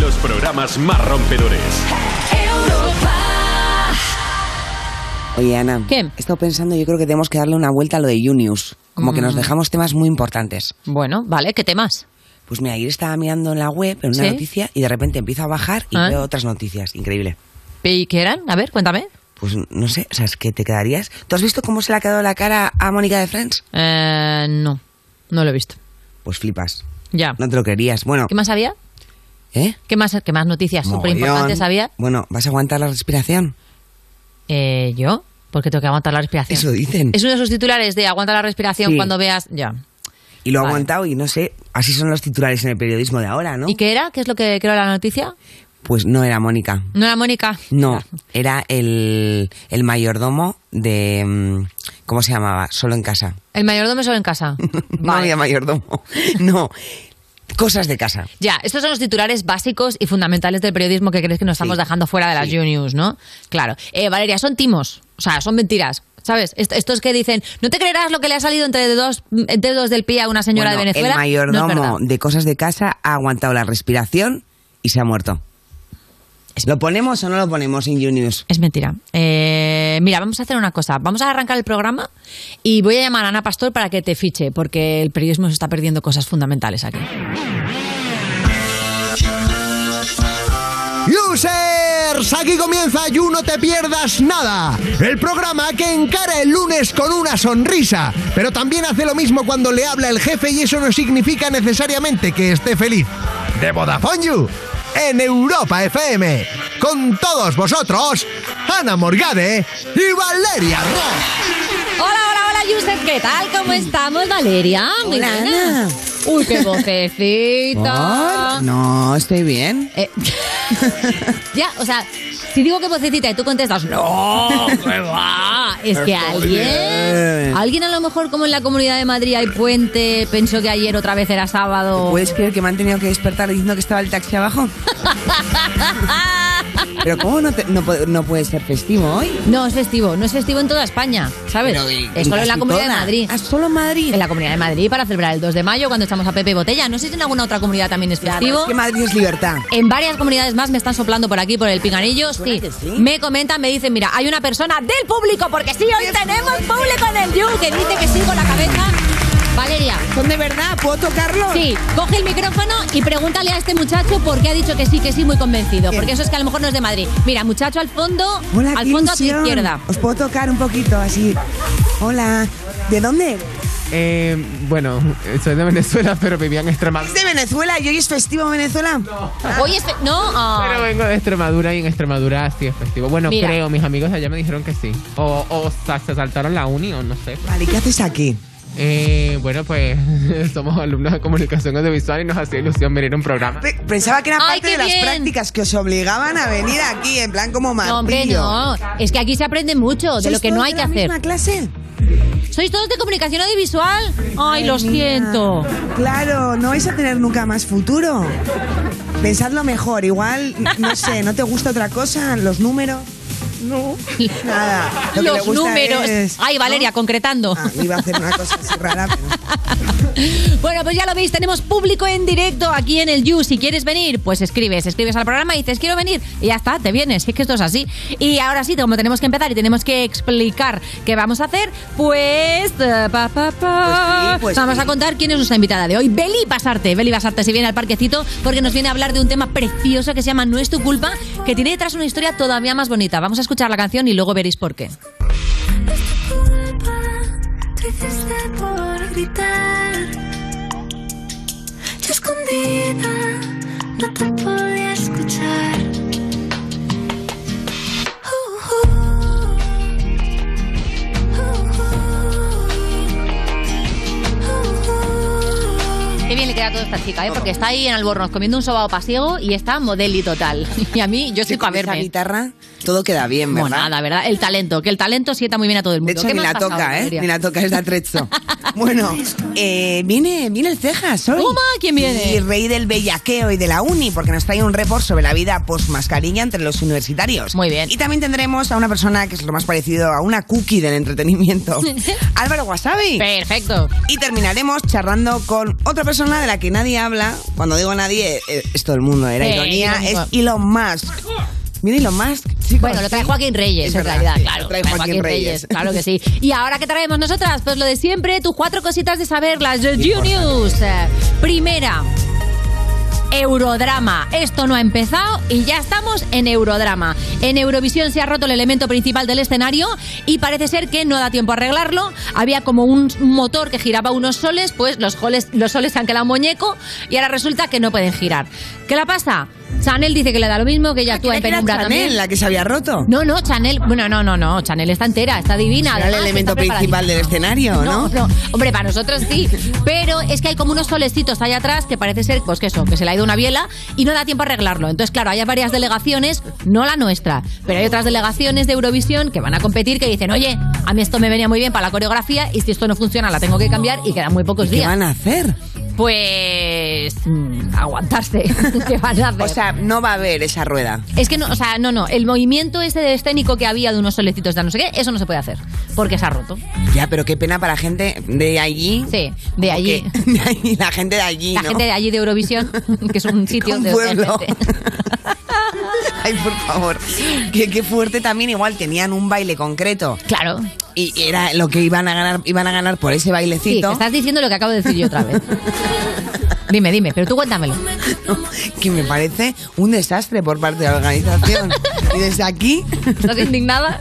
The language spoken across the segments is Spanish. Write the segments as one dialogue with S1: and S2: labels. S1: los programas más rompedores.
S2: Oye, Ana.
S3: ¿Qué?
S2: He estado pensando, yo creo que tenemos que darle una vuelta a lo de Unius. Como que nos
S3: Mm.
S2: dejamos temas muy importantes.
S3: Bueno, vale, ¿qué temas?
S2: Pues mira, ayer estaba mirando en la web, en una
S3: ¿Sí?
S2: noticia, y de repente empiezo a bajar y
S3: Ah.
S2: veo otras noticias. Increíble.
S3: ¿Y qué eran? A ver, cuéntame.
S2: Pues no sé, o sea, es que te quedarías. ¿Tú has visto cómo se le ha quedado la cara a Mónica de Friends?
S3: Eh, no, no lo he visto.
S2: Pues flipas.
S3: Ya.
S2: No te lo querías. Bueno,
S3: ¿Qué más había?
S2: ¿eh?
S3: ¿Qué más, qué más noticias súper
S2: Mogollón.
S3: importantes había?
S2: Bueno, ¿vas a aguantar la respiración?
S3: Eh, ¿Yo? Porque tengo que aguantar la respiración.
S2: Eso dicen.
S3: Es uno de esos titulares de aguanta la respiración
S2: Mm. Sí.
S3: cuando veas... Ya.
S2: Y lo ha
S3: Vale.
S2: aguantado y no sé, así son los titulares en el periodismo de ahora, ¿no?
S3: ¿Y qué era? ¿Qué es lo que creo la noticia?
S2: Pues no era Mónica.
S3: ¿No era Mónica?
S2: No, era el, el mayordomo de... mm, ¿Cómo se llamaba? Solo en casa.
S3: ¿El mayordomo solo en casa?
S2: No había mayordomo. No. Cosas de casa.
S3: Ya, estos son los titulares básicos y fundamentales del periodismo que crees que nos estamos dejando fuera de las You News, ¿no? Claro. Eh, Valeria, son timos. O sea, son mentiras. ¿Sabes? Est- Estos que dicen, no te creerás lo que le ha salido entre dos entre dos del pie a una señora
S2: Bueno,
S3: de Venezuela.
S2: El
S3: No es
S2: mayordomo
S3: verdad.
S2: de cosas de casa ha aguantado la respiración y se ha muerto. ¿Lo ponemos o no lo ponemos en Unius?
S3: Es mentira. Eh, mira, vamos a hacer una cosa. Vamos a arrancar el programa y voy a llamar a Ana Pastor para que te fiche, porque el periodismo se está perdiendo cosas fundamentales aquí.
S4: Users, aquí comienza You No Te Pierdas Nada, el programa que encara el lunes con una sonrisa, pero también hace lo mismo cuando le habla el jefe y eso no significa necesariamente que esté feliz. De Vodafone You, en Europa FM, con todos vosotros, Ana Morgade y Valeria Ross.
S3: Hola, hola, hola, Yusef, ¿qué tal? ¿Cómo estamos, Valeria? Muy
S2: Hola,
S3: buena.
S2: Ana.
S3: Uy, qué vocecita.
S2: ¿Por? No, estoy bien.
S3: Eh, ya, o sea, si digo que vocecita y tú contestas, no, qué va. Es que alguien,
S2: bien.
S3: alguien a lo mejor como en la Comunidad de Madrid hay puente, pensó que ayer otra vez era sábado.
S2: ¿Puedes creer que me han tenido que despertar diciendo que estaba el taxi abajo? Pero ¿cómo no, te- no, po- no puede ser festivo hoy?
S3: No, es festivo, no es festivo en toda España, ¿sabes?
S2: Pero y-
S3: es solo en la
S2: casi
S3: Comunidad de
S2: toda.
S3: Madrid.
S2: Ah, solo en Madrid.
S3: En la Comunidad de Madrid para celebrar el 2 de mayo cuando estamos a Pepe Botella. No sé si en alguna otra comunidad también es
S2: Claro,
S3: festivo.
S2: es que Madrid es libertad.
S3: En varias comunidades más me están soplando por aquí, por el pinganillo. Sí.
S2: que sí?
S3: Me comentan, me dicen, mira, hay una persona del público, porque sí, hoy tenemos público del You que dice que sí con la cabeza. Valeria,
S2: ¿Son de verdad? ¿Puedo tocarlo?
S3: sí, coge el micrófono y pregúntale a este muchacho por qué ha dicho que sí, que sí, muy convencido. Porque eso es que a lo mejor no es de Madrid. Mira, muchacho al fondo,
S2: Hola,
S3: al
S2: qué
S3: fondo a tu
S2: ilusión.
S3: izquierda.
S2: Os puedo tocar un poquito, así. Hola. ¿De dónde?
S5: Eh, bueno, soy de Venezuela, pero vivía en Extremadura.
S2: ¿De Venezuela? ¿Y hoy es festivo en Venezuela?
S3: Hoy es... fe- No, ah.
S5: Pero vengo de Extremadura y en Extremadura sí es festivo. Bueno,
S3: Mira.
S5: creo, mis amigos de allá me dijeron que sí. O, o sa- se saltaron la uni o no sé.
S2: Vale, ¿qué haces aquí?
S5: Eh, bueno, pues somos alumnos de comunicación audiovisual y nos hacía ilusión venir a un programa.
S6: Pe- Pensaba que era
S3: Ay,
S6: parte
S3: qué
S6: de las
S3: bien.
S6: prácticas que os obligaban a venir aquí, en plan como martillo.
S3: No, hombre, no. Es que aquí se aprende mucho de lo
S2: ¿Sois
S3: que no
S2: todos
S3: hay
S2: de
S3: que
S2: la
S3: hacer.
S2: misma clase?
S3: ¿Sois todos de comunicación audiovisual? Ay, lo siento.
S6: Claro, no vais a tener nunca más futuro.
S2: Pensadlo mejor, igual, no sé, ¿no te gusta otra cosa? ¿Los números? Nada. Lo que le
S3: Los
S2: gusta
S3: números.
S2: es-
S3: Ay, Valeria, concretando.
S2: Ah, iba a hacer una cosa así rara, pero...
S3: Bueno, pues ya lo veis, tenemos público en directo aquí en el You. Si quieres venir, pues escribes, escribes al programa y dices, quiero venir. Y ya está, te vienes. Si es que esto es así. Y ahora sí, como tenemos que empezar y tenemos que explicar qué vamos a hacer, pues... eh, pa, pa, pa.
S2: Pues sí, pues
S3: vamos
S2: sí.
S3: a contar quién es nuestra invitada de hoy. Beli Pasarte. Beli Pasarte se viene al parquecito porque nos viene a hablar de un tema precioso que se llama No es tu culpa, que tiene detrás una historia todavía más bonita. Vamos a escuchar la canción y luego veréis por qué.
S7: No es tu culpa, tú hiciste por gritar. Yo escondida, no te podía escuchar. Uh, uh, uh, uh, uh.
S3: Qué bien le queda a toda esta chica, ¿eh? porque está ahí en Albornoz comiendo un sobao pasiego y está modeli total. Y a mí, yo estoy para
S2: con esa
S3: verme.
S2: guitarra todo queda bien, ¿verdad?
S3: Monada, ¿verdad? El talento, que el talento sienta muy bien a todo el
S2: De
S3: mundo.
S2: hecho,
S3: ¿Qué
S2: ni
S3: me has
S2: la
S3: pasado,
S2: toca, ¿eh?
S3: Valeria?
S2: Ni la toca, es de atrezo. Bueno, eh, viene, viene el Cejas hoy.
S3: Toma, ¿quién viene?
S2: Y rey del bellaqueo y de la uni, porque nos trae un report sobre la vida post-mascarilla entre los universitarios.
S3: Muy bien.
S2: Y también tendremos a una persona que es lo más parecido a una cookie del entretenimiento. Oh. Álvaro Wasabi.
S3: Perfecto.
S2: Y terminaremos charlando con otra persona de la que nadie habla. Cuando digo nadie, eh, es todo el mundo, era
S3: Sí,
S2: ironía.
S3: Elon
S2: Es
S3: Musk.
S2: Elon Musk. Mira Elon Musk, chicos.
S3: Bueno, lo trae
S2: sí.
S3: Joaquín Reyes,
S2: Es
S3: en
S2: verdad,
S3: realidad,
S2: sí,
S3: claro.
S2: Lo trae Joaquín, Reyes.
S3: claro que sí. ¿Y ahora qué traemos nosotras? Pues lo de siempre, tus cuatro cositas de saber, las de You News. Eh, Primera, Eurodrama. Esto no ha empezado y ya estamos en Eurodrama. En Eurovisión se ha roto el elemento principal del escenario y parece ser que no da tiempo a arreglarlo. Había como un motor que giraba unos soles, pues los, joles- los soles se han quedado muñeco y ahora resulta que no pueden girar. ¿Qué la pasa? Chanel dice que le da lo mismo, que ella actúa en
S2: Era
S3: penumbra
S2: Chanel
S3: también.
S2: la que se había roto.
S3: No, no, Chanel. Bueno, no, no, no. Chanel está entera, está divina.
S2: Era el
S3: además,
S2: elemento
S3: está
S2: principal del
S3: preparadísima.
S2: escenario, ¿no?
S3: No, hombre, para nosotros sí. Pero es que hay como unos solecitos allá atrás que parece ser, pues que eso, que se le ha ido una biela y no da tiempo a arreglarlo. Entonces, claro, hay varias delegaciones, no la nuestra, pero hay otras delegaciones de Eurovisión que van a competir que dicen, oye, a mí esto me venía muy bien para la coreografía y si esto no funciona la tengo que cambiar y quedan muy pocos
S2: ¿Qué
S3: días.
S2: van a hacer?
S3: Pues mm, aguantarse. ¿Qué van a Eh. hacer?
S2: O sea, no va a haber esa rueda.
S3: Es que no, o sea, no, no. El movimiento ese de escénico que había de unos solecitos de no sé qué, eso no se puede hacer. Porque se ha roto.
S2: Ya, pero qué pena para la gente de allí.
S3: Sí, de
S2: Como
S3: allí.
S2: que- de allí, la gente de allí,
S3: La
S2: ¿no?
S3: gente de allí de Eurovisión, que es un sitio
S2: Un
S3: de
S2: pueblo.
S3: obviamente.
S2: Ay, por favor. Qué, qué fuerte también. Igual tenían un baile concreto.
S3: Claro.
S2: Y era lo que iban a ganar, iban a ganar por ese
S3: Sí,
S2: bailecito.
S3: que estás diciendo lo que acabo de decir yo otra vez. Dime, dime, pero tú cuéntamelo.
S2: que me parece un desastre por parte de la organización. y desde aquí,
S3: ¿Estás indignada?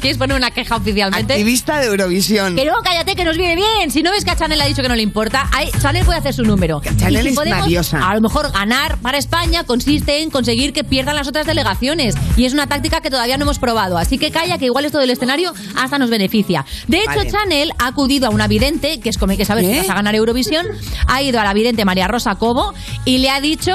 S3: ¿Quieres poner una queja oficialmente?
S2: activista de Eurovisión.
S3: Que no, cállate, que nos viene bien. Si no ves que a Chanel ha dicho que no le importa, ahí- Chanel puede hacer su número.
S2: Chanel
S3: y si
S2: es
S3: podemos,
S2: maravillosa.
S3: A lo mejor ganar para España consiste en conseguir que pierdan las otras delegaciones. Y es una táctica que todavía no hemos probado. Así que calla, que igual esto del escenario hasta nos beneficia. De hecho,
S2: Vale.
S3: Chanel ha acudido a una vidente, que es como hay que saber si
S2: ¿Eh?
S3: vas a ganar Eurovisión, ha ido a la vidente María Rosa Cobo y le ha dicho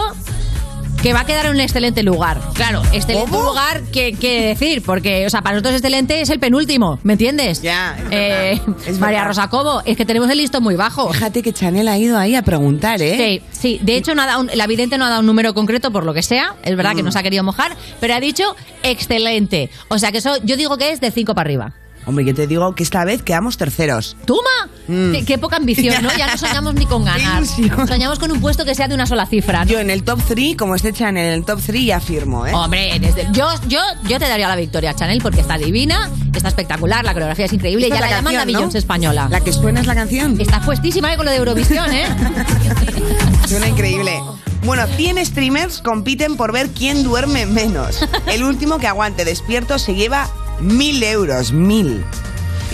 S3: que va a quedar en un excelente lugar. Claro, excelente
S2: ¿Cómo?
S3: lugar, ¿qué quiere decir? Porque, o sea, para nosotros excelente es el penúltimo, ¿me entiendes?
S2: Ya, es
S3: Eh,
S2: verdad, es
S3: María
S2: verdad.
S3: Rosa Cobo, es que tenemos el listo muy bajo.
S2: Fíjate que Chanel ha ido ahí a preguntar, ¿eh?
S3: Sí, sí, de hecho no ha dado un- la vidente no ha dado un número concreto por lo que sea, es verdad
S2: Mm.
S3: que nos ha querido mojar, pero ha dicho excelente. O sea que eso yo digo que es de 5 para arriba.
S2: Hombre, yo te digo que esta vez quedamos terceros.
S3: ¡Toma! Qué, qué poca ambición, ¿no? Ya no soñamos ni con ganar.
S2: Mm. Qué ilusión.
S3: Soñamos con un puesto que sea de una sola cifra. ¿no?
S2: Yo en el top 3, como este Chanel en el top 3, ya firmo, ¿eh?
S3: Hombre, desde- yo, yo, yo te daría la victoria a Chanel porque está divina, está espectacular, la coreografía es increíble y
S2: Esta
S3: ya
S2: es
S3: la, llaman la
S2: canción, ¿no?
S3: Beyoncé española.
S2: La que suena es la canción.
S3: Está puestísima eh, con lo de Eurovisión, ¿eh?
S2: Suena increíble. Bueno, 100 streamers compiten por ver quién duerme menos. El último que aguante despierto se lleva 1000 euros. 1000.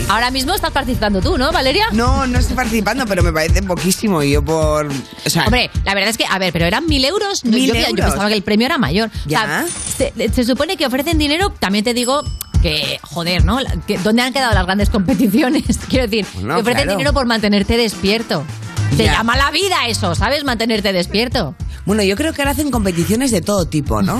S3: Ahora mismo estás participando tú, ¿no, Valeria?
S2: No, no estoy participando, pero me parece poquísimo. Y yo por. O sea,
S3: Hombre, la verdad es que, a ver, pero eran mil euros. No,
S2: ¿Mil
S3: yo, yo
S2: euros?
S3: pensaba que el premio era mayor. O
S2: Ya.
S3: sea, se, se supone que ofrecen dinero, también te digo que, joder, ¿no? La- que- ¿Dónde han quedado las grandes competiciones? Quiero decir,
S2: Bueno,
S3: que ofrecen
S2: claro.
S3: dinero por mantenerte despierto. Se
S2: Ya.
S3: llama la vida eso, ¿sabes? Mantenerte despierto.
S2: Bueno, yo creo que ahora hacen competiciones de todo tipo, ¿no?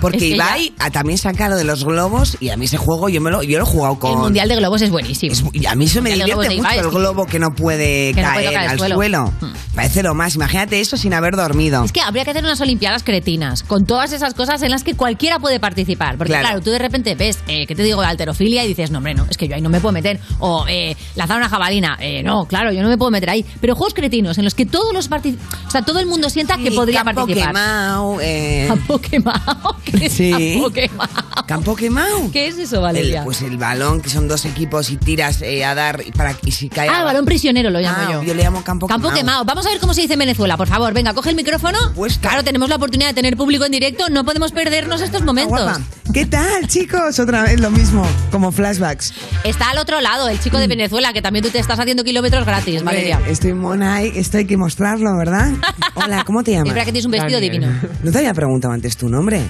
S2: Porque
S3: Es que
S2: Ibai ah, también saca lo de los globos y a mí ese juego yo me lo, yo lo he jugado con.
S3: El Mundial de Globos es buenísimo.
S2: Es- y a mí eso me
S3: El Mundial
S2: divierte mucho
S3: de Globos de Ibai,
S2: el
S3: sí.
S2: globo que no puede
S3: Que no puede
S2: caer
S3: tocar el
S2: al
S3: suelo. Mm.
S2: suelo. Parece lo más. Imagínate eso sin haber dormido.
S3: Es que habría que hacer unas Olimpiadas cretinas, con todas esas cosas en las que cualquiera puede participar. Porque claro,
S2: Claro.
S3: tú de repente ves, eh, ¿qué te digo? Alterofilia y dices, no, hombre, no, es que yo ahí no me puedo meter. O eh, lanzar una jabalina, eh, no, claro, yo no me puedo meter ahí. Pero juegos cretinos en los que todos los partic- o sea, todo el mundo sienta que
S2: Sí,
S3: podría
S2: campo
S3: participar.
S2: Quemado, eh,
S3: Campo quemado. ¿Qué es
S2: Sí.
S3: campo quemado?
S2: campo quemado.
S3: ¿Qué es eso,
S2: El-
S3: Valeria?
S2: pues el balón, que son dos equipos y tiras eh, a dar y, para, y si cae.
S3: Ah,
S2: abajo-
S3: balón prisionero lo llamo
S2: Ah,
S3: yo.
S2: yo le llamo campo quemado.
S3: quemado. Vamos a ver cómo se dice en Venezuela, por favor. Venga, coge el micrófono.
S2: Pues
S3: claro, tenemos la oportunidad de tener público en directo. No podemos perdernos
S2: Ah,
S3: estos momentos.
S8: Guapa. ¿Qué tal, chicos? Otra vez lo mismo, como flashbacks.
S3: Está al otro lado, el
S2: Mm.
S3: chico de Venezuela, que también tú te estás haciendo kilómetros gratis, Pues, Valeria.
S2: Eh,
S8: Hombre, Estoy mona, y esto hay que mostrarlo, ¿verdad?
S2: Hola, ¿cómo te
S3: Es
S2: llamas?
S3: verdad que tienes un vestido
S9: Daniel.
S3: divino.
S2: No te había preguntado antes tu nombre.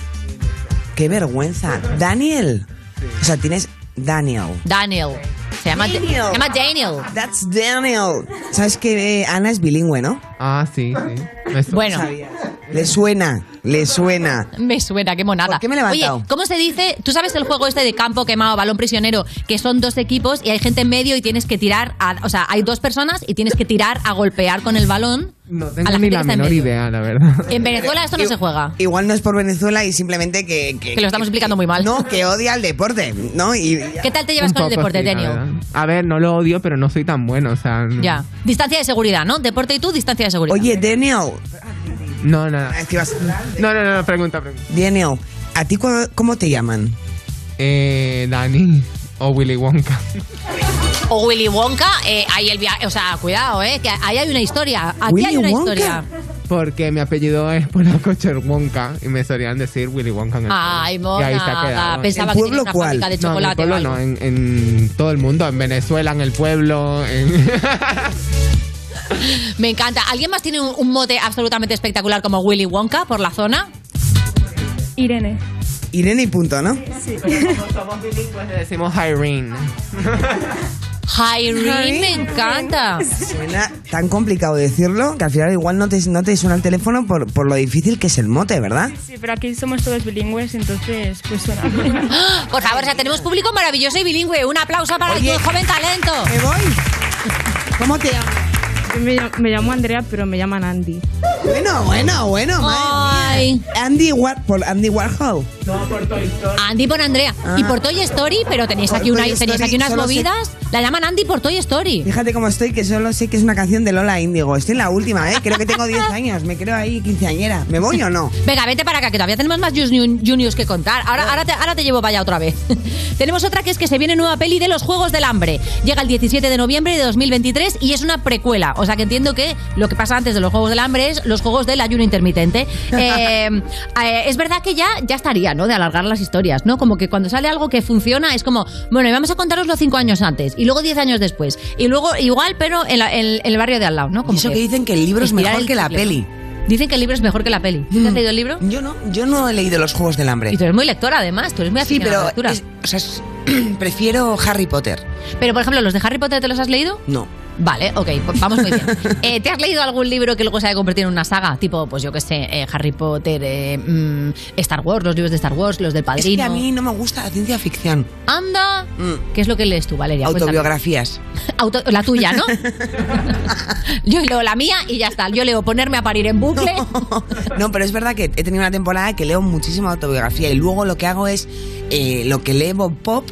S2: Qué vergüenza. Daniel. O sea, tienes Daniel.
S3: Daniel. Se llama,
S2: Daniel.
S3: se llama Daniel.
S2: That's Daniel.
S8: Sabes que eh, Ana es bilingüe, ¿no?
S9: Ah, sí, sí. Eso.
S3: Bueno,
S8: Sabías.
S2: Le suena. Le suena.
S3: Me suena, qué monada.
S2: ¿Por qué me he levantado?
S3: Oye, ¿cómo se dice? Tú sabes el juego este de campo quemado, balón prisionero, que son dos equipos y hay gente en medio y tienes que tirar, a- o sea, hay dos personas y tienes que tirar a golpear con el balón.
S5: No
S3: a
S5: tengo
S3: la
S5: ni
S3: gente que
S5: la
S3: está en
S5: menor
S3: medio.
S5: idea, la verdad.
S3: En Venezuela esto no se juega.
S2: Igual no es por Venezuela y simplemente que. Que,
S3: Que lo estamos explicando muy mal.
S2: No, que odia el deporte, ¿no? Y.
S3: ¿Qué tal te llevas
S5: Un
S3: con el
S5: poco
S3: deporte,
S5: sí, la
S3: Tenio?
S5: verdad. A ver, no lo odio, pero no soy tan bueno, o sea. no-
S3: Ya. Distancia de seguridad, ¿no? Deporte y tú, distancia de seguridad.
S2: Oye, Daniel.
S5: No, nada.
S2: Ah, es que vas-
S5: No, no, no, pregunta, pregunta.
S2: Daniel, ¿a ti cu- cómo te llaman?
S5: Eh, Dani o Willy Wonka.
S3: O Willy Wonka, eh, ahí el viaje. O sea, cuidado, ¿eh? Que ahí hay una historia. Aquí
S2: ¿Willy
S3: hay una
S2: Wonka?
S3: historia.
S5: Porque mi apellido es polaco Cher Wonka y me solían decir Willy Wonka en el
S3: Ay,
S5: pueblo. Y ahí se ha
S3: mona.
S5: quedado.
S2: ¿En
S3: Pensaba que
S2: pueblo
S3: tenía una
S2: cuál?
S3: fábrica de
S5: No, en el
S3: chocolate. o
S5: pueblo
S3: algo.
S2: ¿eh?
S5: no, en, en todo el mundo, en Venezuela, en el pueblo, en...
S3: Me encanta. ¿Alguien más tiene un, un mote absolutamente espectacular como Willy Wonka por la zona?
S10: Irene.
S2: Irene y punto, ¿no?
S5: somos bilingües, le decimos Irene.
S3: Irene, me encanta.
S2: Suena tan complicado decirlo que al final igual no te, no te suena el teléfono por, por lo difícil que es el mote, ¿verdad?
S10: Sí, pero aquí somos todos bilingües, entonces pues suena bien.
S3: Por favor, o sea, tenemos público maravilloso y bilingüe. Un aplauso para
S2: Oye.
S3: el joven talento.
S2: ¿Me voy? ¿Cómo te llamas?
S10: Yo me, llam- me llamo Andrea, pero me llaman Andy.
S2: Bueno, bueno, bueno, madre.
S3: Ay,
S2: Andy, War por Andy Warhol.
S3: Andy por Andrea. Y por Toy Story, pero tenéis
S2: Ah. Por
S3: aquí, una,
S2: Toy
S3: tenéis
S2: Story,
S3: aquí unas
S2: solo sé-
S3: movidas. La llaman Andy por Toy Story.
S2: Fíjate cómo estoy, que solo sé que es una canción de Lola Índigo. Estoy en la última, ¿eh? Creo que tengo 10 años, me creo ahí quinceañera. ¿Me voy o no?
S3: Venga, vete para acá, que todavía tenemos más junior- juniors que contar. Ahora, ahora, te, ahora te llevo para allá otra vez. tenemos otra que es que se viene nueva peli de los Juegos del Hambre. Llega el 17 de noviembre de 2023 y es una precuela. O sea que entiendo que lo que pasa antes de los Juegos del Hambre es los Juegos del Ayuno Intermitente. Eh, eh, es verdad que ya, ya estaría, ¿no? De alargar las historias, ¿no? Como que cuando sale algo que funciona es como, bueno, y vamos a contaros los cinco años antes y luego 10 años después. Y luego igual, pero en, la- en- en el barrio de al lado, ¿no?
S2: Y
S3: Como
S2: eso que dicen que el libro es
S3: estirar
S2: mejor
S3: el
S2: que la
S3: chicle,
S2: peli.
S3: ¿no? Dicen que el libro es mejor que la peli. ¿Tú ¿Te has leído el libro?
S2: Mm. Yo no, yo no he leído los Juegos del Hambre.
S3: Y tú eres muy lectora, además. Tú eres muy
S2: Sí,
S3: aficionada a la
S2: pero
S3: lectura.
S2: es- o sea, es- prefiero Harry Potter.
S3: Pero, por ejemplo, ¿los de Harry Potter te los has leído?
S2: No.
S3: Vale, ok, pues vamos muy bien. Eh, ¿Te has leído algún libro que luego se haya convertido en una saga? Tipo, pues yo qué sé, eh, Harry Potter, eh, mm, Star Wars, los libros de Star Wars, los del
S2: Es que
S3: Padrino.
S2: a mí no me gusta la ciencia ficción.
S3: Anda,
S2: Mm.
S3: ¿qué es lo que lees tú, Valeria? Cuéntame.
S2: Autobiografías.
S3: Auto- la tuya, ¿no? yo leo la mía y ya está. Yo leo ponerme a parir en bucle.
S2: No, pero es verdad que he tenido una temporada que leo muchísima autobiografía y luego lo que hago es eh, lo que lee Bob Pop,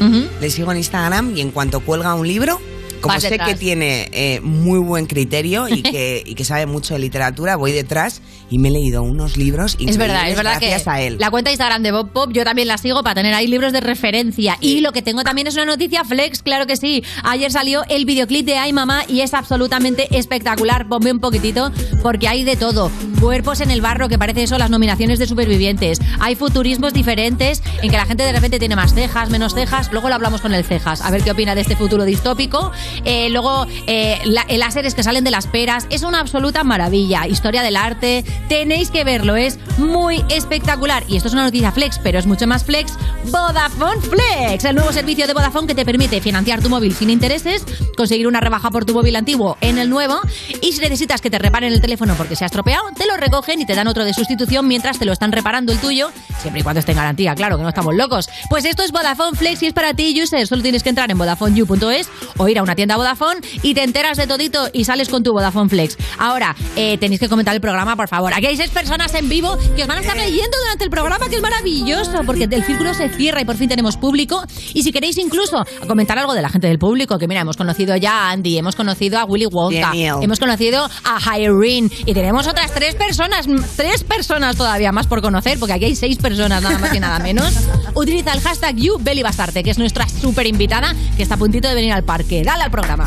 S3: Ujú.
S2: le sigo en Instagram y en cuanto cuelga un libro, como
S3: Vas
S2: sé
S3: detrás.
S2: que tiene eh, muy buen criterio y que, y que sabe mucho de literatura, voy detrás y me he leído unos libros
S3: Es verdad, es
S2: increíbles
S3: verdad que
S2: gracias a él.
S3: la cuenta de Instagram de Bob Pop yo también la sigo para tener ahí libros de referencia. Y lo que tengo también es una noticia flex, claro que sí. Ayer salió el videoclip de Ay Mamá y es absolutamente espectacular. Ponme un poquitito porque hay de todo. Cuerpos en el barro, que parece eso las nominaciones de supervivientes. Hay futurismos diferentes en que la gente de repente tiene más cejas, menos cejas. Luego lo hablamos con el cejas, a ver qué opina de este futuro distópico. Eh, luego eh, la- láseres que salen de las peras. Es una absoluta maravilla. Historia del arte. Tenéis que verlo. Es muy espectacular. Y esto es una noticia flex, pero es mucho más flex. Vodafone Flex. El nuevo servicio de Vodafone que te permite financiar tu móvil sin intereses, conseguir una rebaja por tu móvil antiguo en el nuevo. Y si necesitas que te reparen el teléfono porque se ha estropeado, te lo recogen y te dan otro de sustitución mientras te lo están reparando el tuyo. Siempre y cuando esté en garantía, claro, que no estamos locos. Pues esto es Vodafone Flex y es para ti, user. Solo tienes que entrar en vodafoneyou.es o ir a una tienda Vodafone y te enteras de todito y sales con tu Vodafone Flex. Ahora, eh, tenéis que comentar el programa, por favor. Aquí hay seis personas en vivo que os van a estar leyendo durante el programa, que es maravilloso, porque el círculo se cierra y por fin tenemos público. Y si queréis incluso comentar algo de la gente del público, que mira, hemos conocido ya a Andy, hemos conocido a Willy Wonka,
S2: Genial.
S3: hemos conocido a Irene y tenemos otras tres personas, mm, tres personas todavía más por conocer, porque aquí hay seis personas nada más y nada menos. Utiliza el hashtag YouBellyBastarte, que es nuestra super invitada que está a puntito de venir al parque. Dale al programa.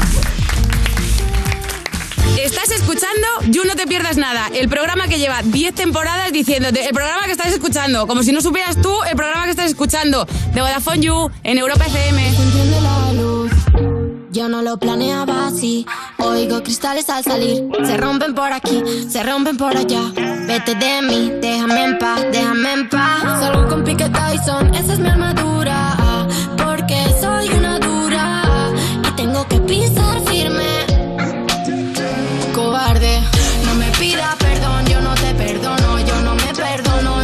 S11: Estás escuchando You No Te Pierdas Nada, el programa que lleva 10 temporadas diciéndote, el programa que estás escuchando, como si no supieras tú el programa que estás escuchando, de Vodafone You en Europa FM.
S12: Enciende la luz. Yo no lo planeaba así. Oigo cristales al salir. Se rompen por aquí, se rompen por allá. Vete de mí, déjame en paz, déjame en paz. Salgo con Pique Tyson, esa es mi armadura. ah, Porque soy una dura. ah, Y tengo que pisar firme cobarde. No me pidas perdón, yo no te perdono, yo no me perdono.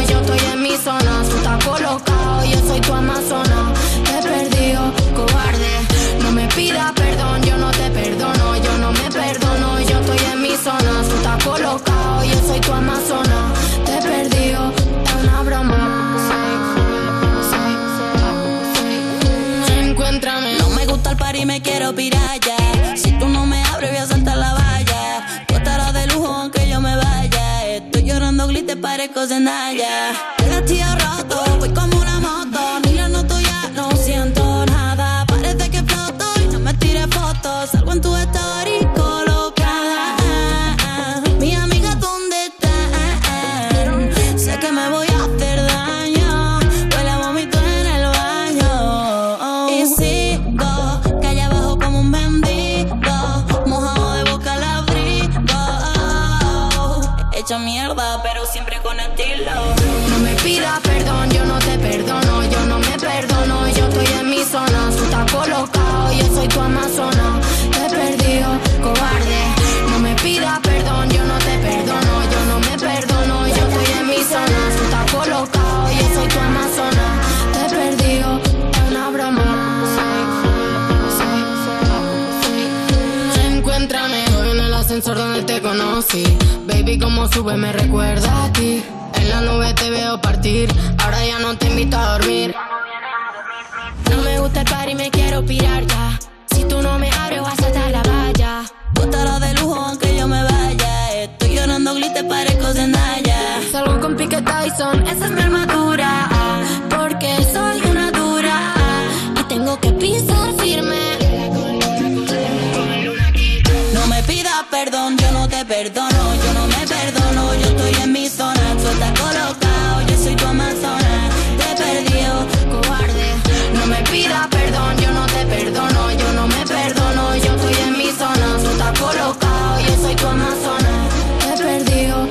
S13: al par y me quiero pirar ya. Si tú no me abres, voy a saltar la valla. Tú estarás de lujo aunque yo me vaya. Estoy llorando glitter, parezco Zendaya. El vestido roto, voy como una moto. Ni la noto ya, no siento nada. Parece que exploto y no me tires fotos. Salgo en tu story colocada. Mi amiga, ¿dónde están? Sé que me voy a hacer daño. Huele a vómito en el baño. Y sigo, calle abajo como un mendigo. Mojado de boca al abrigo. Hecho mierda, pero siempre con estilo.
S12: No me pidas perdón, yo no te perdono, yo no me perdono, yo estoy en mi zona, tú estás colocado, yo soy tu amazona, te he perdido, cobarde. No me pidas perdón, yo no te perdono, yo no me perdono, yo estoy en mi zona, tú estás colocado, yo soy tu amazona, te he perdido, es una broma.
S14: Encuéntrame hoy en el ascensor donde te conocí. Baby, como sube me recuerda a ti. En la nube te veo partir. Ahora ya no te invito a dormir.
S13: No me gusta el party, me quiero pirar ya. Si tú no me abres, vas a saltar la valla. Tú estarás de lujo aunque yo me vaya. Estoy llorando glitter, parezco Zendaya. Salgo con Pique Tyson, esa es mi armadura. ah, Porque soy una dura. ah, Y tengo que pisar firme. No me pidas perdón, yo no te perdono, yo no me perdono, yo estoy en mi zona, tú estás colocado, yo soy tu amazona, te perdió, cobarde,
S12: No me pidas perdón, yo no te perdono, yo no me perdono, yo estoy en mi zona, tú estás colocado, yo soy tu amazona, te he perdido.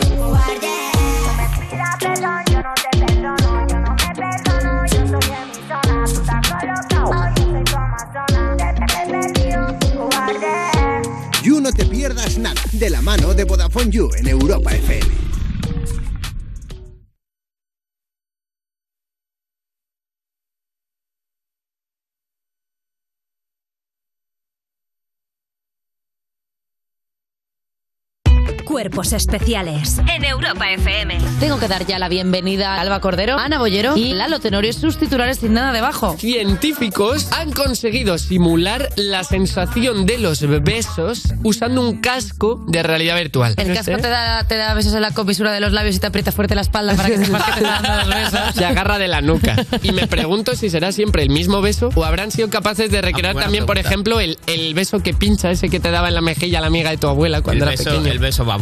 S1: You No Te Pierdas Nada, de la mano de Vodafone You en Europa FM.
S15: Cuerpos especiales en Europa FM.
S16: Tengo que dar ya la bienvenida a Alba Cordero, Ana Bollero y Lalo Tenorio. Sus titulares sin nada debajo.
S17: Científicos han conseguido simular la sensación de los besos usando un casco de realidad virtual. Este
S2: El casco te da, te da besos en la comisura de los labios y te aprieta fuerte la espalda para que sepas que te dan los besos.
S17: Se agarra de la nuca. Y me pregunto si será siempre el mismo beso o habrán sido capaces de recrear
S18: Ah, buena
S17: también, por
S18: pregunta.
S17: ejemplo, el, el beso que pincha, ese que te daba en la mejilla la amiga de tu abuela
S18: El
S17: cuando era
S18: beso,
S17: pequeño.
S18: el beso baboso.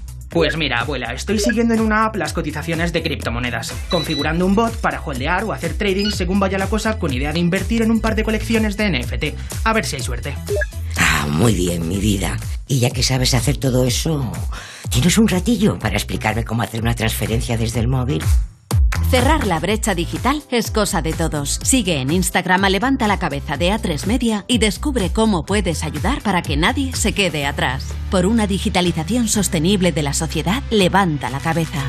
S19: Pues mira, abuela, estoy siguiendo en una app las cotizaciones de criptomonedas, configurando un bot para holdear o hacer trading según vaya la cosa con idea de invertir en un par de colecciones de NFT. A ver si hay suerte.
S20: Ah, muy bien, mi vida. Y ya que sabes hacer todo eso, ¿tienes un ratillo para explicarme cómo hacer una transferencia desde el móvil?
S21: Cerrar la brecha digital es cosa de todos. Sigue en Instagram a Levanta la Cabeza de A3 Media y descubre cómo puedes ayudar para que nadie se quede atrás. Por una digitalización sostenible de la sociedad, levanta la cabeza.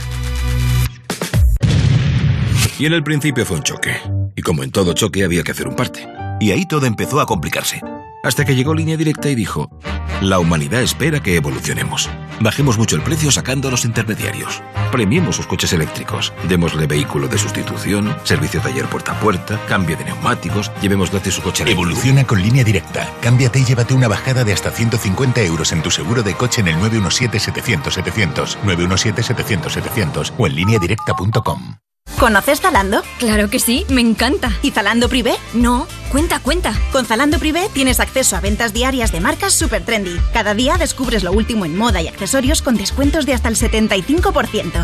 S22: Y en el principio fue un choque. Y como en todo choque había que hacer un parte. Y ahí todo empezó a complicarse. Hasta que llegó Línea Directa y dijo, la humanidad espera que evolucionemos. Bajemos mucho el precio sacando a los intermediarios. Premiemos sus coches eléctricos. Démosle vehículo de sustitución, servicio taller puerta a puerta, cambio de neumáticos, llevemos gratis su coche eléctrico.
S23: Evoluciona con línea directa. Cámbiate y llévate una bajada de hasta 150 euros en tu seguro de coche en el 917-700-700, 917-700-700 o en lineadirecta.com.
S3: ¿Conoces Zalando? Claro que sí, me encanta. ¿Y Zalando Privé? No, cuenta, cuenta. Con Zalando Privé tienes acceso a ventas diarias de marcas super trendy. Cada día descubres lo último en moda y accesorios con descuentos de hasta el 75%.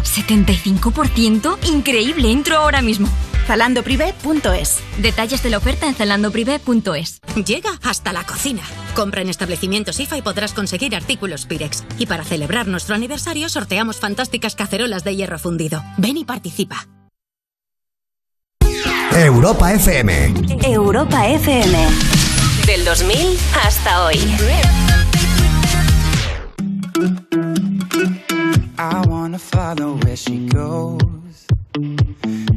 S3: ¿75%? Increíble, entro ahora mismo.
S24: zalandoprivé.es.
S6: Detalles de la oferta en zalandoprivé.es. Llega hasta la cocina. Compra en establecimientos IFA y podrás conseguir artículos Pirex. Y para celebrar nuestro aniversario sorteamos fantásticas cacerolas de hierro fundido. Ven y participa.
S7: Europa FM.
S25: Europa FM. Del 2000 hasta hoy.
S26: I wanna follow where she goes.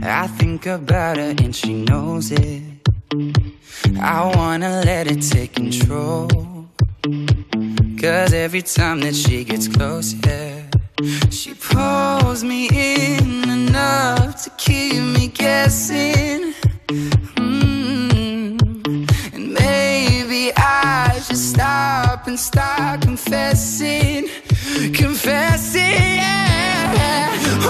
S26: I think about her and she knows it. I wanna let it take control. Cause every time that she gets closer, she pulls me in enough to keep me guessing. Mm. And maybe I should stop and start confessing confessing. Yeah.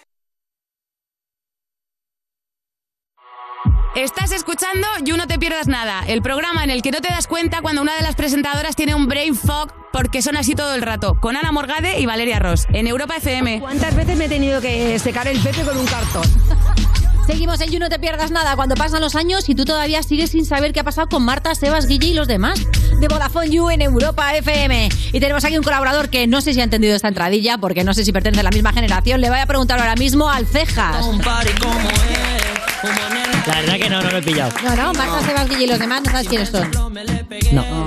S11: Estás escuchando You No Te Pierdas Nada, el programa en el que no te das cuenta cuando una de las presentadoras tiene un brain fog porque son así todo el rato, con Ana Morgade y Valeria Ross, en Europa FM.
S6: ¿Cuántas veces me he tenido que secar el pepe con un cartón?
S3: Seguimos en You No Te Pierdas Nada cuando pasan los años y tú todavía sigues sin saber qué ha pasado con Marta, Sebas, Guille y los demás de Vodafone You en Europa FM. Y tenemos aquí un colaborador que no sé si ha entendido esta entradilla porque no sé si pertenece a la misma generación. Le voy a preguntar ahora mismo al Cejas.
S27: La verdad que no, no lo he pillado.
S3: No, no, Marta, Sebas, Guille y los demás no sabes quiénes son.
S27: No,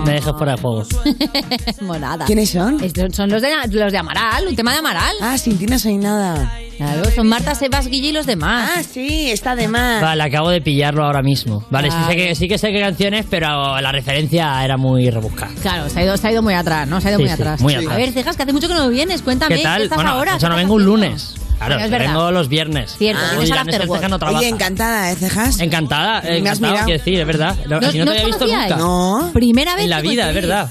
S27: me dejas fuera de juego.
S3: Monada.
S2: ¿Quiénes son?
S3: Estos son los de, los de Amaral, un tema de Amaral.
S2: Ah, sin ti no soy nada.
S3: Claro, son Marta, Sebas, Guille y los demás.
S2: Ah, sí, está de
S3: Ah.
S2: más.
S27: Vale, acabo de pillarlo ahora mismo. Vale, sí, sé que, sí que sé qué canciones, pero la referencia era muy rebuscada.
S3: Claro, se ha, ido, se ha ido muy atrás, ¿no? Se ha ido
S27: Sí,
S3: muy
S27: sí,
S3: atrás.
S27: muy atrás.
S3: A ver, Cejas, que hace mucho que no vienes, cuéntame.
S27: ¿Qué tal?
S3: estás
S27: Bueno,
S3: ahora?
S27: yo no vengo un lunes. Claro,
S3: Bueno, es
S27: yo
S3: verdad.
S27: vengo los viernes.
S3: Cierto,
S27: Como
S3: vienes al
S27: dirán, este
S3: afterwork.
S27: ceja no trabaja.
S2: Oye, encantada, ¿eh, Cejas?
S27: encantada,
S2: Me has
S27: encantada,
S2: mirado.
S27: Ah, quiero decir, es verdad. No,
S3: ¿No-
S27: si no
S3: no
S27: te había visto
S3: conocíais?
S27: nunca.
S3: No. Primera vez
S27: En la
S3: que
S27: vida, es
S3: coincidís.
S27: verdad.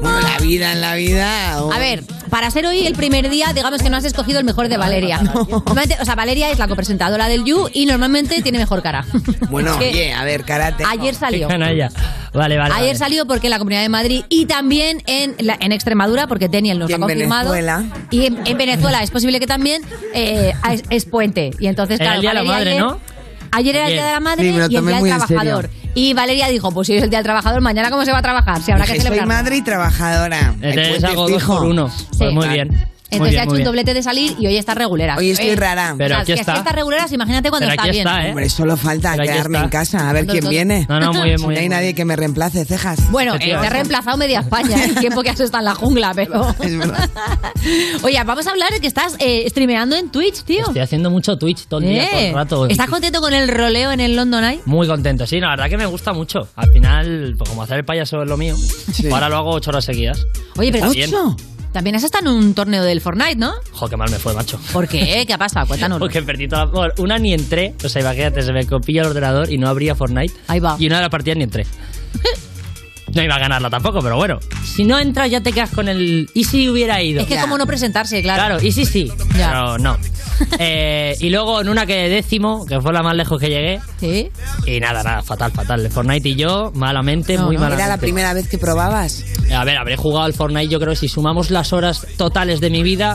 S2: Bueno, la vida, en la vida. oh.
S3: A ver, para ser hoy el primer día, digamos que no has escogido el mejor de Valeria. Normalmente, O sea, Valeria es la copresentadora del You y normalmente tiene mejor cara.
S2: Bueno,
S3: Es que
S2: oye, a ver, karate.
S3: Ayer salió.
S27: Canalla. Vale, vale.
S3: Ayer
S27: vale.
S3: salió porque en la Comunidad de Madrid y también en, la- en Extremadura, porque Daniel nos
S2: Y
S3: lo ha
S2: en
S3: confirmado.
S2: Venezuela.
S3: Y en, en Venezuela es posible que también eh, es, es puente. Y entonces,
S27: Era el
S3: claro,
S27: Día de la
S3: Valeria
S27: Madre,
S3: ayer-
S27: ¿no?
S3: Ayer era el
S27: Ayer.
S3: Día de la Madre
S27: Sí, me lo
S3: y el
S27: tomé
S3: Día del
S27: muy en serio.
S3: Trabajador. Y Valeria dijo, pues si hoy es el Día del Trabajador, mañana cómo se va a trabajar, si habrá que
S2: Dije, soy
S3: celebrar.
S2: madre y trabajadora.
S27: Entonces
S2: El
S27: hago
S2: puente
S27: dos
S2: fijo.
S27: por uno. Pues muy bien. muy
S3: Entonces
S27: bien,
S3: ha hecho
S27: muy
S3: un
S27: bien.
S3: doblete de salir y hoy está regulera.
S2: Hoy estoy
S3: Eh,
S2: rara. Pero
S3: o sea,
S27: aquí
S3: es que
S27: está.
S3: está regulera, imagínate Este cuando está bien. ¿eh?
S2: Hombre, solo falta
S27: ¿eh? Pero aquí
S2: quedarme
S27: está.
S2: en casa a ver
S3: Dos,
S2: quién
S3: dos.
S2: viene.
S27: No, no, muy
S2: Si
S27: bien, muy bien, Este
S2: No
S27: muy
S2: hay nadie que me reemplace, cejas.
S3: Bueno, eh, te ha reemplazado media España, ¿eh? el tiempo que has estado en la jungla, pero... Oye, vamos a hablar de que estás eh, streameando en Twitch, tío.
S27: Estoy haciendo mucho Twitch todo el día, todo
S3: Eh,
S27: el rato.
S3: ¿Estás contento con el roleo en el London Eye?
S27: Muy contento, sí, la verdad que me gusta mucho. Al final, pues como hacer el payaso es lo mío, pues ahora lo hago ocho horas seguidas.
S3: Oye, pero
S27: Está bien.
S3: También has estado en un torneo del Fortnite, ¿no?
S27: Jo, qué mal me fue, macho.
S3: ¿Por qué? ¿Qué ha pasado? Cuéntanos.
S27: Porque perdí toda bueno, Una ni entré, o sea, imagínate, se me copilla el ordenador y no abría Fortnite. Ahí va. Y una de las partidas ni entré. No iba a ganarla tampoco, pero bueno. Si no entras ya te quedas con el... ¿Y si hubiera ido?
S3: Es que es como no presentarse, claro.
S27: Claro, y sí, sí. Pero no. Eh, y luego en una que décimo, que fue la más lejos que llegué.
S3: Sí.
S27: Y nada, nada, fatal, fatal. El Fortnite y yo, malamente, muy malamente.
S2: Era la primera vez que probabas.
S27: A ver, habré jugado al Fortnite, yo creo que si sumamos las horas totales de mi vida,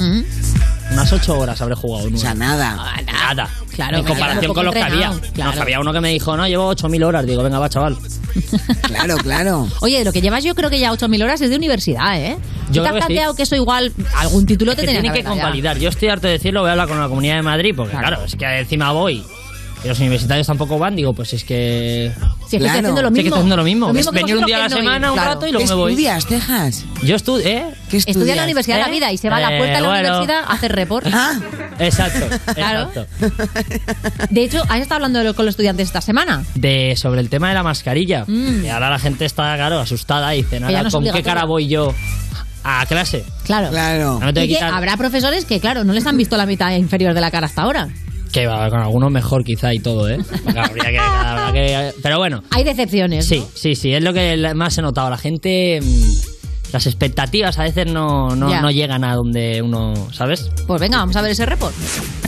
S27: unas 8 horas habré jugado. O sea,
S2: nada.
S27: Nada.
S2: Claro,
S27: en
S2: claro,
S27: comparación
S2: un poco
S27: con los que había.
S2: entrenado,
S27: No,
S2: claro.
S27: había uno que me dijo, no, llevo 8.000 horas. Digo, venga, va, chaval.
S2: Claro, claro.
S3: Oye, lo que llevas yo creo que ya 8.000 horas es de universidad, ¿eh? ¿Tú
S27: Yo creo
S3: te has
S27: que sí.
S3: planteado que eso igual algún título te
S27: que
S3: tenía
S27: tienen
S3: que
S27: que
S3: haber dado ya?
S27: convalidar. Yo estoy harto de decirlo, voy a hablar con la comunidad de Madrid, porque claro, es que encima voy. y Los universitarios tampoco van, digo, pues es que.
S3: Si es que estoy haciendo lo
S27: Si es que
S3: mismo.
S27: estoy haciendo lo mismo.
S3: Lo mismo
S27: Es
S3: que
S27: venir un día a la
S3: vosotros que no
S27: semana,
S3: ir,
S27: un
S3: claro.
S27: rato y luego me voy.
S2: estudias, Cejas?
S27: Yo estudio, ¿eh?
S2: ¿Qué
S3: Estudia en la Universidad de la Vida y se va a la puerta de la universidad a hacer report.
S27: Exacto,
S3: Claro.
S27: exacto.
S3: De hecho, has estado hablando de lo- con los estudiantes esta semana.
S27: De, sobre el tema de la mascarilla.
S3: Mm.
S27: Y ahora la gente está, claro, asustada y dice,
S3: Que ya no
S27: nada,
S3: es
S27: ¿con qué
S3: obligatorio.
S27: cara voy yo a clase?
S3: Claro.
S27: Claro. No tengo que
S3: Y que
S27: quitar.
S3: habrá profesores que, claro, no les han visto la mitad inferior de la cara hasta ahora.
S27: Que va con algunos mejor quizá y todo, ¿eh? Porque habría que- habrá que- Pero bueno.
S3: Hay decepciones.
S27: Sí, sí, sí, es lo que la- más he notado. La gente mm, las expectativas a veces no, no,
S3: Ya.
S27: no llegan a donde uno, ¿sabes?
S3: Pues venga, vamos a ver ese report.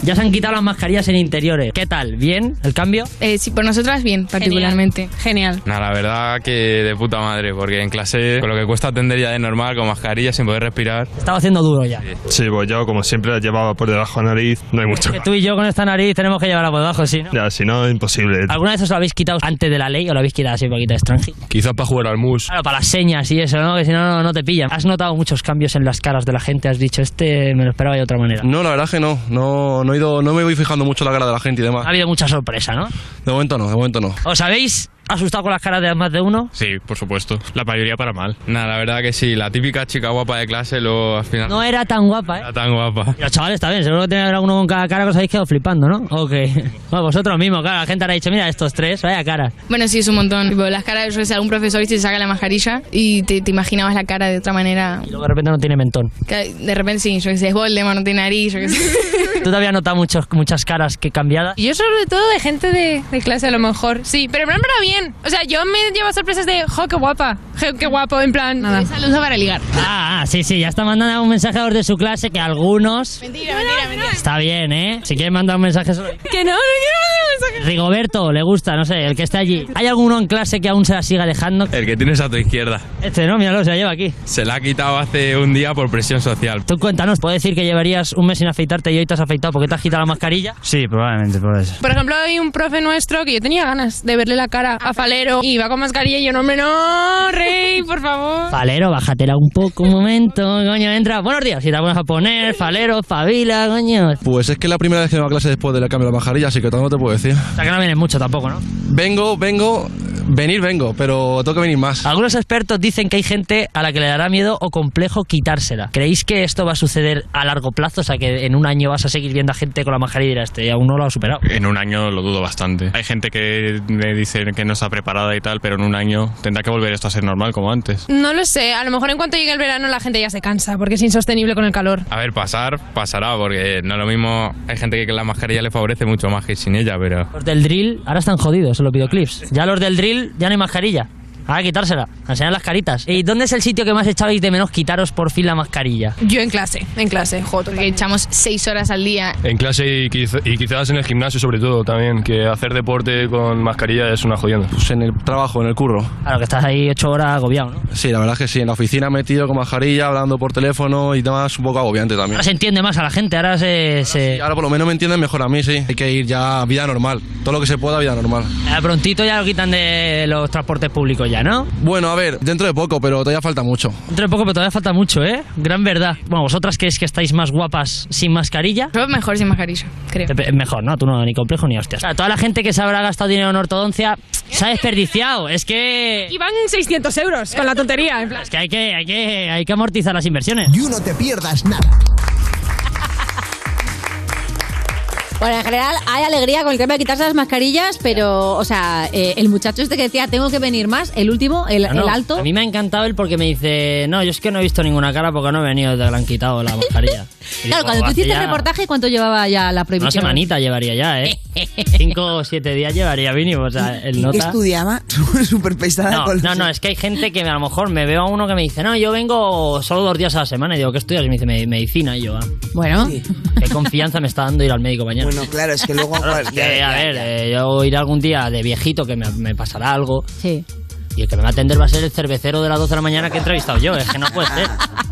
S27: Ya se han quitado las mascarillas en interiores. ¿Qué tal? ¿Bien el cambio?
S12: Eh, sí, por nosotras bien, particularmente. Genial.
S28: Nah, la verdad que de puta madre, porque en clase con lo que cuesta atender ya de normal, con mascarilla, sin poder respirar.
S27: Estaba haciendo duro ya.
S29: Sí, pues yo como siempre la llevaba por debajo de la nariz, no hay mucho.
S27: Que tú y yo con esta nariz tenemos que llevarla por debajo, sí, ¿no?
S29: Ya, si no, imposible.
S27: ¿Alguna vez os lo habéis quitado antes de la ley o lo habéis quitado así un poquito extranjero?
S29: Quizás para jugar al mus.
S27: Claro, para las señas y eso, ¿no? Que si no, no, no te pillan. ¿Has notado muchos cambios en las caras de la gente? ¿Has dicho, este me lo esperaba de otra manera?
S30: No, la verdad es que no. No, no, he ido, no me voy fijando mucho en la cara de la gente y demás.
S27: Ha habido mucha sorpresa, ¿no?
S30: De momento no, de momento no.
S27: ¿Os habéis asustado con las caras de más de uno?
S28: Sí, por supuesto.
S29: La mayoría para mal.
S28: Nah, la verdad que sí, la típica chica guapa de clase, luego al final.
S27: No era tan guapa, ¿eh?
S28: era tan guapa.
S27: Los chavales está bien, seguro que tenéis alguno con cada cara que os habéis quedado flipando, ¿no? O que... Bueno, vosotros mismos, claro, la gente habrá dicho, mira, estos tres, vaya cara.
S12: Bueno, sí, es un montón. Tipo, las caras de algún profesor y te saca la mascarilla y te, te imaginabas la cara de otra manera.
S27: Luego de repente no tiene mentón.
S12: Que De repente sí, yo que sé, es Voldemort, no tiene nariz, yo qué sé.
S27: ¿Tú te habías notado muchos, muchas caras que cambiadas?
S12: Yo sobre todo de gente de, clase a lo mejor, sí, pero en plan para bien. O sea, yo me llevo sorpresas de, jo, qué guapa, jo, qué guapo, en plan, saludo para ligar.
S27: Ah, ah, sí, sí, ya está mandando un mensaje a los de su clase que algunos...
S12: Mentira, mentira, mentira.
S27: Está bien, ¿eh? Si quieren mandar un mensaje solo...
S12: Que no, no quiero mandar mensaje.
S27: Rigoberto, le gusta, no sé, el que está allí. ¿Hay alguno en clase que aún se la siga dejando?
S28: El que tienes a tu izquierda.
S27: Este no, míralo, se la lleva aquí.
S28: Se la ha quitado hace un día por presión social.
S27: Tú cuéntanos, ¿puedo decir que llevarías un mes sin afeitarte y hoy te has afeitado porque te has quitado la mascarilla?
S31: Sí, probablemente por eso.
S12: Por ejemplo, hay un profe nuestro que yo tenía ganas de verle la cara a Falero y va con mascarilla y yo, no, me no, rey, por favor.
S27: Falero, bájatela un poco, un momento, coño, entra. Buenos días, si te pones a poner, Falero, Fabila, coño. O
S30: Pues es que es la primera vez que me va a clase después del cambio de la mascarilla, así que todavía no te puedo decir.
S27: sea, que no vienes mucho tampoco, ¿no?
S30: Vengo, vengo, venir vengo, pero tengo que venir más.
S27: Algunos expertos dicen que hay gente a la que le dará miedo o complejo quitársela. ¿Creéis que esto va a suceder a largo plazo? O sea, que en un año vas a seguir viendo a gente con la mascarilla y dirás, este aún no lo ha superado.
S28: En un año lo dudo bastante. Hay gente que me dice que no está preparada y tal, pero en un año tendrá que volver esto a ser normal como antes.
S12: No lo sé, a lo mejor en cuanto llegue el verano la gente ya se cansa porque es insostenible con el calor.
S28: A ver, pasar, pasará, porque no es lo mismo. Hay gente que con la mascarilla le favorece mucho más que sin ella, pero.
S27: Los del drill ahora están jodidos en los videoclips. Ya los del drill ya no hay mascarilla. Ahora quitársela, a enseñar las caritas. ¿Y dónde es el sitio que más echabais de menos quitaros por fin la mascarilla?
S12: Yo en clase, en clase, jo, porque echamos seis horas al día.
S31: En clase y, quiz- y quizás en el gimnasio sobre todo también, que hacer deporte con mascarilla es una jodienda.
S30: Pues en el trabajo, en el curro.
S27: Claro, que estás ahí ocho horas agobiado, ¿no?
S30: Sí, la verdad es que sí, en la oficina metido con mascarilla, hablando por teléfono y demás, un poco agobiante también.
S27: Ahora se entiende más a la gente, ahora se... se-
S30: Y ahora por lo menos me entienden mejor a mí, sí. Hay que ir ya a vida normal, todo lo que se pueda vida normal.
S27: Ah, prontito ya lo quitan de los transportes públicos ya, ¿no?
S30: Bueno, a ver, dentro de poco, pero todavía falta mucho.
S27: Dentro de poco, pero todavía falta mucho, ¿eh? Gran verdad. Bueno, ¿vosotras creéis que estáis más guapas sin mascarilla?
S12: Yo mejor sin mascarilla, creo.
S27: Dep- Mejor, ¿no? Tú no, ni complejo ni hostias. Claro, toda la gente que se habrá gastado dinero en ortodoncia se ha desperdiciado. Es que...
S12: Y van 600 euros con la tontería, en plan.
S27: Es que hay que, hay que, hay que amortizar las inversiones.
S1: You no te pierdas nada.
S3: Bueno, en general hay alegría con el tema de quitarse las mascarillas, pero, o sea, eh, el muchacho este que decía, tengo que venir más, el último, el,
S27: Ah, No, no,
S3: el alto.
S27: A mí me ha encantado él porque me dice, no, yo es que no he visto ninguna cara porque no he venido desde que le han quitado la mascarilla. Y digo,
S3: Claro, cuando tú
S27: hace
S3: hiciste el
S27: ya
S3: reportaje, ¿cuánto llevaba ya la
S27: Una
S3: prohibición?
S27: semanita llevaría ya, ¿eh? Cinco o siete días llevaría mínimo, o sea, el
S2: ¿Y
S27: nota...
S2: qué estudiaba? Súper pesada
S27: No,
S2: con los-
S27: no, no, es que hay gente que a lo mejor me veo a uno que me dice, no, yo vengo solo dos días a la semana y digo, ¿qué estudias? Y me dice, "Me- medicina. Y yo, ah,
S3: Bueno,
S27: qué confianza me está dando ir al médico mañana.
S2: Bueno, claro, es que luego... pues,
S27: Claro, es que, a ver, eh, yo iré algún día de viejito que me, me pasará algo.
S3: Sí.
S27: Y el que me va a atender va a ser el cervecero de las 12 de la mañana que he entrevistado yo. Es que no puede ser.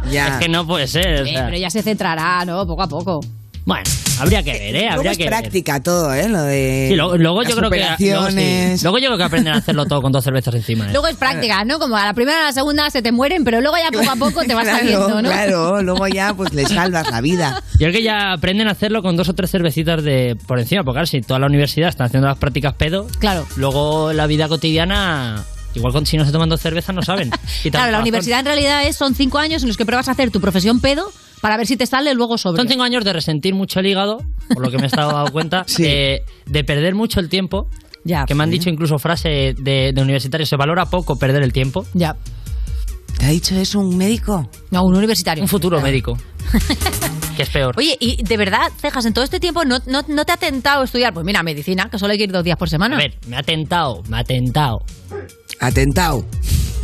S27: Es que no puede ser. o
S3: Eh,
S27: sea.
S3: pero ya se centrará, ¿no? Poco a poco.
S27: Bueno, habría que ver, ¿eh?
S2: Luego
S27: Habría
S2: es
S27: que ver.
S2: práctica todo, ¿eh? Lo de
S27: Sí, luego, luego yo
S2: las
S27: creo que luego, sí.
S2: operaciones.
S27: Luego yo creo que aprenden a hacerlo todo con dos cervezas encima. ¿eh?
S3: Luego es práctica, ¿no? Como a la primera a la segunda se te mueren, pero luego ya poco a poco te vas
S2: Claro,
S3: saliendo, ¿no?
S2: Claro, luego ya pues le salvas la vida.
S27: Yo creo que ya aprenden a hacerlo con dos o tres cervecitas de por encima, porque claro, si toda la universidad están haciendo las prácticas pedo,
S3: Claro.
S27: luego la vida cotidiana, igual con, si no se toman dos cervezas no saben. Y
S3: Claro,
S27: tan-
S3: la universidad en realidad es, son cinco años en los que pruebas a hacer tu profesión pedo para ver si te sale luego sobre.
S27: Son cinco años de resentir mucho el hígado, por lo que me he estado dando cuenta, de, de perder mucho el tiempo.
S3: Ya.
S27: que me han dicho incluso frase de, de universitario, se valora poco perder el tiempo.
S3: Ya.
S2: ¿Te ha dicho eso un médico?
S3: No, un universitario.
S27: Un futuro médico. que es peor.
S3: Oye, y de verdad, Cejas, en todo este tiempo no, no, no te ha tentado estudiar. Pues mira, medicina, que solo hay que ir dos días por semana.
S27: A ver, me ha tentado, me ha tentado.
S2: Atentado.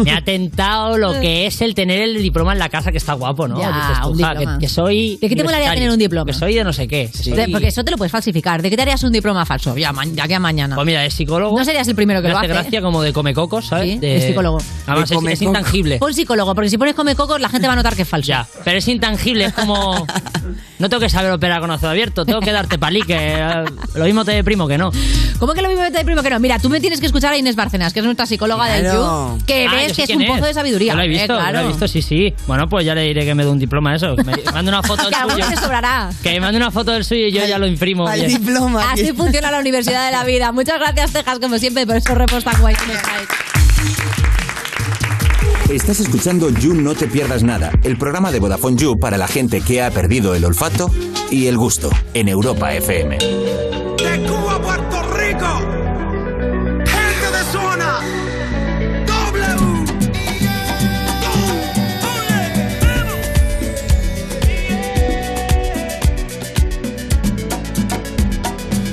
S27: Me ha tentado lo que es el tener el diploma en la casa, que está guapo, ¿no?
S3: Ya,
S27: Dices tú,
S3: un
S27: "Ja, que,
S3: diploma".
S27: que soy.
S3: ¿De qué te molaría
S27: universitario,
S3: tener un diploma?
S27: Que soy de no sé qué. que
S3: De-
S27: soy-
S3: Porque eso te lo puedes falsificar. ¿De qué te harías un diploma falso? Ya, ma- de aquí a mañana.
S27: Pues mira, es psicólogo.
S3: No serías el primero que
S27: me
S3: lo
S27: hace
S3: hace.
S27: gracia como de come cocos, ¿sabes?
S3: Sí,
S27: de...
S3: es psicólogo. Pues-
S27: Además,
S3: De
S27: Ah, es, es
S3: comecocos.
S27: intangible.
S3: Pon psicólogo, porque si pones come cocos, la gente va a notar que es falso. Ya.
S27: Pero es intangible, es como. No tengo que saber operar con ojo abierto, tengo que darte palique. eh, Lo mismo te deprimo que no.
S3: ¿Cómo que lo mismo te primo que no? Mira, tú me tienes que escuchar a Inés Bárcenas, que es nuestra psicóloga
S27: Claro.
S3: del You, que
S27: Ah,
S3: ves
S27: yo sé
S3: que es
S27: quién
S3: un pozo de sabiduría.
S27: Yo lo he
S3: Eh,
S27: visto, yo
S3: claro.
S27: lo he visto, sí, sí. Bueno, pues ya le diré que me dé un diploma a eso. Me manda una foto del
S3: Que algo
S27: suyo.
S3: te sobrará.
S27: Que me mande una foto del suyo y yo ya lo imprimo.
S3: al
S27: oye.
S3: Así funciona la Universidad de la Vida. Muchas gracias, Texas, como siempre, por esos repos tan guays que nos traes.
S7: Estás escuchando You No Te Pierdas Nada, el programa de Vodafone You para la gente que ha perdido el olfato y el gusto en Europa FM.
S25: De Cuba a Puerto Rico. Gente de zona. W.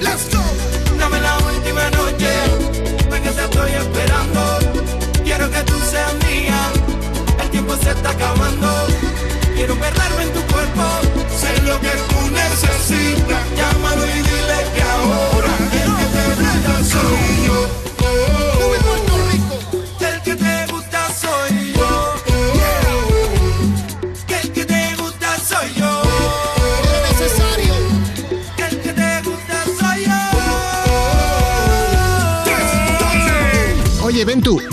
S25: Let's go. Dame la última noche, porque te estoy esperando. Quiero que tú seas mía, el tiempo se está acabando. Quiero perderme en tu cuerpo, sé lo que tú necesitas. Llámalo y dile que ahora el que te gusta soy yo. Oh, El que te gusta soy yo. Que el que te gusta soy yo. necesario. Que el que te gusta soy yo.
S1: Oye, Ventu,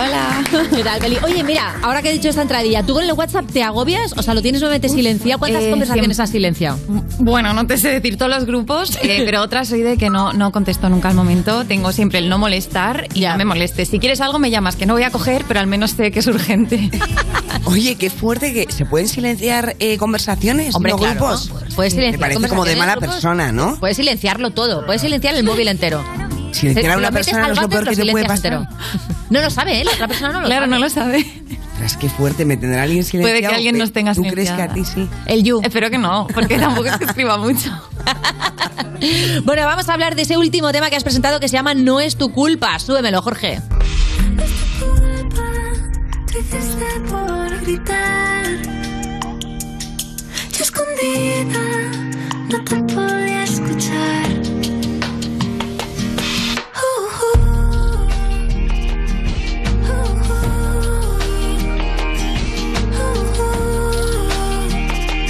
S3: Hola. ¿Qué tal, Beli? Oye, mira, ahora que he dicho esta entradilla, ¿tú con el WhatsApp te agobias? O sea, ¿lo tienes nuevamente silenciado? ¿Cuántas
S32: eh,
S3: conversaciones
S32: siempre.
S3: has silenciado?
S32: Bueno, no te sé decir todos los grupos, eh, pero otra soy de que no, no contesto nunca al momento. Tengo siempre el no molestar y no me molestes. Si quieres algo, me llamas, que no voy a coger, pero al menos sé que es urgente.
S2: Oye, qué fuerte que se pueden silenciar eh, conversaciones,
S3: Hombre,
S2: no
S3: claro,
S2: grupos.
S3: Puedes silenciar
S2: Me parece como de
S3: conversaciones,
S2: mala
S3: grupos.
S2: persona, ¿no?
S3: Puedes silenciarlo todo, puedes silenciar el móvil entero.
S2: Silenciar a
S3: Si lo
S2: una
S3: metes
S2: persona
S3: al
S2: no es lo
S3: váter,
S2: peor que te puede
S3: silencias
S2: pasar.
S3: entero. No lo sabe, ¿eh? La otra persona no lo
S32: Claro,
S3: sabe.
S32: no lo sabe.
S2: Ostras, qué fuerte, me tendrá alguien silenciado.
S32: Puede que alguien nos tenga
S2: ¿Tú crees que a ti sí?
S3: El you.
S32: Espero que no, porque tampoco es que escriba mucho.
S3: Bueno, vamos a hablar de ese último tema que has presentado que se llama No es tu culpa. Súbemelo, Jorge.
S33: Tú hiciste por gritar. Yo escondida no te podía escuchar. Uh, uh. Uh,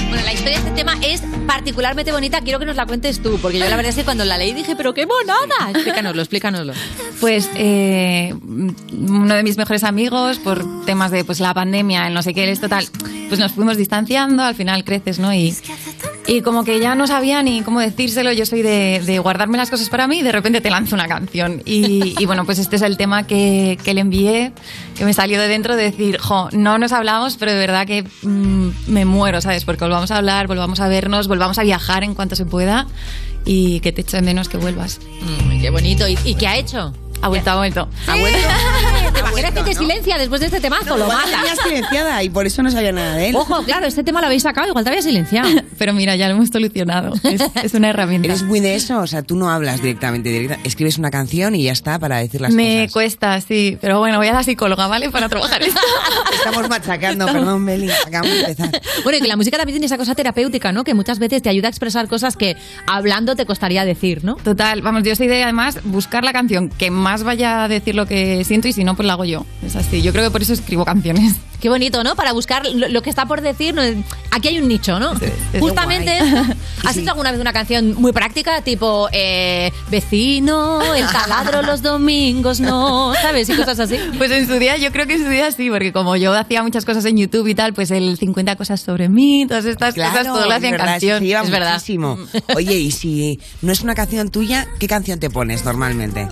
S3: Bueno, la historia de este tema es particularmente bonita. Quiero que nos la cuentes tú, porque yo la verdad es que cuando la leí dije, pero qué monada. Explícanoslo, explícanoslo.
S32: Pues eh, uno de mis mejores amigos, por temas de pues, la pandemia, el no sé qué, es total, pues nos fuimos distanciando, al final creces, ¿no? Y, y como que ya no sabía ni cómo decírselo, yo soy de, de guardarme las cosas para mí y de repente te lanzo una canción. Y, y bueno, pues este es el tema que, que le envié, que me salió de dentro de decir, jo, no nos hablamos, pero de verdad que mm, me muero, ¿sabes? Porque volvamos a hablar, volvamos a vernos, volvamos a viajar en cuanto se pueda y que te echo de menos que vuelvas.
S3: Mm, qué bonito. ¿Y, y qué ha hecho?
S32: Ha vuelto, ha vuelto.
S3: Ha vuelto. ¿Te imaginas que te silencia después de este temazo? Lo
S2: Igual
S3: mata.
S2: tenías silenciada y por eso no sabía nada de él.
S3: Ojo, claro, este tema lo habéis sacado, igual te había silenciado.
S32: Pero mira, ya lo hemos solucionado. Es, es una herramienta.
S2: ¿Eres muy de eso? O sea, tú no hablas directamente, directa- escribes una canción y ya está para decir las
S32: Me cuesta, sí. Pero bueno, voy a la psicóloga, ¿vale? Para trabajar esto.
S2: cosas. Estamos machacando, perdón, Beli, acabamos de empezar.
S3: Bueno, y que la música también tiene esa cosa terapéutica, ¿no? Que muchas veces te ayuda a expresar cosas que hablando te costaría decir, ¿no?
S32: Total, vamos, yo soy de además buscar la canción que más vaya a decir lo que siento y si no, pues la hago yo. Es así. Yo creo que por eso escribo canciones.
S3: Qué bonito, ¿no? Para buscar lo, lo que está por decir. no- Aquí hay un nicho, ¿no?
S32: sí.
S3: Justamente, ¿has hecho alguna vez una canción muy práctica? Tipo, eh, vecino, el taladro los domingos, no, ¿sabes? Y cosas así.
S32: Pues en su día, yo creo que en su día sí, porque como yo hacía muchas cosas en YouTube y tal, pues el 50 cosas sobre mí, todas estas cosas, todo lo
S2: es
S32: hacía en
S2: verdad,
S32: canción.
S2: eso se lleva
S32: es verdad.
S2: muchísimo. Oye, y si no es una canción tuya, ¿qué canción te pones normalmente?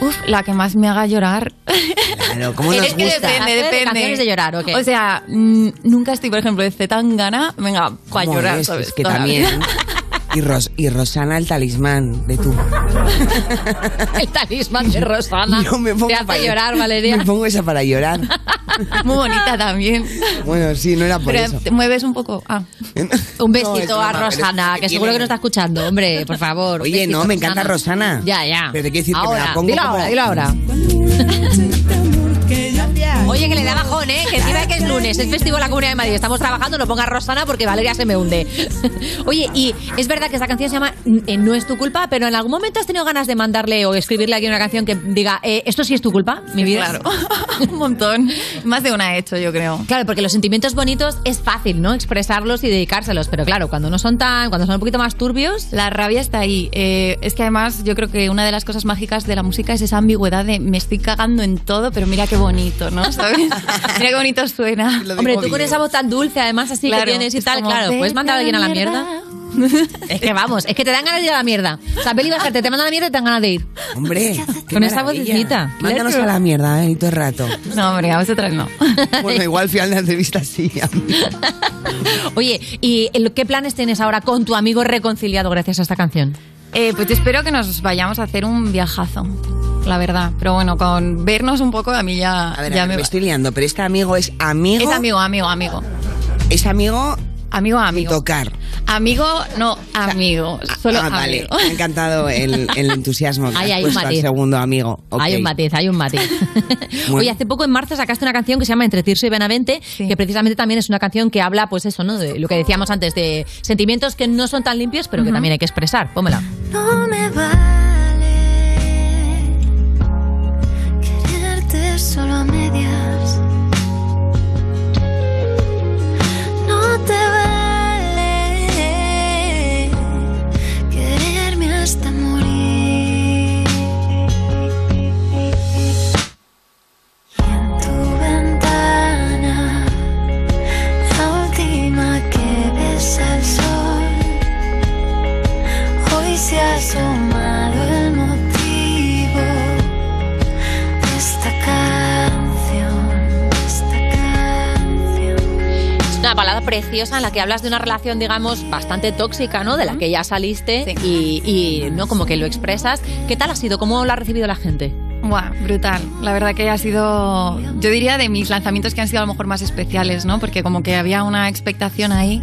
S32: Uf, la que más me haga llorar.
S2: Claro, ¿cómo nos
S32: es que
S2: gusta?
S32: depende, depende.
S3: canciones de llorar, ¿o qué?
S32: O sea, mm, nunca estoy, por ejemplo, de Zetangana, venga, para
S2: ¿Cómo
S32: llorar,
S2: eres?
S32: ¿sabes?
S2: Es que
S32: Toda la vida.
S2: también. Y, Ros- y Rosana, el talismán de tú.
S3: El talismán de Rosana.
S2: Yo me pongo
S3: te hace
S2: para-
S3: llorar, Valeria.
S2: Me pongo esa para llorar.
S32: Muy bonita también.
S2: Bueno, sí, no era por
S32: Pero
S2: eso.
S32: te mueves un poco. Ah.
S3: Un
S2: No, es
S3: besito
S2: broma,
S3: a
S2: pero es
S3: Rosana,
S2: que
S3: que seguro
S2: tiene-
S3: que no está escuchando, hombre, por favor.
S2: Oye, no,
S3: Besito,
S2: me encanta Rosana.
S3: Ya, ya.
S2: Pero te quiero decir que me la
S3: ahora,
S2: pongo
S3: dilo
S2: como-
S3: ahora, dilo ahora. Oye, que le da bajón, ¿eh? Que encima que es lunes, es festivo en la Comunidad de Madrid. Estamos trabajando, no pongas Rosana porque Valeria se me hunde. Oye, y es verdad que esta canción se llama eh, No es tu culpa, pero en algún momento has tenido ganas de mandarle o escribirle aquí una canción que diga, eh, esto sí es tu culpa, mi vida.
S32: Claro. un montón. Más de una he hecho, yo creo.
S3: Claro, porque los sentimientos bonitos es fácil, ¿no? Expresarlos y dedicárselos, pero claro, cuando no son tan, cuando son un poquito más turbios,
S32: La rabia está ahí. Eh, es que además yo creo que una de las cosas mágicas de la música es esa ambigüedad de me estoy cagando en todo, pero mira qué bonito, ¿no? ¿Sabes? mira qué bonito suena.
S3: Hombre, tú con esa voz tan dulce, además así
S32: Claro,
S3: que tienes y
S32: es
S3: tal,
S32: como,
S3: claro, puedes
S32: "Vete
S3: mandar a alguien a la mierda. es que vamos, es que te dan ganas de ir a la mierda. O sea, Beli Bajarte, te mandan a la mierda y te dan ganas de ir.
S2: Hombre, qué
S3: Con esa
S2: maravilla.
S3: vocecita.
S2: Mándanos a la mierda, ¿eh? y todo el rato.
S32: No, hombre, a vosotras no.
S2: Bueno, igual al final de la entrevista sí.
S3: Oye, ¿y el- qué planes tienes ahora con tu amigo reconciliado gracias a esta canción?
S32: Eh, pues yo espero que nos vayamos a hacer un viajazo, la verdad. Pero bueno, con vernos un poco a mí ya,
S2: A ver, a
S32: ya
S2: ver,
S32: me
S2: me
S32: va.
S2: estoy liando, pero este amigo es amigo.
S32: Es amigo, amigo, amigo.
S2: Es amigo.
S32: Amigo, amigo.
S2: Tocar.
S32: Amigo, no, amigo. Solo
S2: ah, vale.
S32: amigo.
S2: Me ha encantado el, el entusiasmo que
S3: Ahí
S2: has
S3: hay un
S2: puesto al
S3: matiz.
S2: segundo amigo. Ok.
S3: Hay un matiz, hay un matiz.
S2: Bueno.
S3: Oye, hace poco en marzo sacaste una canción que se llama Entre Tirso y Benavente, que precisamente también es una canción que habla, pues eso, ¿no? De lo que decíamos antes, de sentimientos que no son tan limpios, pero que
S34: Ujú.
S3: también hay que expresar. Pómela.
S34: No me vale quererte solo a medias. No te vale quererme hasta morir. Y en tu ventana, la última que ves al sol. Hoy se ha asomado el motivo de esta canción, de esta canción.
S3: Es una palabra preciosa en la que hablas de una relación, digamos, bastante tóxica, ¿no? De la que ya saliste y, y, ¿no? Como que lo expresas. ¿Qué tal ha sido? ¿Cómo lo ha recibido la gente?
S32: Buah, brutal. La verdad que ha sido, yo diría, de mis lanzamientos que han sido a lo mejor más especiales, ¿no? Porque como que había una expectación ahí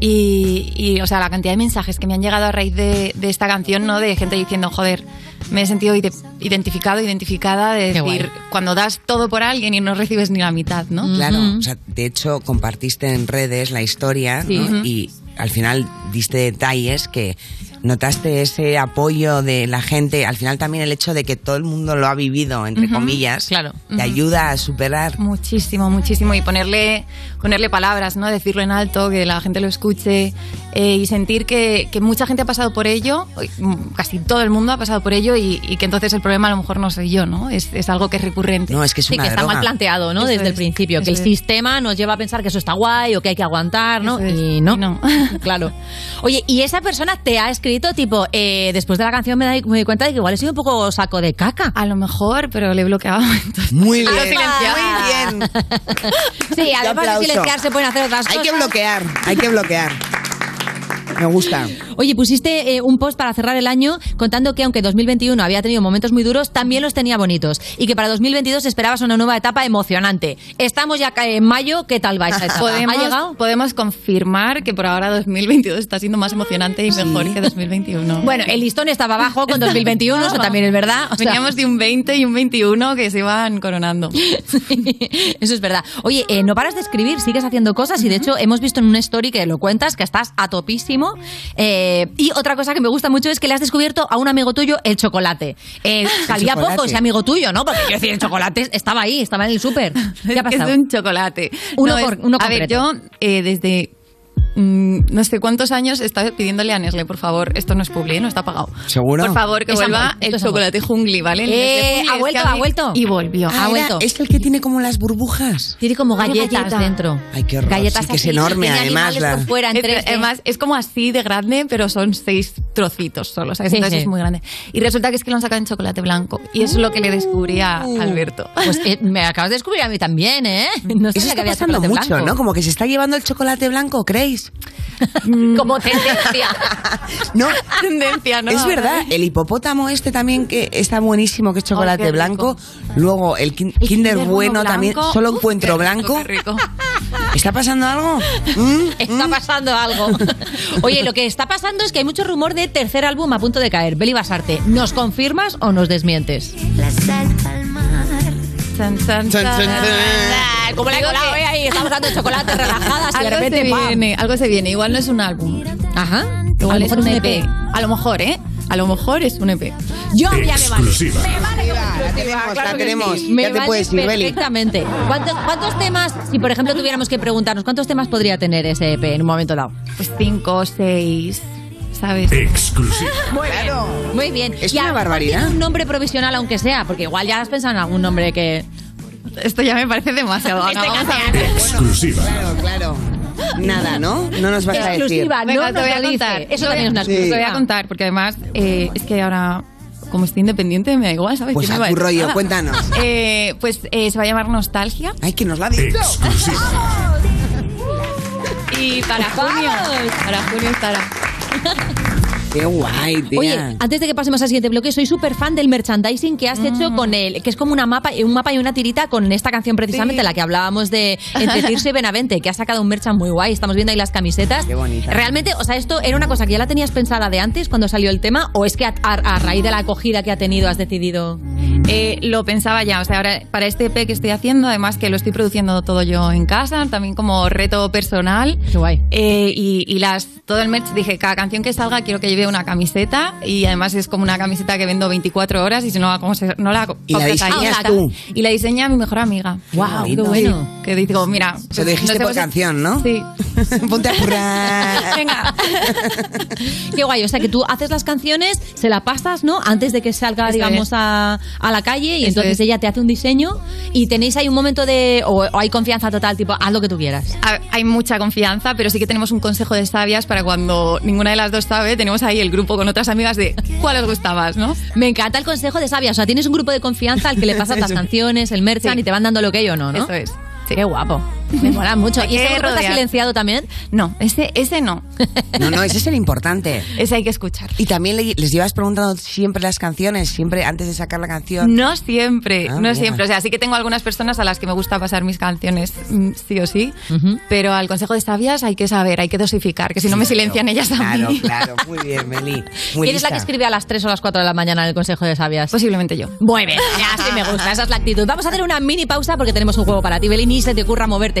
S32: y, y, o sea, la cantidad de mensajes que me han llegado a raíz de, de esta canción, ¿no? De gente diciendo, joder, me he sentido ide- identificado, identificada, de
S2: Qué guay.
S32: decir, cuando das todo por alguien y no recibes ni la mitad, ¿no?
S2: Claro, o sea, de hecho compartiste en redes la historia
S32: Sí.
S2: ¿no?
S32: Ujú.
S2: y al final diste detalles que notaste ese apoyo de la gente, al final también el hecho de que todo el mundo lo ha vivido, entre
S32: Ujú,
S2: comillas,
S32: claro.
S2: te
S32: Ujú.
S2: ayuda a superar.
S32: Muchísimo, muchísimo. Y ponerle, ponerle palabras, ¿no? Decirlo en alto, que la gente lo escuche eh, y sentir que, que mucha gente ha pasado por ello, uy, mm, casi todo el mundo ha pasado por ello y, y que entonces el problema a lo mejor no soy yo, ¿no? Es, es algo que es recurrente.
S2: No, es que es
S3: Sí, que está mal planteado, ¿no?
S32: Eso
S3: Desde el
S32: es,
S3: principio, que el
S32: eso es.
S3: sistema nos lleva a pensar que eso está guay o que hay que aguantar, ¿no? Y no. claro. Oye, ¿y esa persona te ha escrito tipo, eh, después de la canción me, doy- me doy cuenta de que igual he sido un poco saco de caca?
S32: A lo mejor, pero le he bloqueado.
S2: Muy
S32: bien.
S2: Muy bien.
S3: Sí, además
S2: aplauso.
S3: de silenciar se pueden hacer otras
S2: Hay
S3: cosas.
S2: que bloquear, hay que bloquear. Me gusta.
S3: Oye, pusiste eh, un post para cerrar el año contando que aunque 2021 había tenido momentos muy duros, también los tenía bonitos y que para 2022 esperabas una nueva etapa emocionante. Estamos ya ca- en mayo, ¿qué tal va esa etapa?
S32: podemos,
S3: ¿Ha llegado?
S32: podemos confirmar que por ahora 2022 está siendo más emocionante y mejor que 2021.
S3: Bueno, el listón estaba abajo con 2021, eso también es verdad. O sea-
S32: Veníamos de un 20 y un 21 que se iban coronando.
S3: Eso es verdad. Oye, eh, no paras de escribir, sigues haciendo cosas y de hecho hemos visto en una story que lo cuentas que estás a topísimo. Eh, y otra cosa que me gusta mucho es que le has descubierto a un amigo tuyo el chocolate. Eh, salía
S32: chocolate.
S3: poco ese amigo tuyo, ¿no? Porque quiero decir, el chocolate estaba ahí, estaba en el súper. ¿Qué ha
S32: Es
S3: pasado?
S32: un chocolate.
S3: Uno
S32: es-
S3: por- uno
S32: a ver, yo
S3: concreto.
S32: eh, desde mm, no sé cuántos años estaba pidiéndole a Nestlé, por favor, esto no es publi, no está pagado.
S2: ¿Seguro?
S32: Por favor, que
S2: Es
S32: vuelva
S2: amor, esto
S32: el
S2: es amor.
S32: chocolate jungli, ¿vale? El
S2: Eh,
S32: Nestlé
S2: ha
S32: Jungli es que
S2: vuelto,
S32: a
S2: ha
S32: mí-
S2: vuelto.
S32: Y volvió.
S2: Ah, era- es el que tiene como las burbujas.
S3: Tiene como galletas dentro.
S2: Ay, qué horror.
S32: Galletas
S2: sí que es
S32: así,
S2: enorme,
S32: tiene
S2: además.
S32: animales
S2: la-
S32: por fuera, en 3D.
S3: este.
S32: además, es como así de grande, pero son seis trocitos solo, ¿sabes?
S3: Sí,
S32: Entonces
S3: sí.
S32: es muy grande. Y resulta que es que lo han sacado en chocolate blanco. Y eso es lo que le descubrí a Alberto.
S3: Pues eh, me acabas de descubrir a mí también, ¿eh? No
S2: Uh. Eso
S3: sabía
S2: está
S3: que había
S2: pasando
S3: chocolate
S2: mucho,
S3: blanco.
S2: ¿no? Como que se está llevando el chocolate blanco, ¿creéis?
S3: Como tendencia.
S2: no,
S32: tendencia,
S2: Es verdad, el hipopótamo este también que está buenísimo, que es chocolate
S32: qué rico.
S2: blanco. Luego el, kin- kinder,
S32: Uno
S2: bueno
S32: blanco.
S2: también, solo
S32: Uf,
S2: encuentro
S32: qué rico,
S2: blanco.
S32: qué rico.
S2: ¿Está pasando algo? ¿Mm?
S3: Está pasando algo. Oye, lo que está pasando es que hay mucho rumor de tercer álbum a punto de caer. Beli Basarte, ¿nos confirmas o nos desmientes?
S34: La salta al mar.
S32: Chan, chan,
S34: chan,
S3: chan. Como la he
S32: Digo
S3: colado,
S32: que-
S3: eh, ahí estamos dando chocolate relajadas y de
S32: algo
S3: repente,
S32: se
S3: ¡pam!
S32: viene, algo se viene. Igual no es un álbum.
S3: Ajá.
S32: Igual
S3: A lo
S32: es
S3: mejor
S32: un
S3: un E
S32: EP.
S3: EP.
S32: A lo mejor, ¿eh? A lo mejor es un E EP.
S3: Yo
S32: ya
S34: Exclusiva.
S2: la tenemos.
S3: Me
S2: ya te
S3: vale
S2: puedes ir, Beli.
S3: perfectamente. ¿Cuántos, cuántos temas, si por ejemplo tuviéramos que preguntarnos, cuántos temas podría tener ese EP en un momento dado?
S32: Pues cinco, seis, ¿sabes?
S34: Exclusiva.
S3: Muy bien. Muy bien. Es
S32: una barbaridad.
S3: Un nombre provisional aunque sea, porque igual ya has pensado en algún nombre que... este
S32: Esto ya me parece demasiado.
S34: Exclusiva.
S2: Claro. Nada, ¿no? No nos vas a decir.
S3: Exclusiva, no
S32: Venga,
S3: nos
S32: te voy
S3: lo
S32: a
S3: dice.
S32: contar.
S3: Eso también es una
S32: Te voy
S3: exclusiva.
S32: a contar, porque además eh, es que ahora, como estoy independiente, me da igual, ¿sabes?
S2: Pues
S32: Yo no
S2: a
S32: iba
S2: tu
S32: decir
S2: rollo,
S32: nada.
S2: cuéntanos.
S32: Eh, pues eh, se va a llamar Nostalgia.
S2: Ay, que nos la ha dicho.
S32: Y para junio, para junio estará.
S2: Qué guay, tía.
S3: Oye, antes de que pasemos al siguiente bloque, soy súper fan del merchandising que has
S32: Mm.
S3: hecho con el, que es como una mapa, un mapa y una tirita con esta canción precisamente, la que hablábamos de Entre Tirso y Benavente, que ha sacado un merchan muy guay. Estamos viendo ahí las camisetas. Qué
S2: bonita.
S3: Realmente, o sea, esto era una cosa que ya la tenías pensada de antes cuando salió el tema, o es que a, a- a raíz de la acogida que ha tenido has decidido.
S32: Eh, lo pensaba ya, o sea, ahora para este EP que estoy haciendo, además que lo estoy produciendo todo yo en casa, también como reto personal. Eh, y, y las todo el merch, dije, cada canción que salga quiero que lleve una camiseta y además es como una camiseta que vendo 24 horas y si no la, como se- no la
S2: Y la
S32: completa
S2: diseñas
S32: ella.
S2: tú.
S32: Y la diseña mi mejor amiga.
S2: Guau, qué bueno.
S32: Que digo, mira, pues,
S2: Se lo dijiste
S32: nos
S2: por
S32: hemos-
S2: canción, ¿no?
S32: Sí.
S2: Ponte a currar.
S32: Venga.
S3: Qué guay, o sea, que tú haces las canciones, se la pasas, ¿no? Antes de que salga,
S32: Eso
S3: digamos,
S32: es.
S3: a, a la calle y
S32: Eso
S3: entonces
S32: es.
S3: ella te hace un diseño y tenéis ahí un momento de, o- o hay confianza total, tipo, haz lo que tú quieras.
S32: A- Hay mucha confianza, pero sí que tenemos un consejo de sabias para cuando ninguna de las dos sabe, tenemos ahí el grupo con otras amigas de cuál os gusta más, ¿no?
S3: Me encanta el consejo de sabia. O sea, tienes un grupo de confianza al que le pasas las
S32: Eso.
S3: canciones, el merchan y te van dando lo que hay o no, ¿no?
S32: Eso es.
S3: Qué guapo. Me mola mucho. ¿Y ese grupo está silenciado también?
S32: No, ese, ese no.
S2: No, no, ese es el importante.
S32: Ese hay que escuchar.
S2: Y también le- les llevas preguntando siempre las canciones, siempre antes de sacar la canción.
S32: No siempre,
S2: Ah,
S32: no
S2: mira.
S32: siempre. O sea, sí que tengo algunas personas a las que me gusta pasar mis canciones, mm, sí o sí, pero al consejo de sabias hay que saber, hay que dosificar, que si no me silencian ellas a
S2: Claro,
S32: mí.
S2: claro, muy bien, Meli. Muy
S3: ¿Quién es la
S2: lista.
S3: que escribe a las 3 o las 4 de la mañana en el Consejo de Sabias?
S32: Posiblemente yo.
S3: Muy bien, ya sí me gusta, esa es la actitud. Vamos a hacer una mini pausa porque tenemos un juego para ti, Belén, y se te ocurra moverte.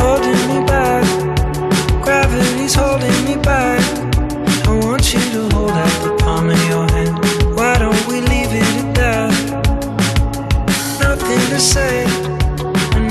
S35: holding me back. Gravity's holding me back. I want you to hold out the palm of your hand. Why don't we leave it at that? Nothing to say, and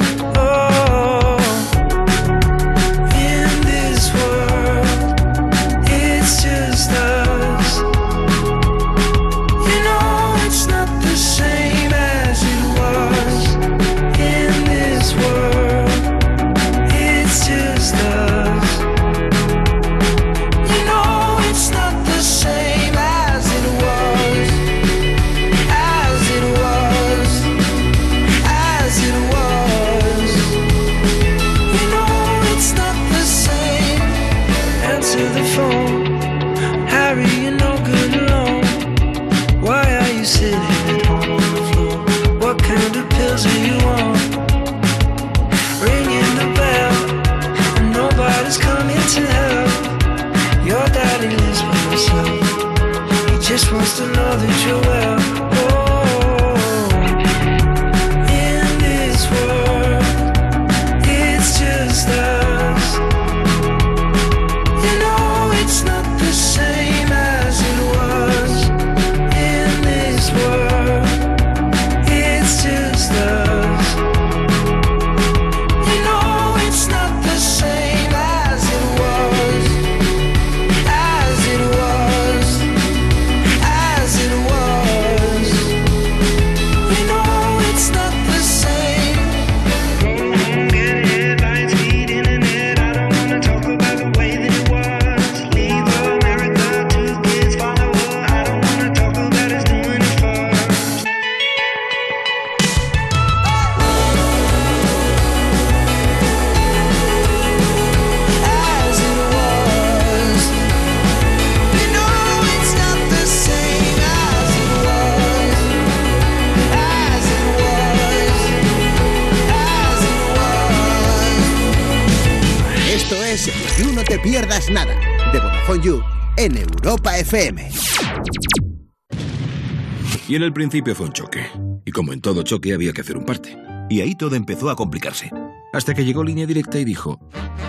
S35: Oh, in this world, it's just us.
S36: just wants to know that you're well. Oh, in this world, it's just us. You know it's not the same as it was. In this world, it's just us. You know it's not the same as it was. As it was. As it was. You know it's not the same. Go home, get headlines, feed internet. I don't wanna talk about the way that it was. Leave America, two kids follow up. I don't wanna talk about us doing it first. As it was, you know it's not the same as it was, as it was, as it
S15: Esto es You No Te Pierdas Nada de Vodafone You en Europa FM.
S22: Y en el principio fue un choque. Y como en todo choque había que hacer un parte. Y ahí todo empezó a complicarse. Hasta que llegó Línea Directa y dijo,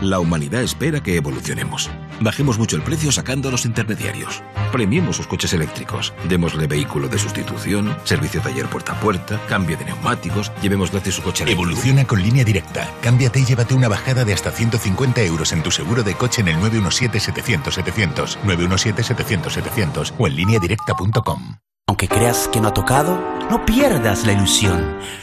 S22: la humanidad espera que evolucionemos. Bajemos mucho el precio sacando a los intermediarios. Premiemos sus coches eléctricos. Démosle vehículo de sustitución, servicio taller puerta a puerta, cambio de neumáticos, llevemos gratis su coche eléctrico.
S37: Evoluciona con línea directa. Cámbiate y llévate una bajada de hasta 150 euros en tu seguro de coche en el 917-700-700, 917-700-700 o en lineadirecta.com.
S38: Aunque creas que no ha tocado, no pierdas la ilusión.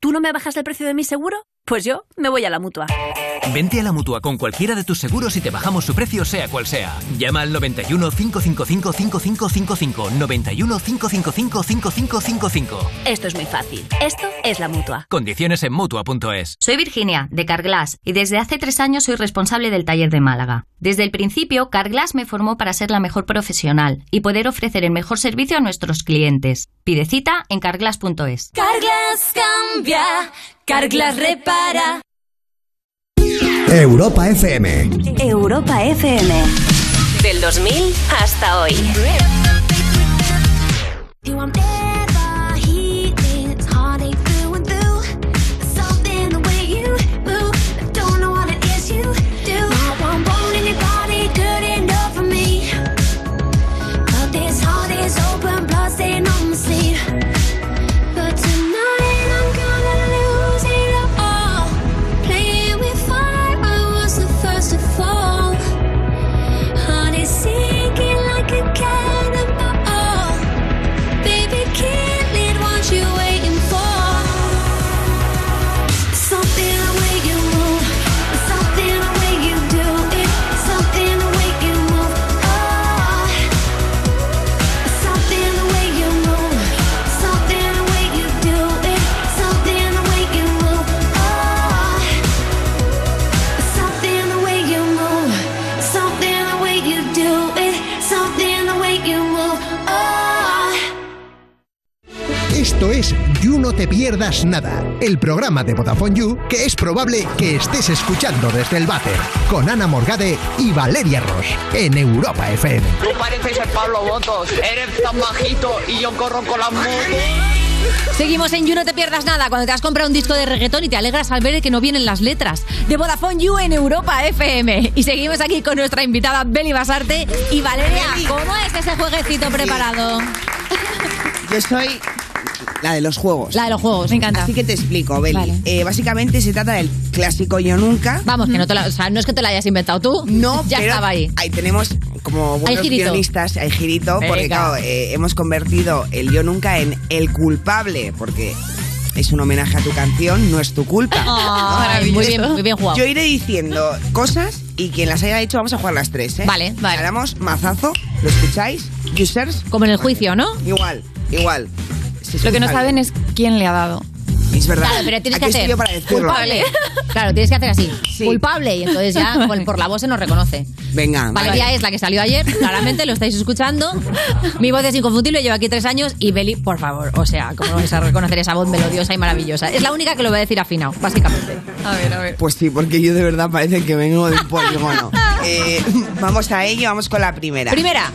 S39: ¿tú no me bajas el precio de mi seguro? Pues yo me voy a la mutua.
S34: Vente a la mutua con cualquiera de tus seguros y te bajamos su precio, sea cual sea. Llama al 91 555 5555. 91 555 5555.
S39: Esto es muy fácil. Esto es la mutua.
S34: Condiciones en mutua.es.
S40: Soy Virginia, de Carglass, y desde hace tres años soy responsable del taller de Málaga. Desde el principio, Carglass me formó para ser la mejor profesional y poder ofrecer el mejor servicio a nuestros clientes. Pide cita en carglass.es.
S25: Carglass cambia, Carglass repara.
S15: Europa FM.
S25: Europa FM.
S38: Del 2000 hasta hoy.
S25: You I'm ever healing, it's heartache through and through. Something the way you move, I don't know what it is you do. Not one bone in your body good enough for me. But this heart is open, blood stain on my sleeve. But tonight I'm gonna lose it all. Playing with fire, I was the first to fall. Heart is sinking like a cannonball. Baby, kill it, what you waiting for? Something the way you move, something the way you do it, something the way you move, oh. Something the way you move, something the way you do it, something the way you move, oh. Something the way you move, something the way you do it, something the way you move, oh.
S1: Esto es You No Te Pierdas Nada, el programa de Vodafone You que es probable que estés escuchando desde el váter, con Ana Morgade y Valeria Ross, en Europa FM.
S41: Tú pareces el Pablo Botos, eres tan bajito y yo corro con las motos.
S3: Seguimos en You No Te Pierdas Nada, cuando te has comprado un disco de reggaetón y te alegras al ver que no vienen las letras. De Vodafone You en Europa FM. Y seguimos aquí con nuestra invitada Beli Basarte y Valeria. ¿Cómo es ese jueguecito preparado?
S2: Yo soy la de los juegos.
S3: La de los juegos, me encanta.
S2: Así que te explico, Beli. Eh, básicamente se trata del clásico Yo Nunca.
S3: Vamos, que no te la- o sea, no es que te lo hayas inventado tú.
S2: No,
S3: ya
S2: pero
S3: estaba ahí.
S2: Ahí tenemos como buenos
S3: girito.
S2: guionistas, hay girito, porque
S3: Venga.
S2: claro, eh, hemos convertido el Yo Nunca en el culpable, porque es un homenaje a tu canción, no es tu culpa.
S3: Ay, muy Ah, bien, muy bien jugado.
S2: Yo iré diciendo cosas y quien las haya hecho, vamos a jugar las tres, ¿eh?
S3: Vale,
S2: vale. Haremos mazazo, ¿lo escucháis? Users.
S3: Como en el juicio, ¿no?
S2: Igual, igual. Se
S32: Lo que no
S2: escucha
S32: saben es quién le ha dado.
S2: bien. Es verdad.
S3: Claro, pero tienes
S2: Aquí
S3: que
S2: estoy
S3: hacer
S2: yo para decirlo.
S3: culpable. Claro, tienes que hacer así. Culpable. Y entonces ya por, por la voz se nos reconoce.
S2: Venga,
S3: Valeria es la que salió ayer, claramente lo estáis escuchando. Mi voz es inconfundible, llevo aquí tres años y Beli, por favor, o sea, ¿cómo no vais a reconocer esa voz melodiosa y maravillosa? Es la única que lo va a decir afinado, básicamente.
S32: A ver, a ver.
S2: Pues sí, porque yo de verdad parece que vengo de un polígono. Eh, vamos a ello, vamos con la primera.
S3: Primera.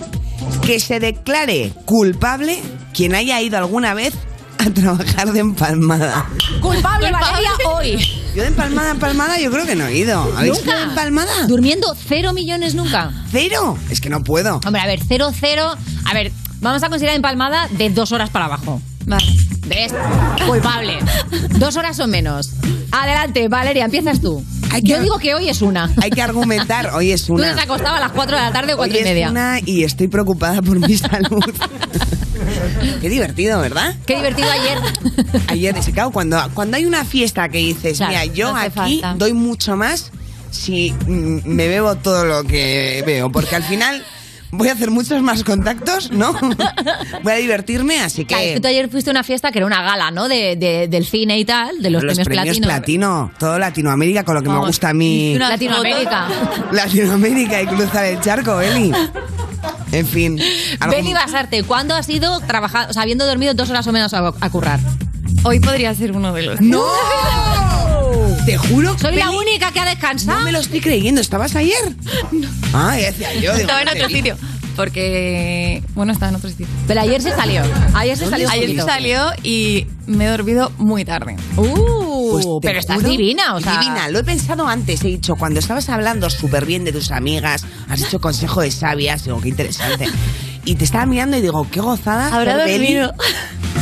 S2: Que se declare culpable quien haya ido alguna vez a trabajar de empalmada.
S3: Culpable, Valeria hoy.
S2: Yo de empalmada a empalmada yo creo que no he ido. ¿Habéis ido de empalmada?
S3: Durmiendo cero millones nunca.
S2: ¿Cero? Es que no puedo.
S3: Hombre, a ver, cero, cero. A ver, vamos a considerar empalmada de dos horas para abajo. Vale. ¿Ves? Culpable. Dos horas o menos. Adelante, Valeria, empiezas tú. Yo digo que hoy es una.
S2: Hay que argumentar, hoy es
S3: Tú
S2: una.
S3: te has acostado a las cuatro de la tarde o cuatro
S2: Hoy
S3: y media.
S2: Es una y estoy preocupada por mi salud. Qué divertido, ¿verdad?
S3: Qué divertido ayer.
S2: Ayer, sí, claro, cuando, cuando hay una fiesta que dices,
S3: Claro,
S2: mira, yo
S3: no hace
S2: aquí
S3: falta".
S2: doy mucho más si mm, me bebo todo lo que veo, porque al final voy a hacer muchos más contactos, ¿no? voy a divertirme, así
S3: Claro, es que
S2: que...
S3: tú ayer fuiste a una fiesta que era una gala, ¿no? De, de- del cine y tal, de los, premios, platino.
S2: platino, todo Latinoamérica, con lo que me
S3: Vamos,
S2: gusta a mí.
S3: Latinoamérica.
S2: Latinoamérica y cruzar el charco, Eli. En fin. algo-
S3: Beli Basarte, ¿cuándo has ido trabajando, o sea, habiendo dormido dos horas o menos a, a currar?
S32: Hoy podría ser uno de los.
S2: ¡No!
S32: Oh.
S2: Te juro
S3: Soy la
S2: Beli,
S3: única que ha descansado.
S2: No me lo estoy creyendo, ¿estabas ayer? Ah, ya decía yo. digo,
S32: Estaba en
S2: madre
S32: otro
S2: mía.
S32: sitio. Porque. Bueno, estaba en otro sitio.
S3: Pero ayer se salió. Ayer se salió un
S32: Ayer
S3: poquito.
S32: salió y me he dormido muy tarde.
S3: Uh,
S2: Pues te
S3: pero estás
S2: juro,
S3: divina, o sea.
S2: Divina, lo he pensado antes, he dicho, cuando estabas hablando súper bien de tus amigas, has dicho consejo de sabias, digo, qué interesante. Y te estaba mirando y digo, qué gozada.
S3: Habrá
S2: ser Beli,
S3: dormido.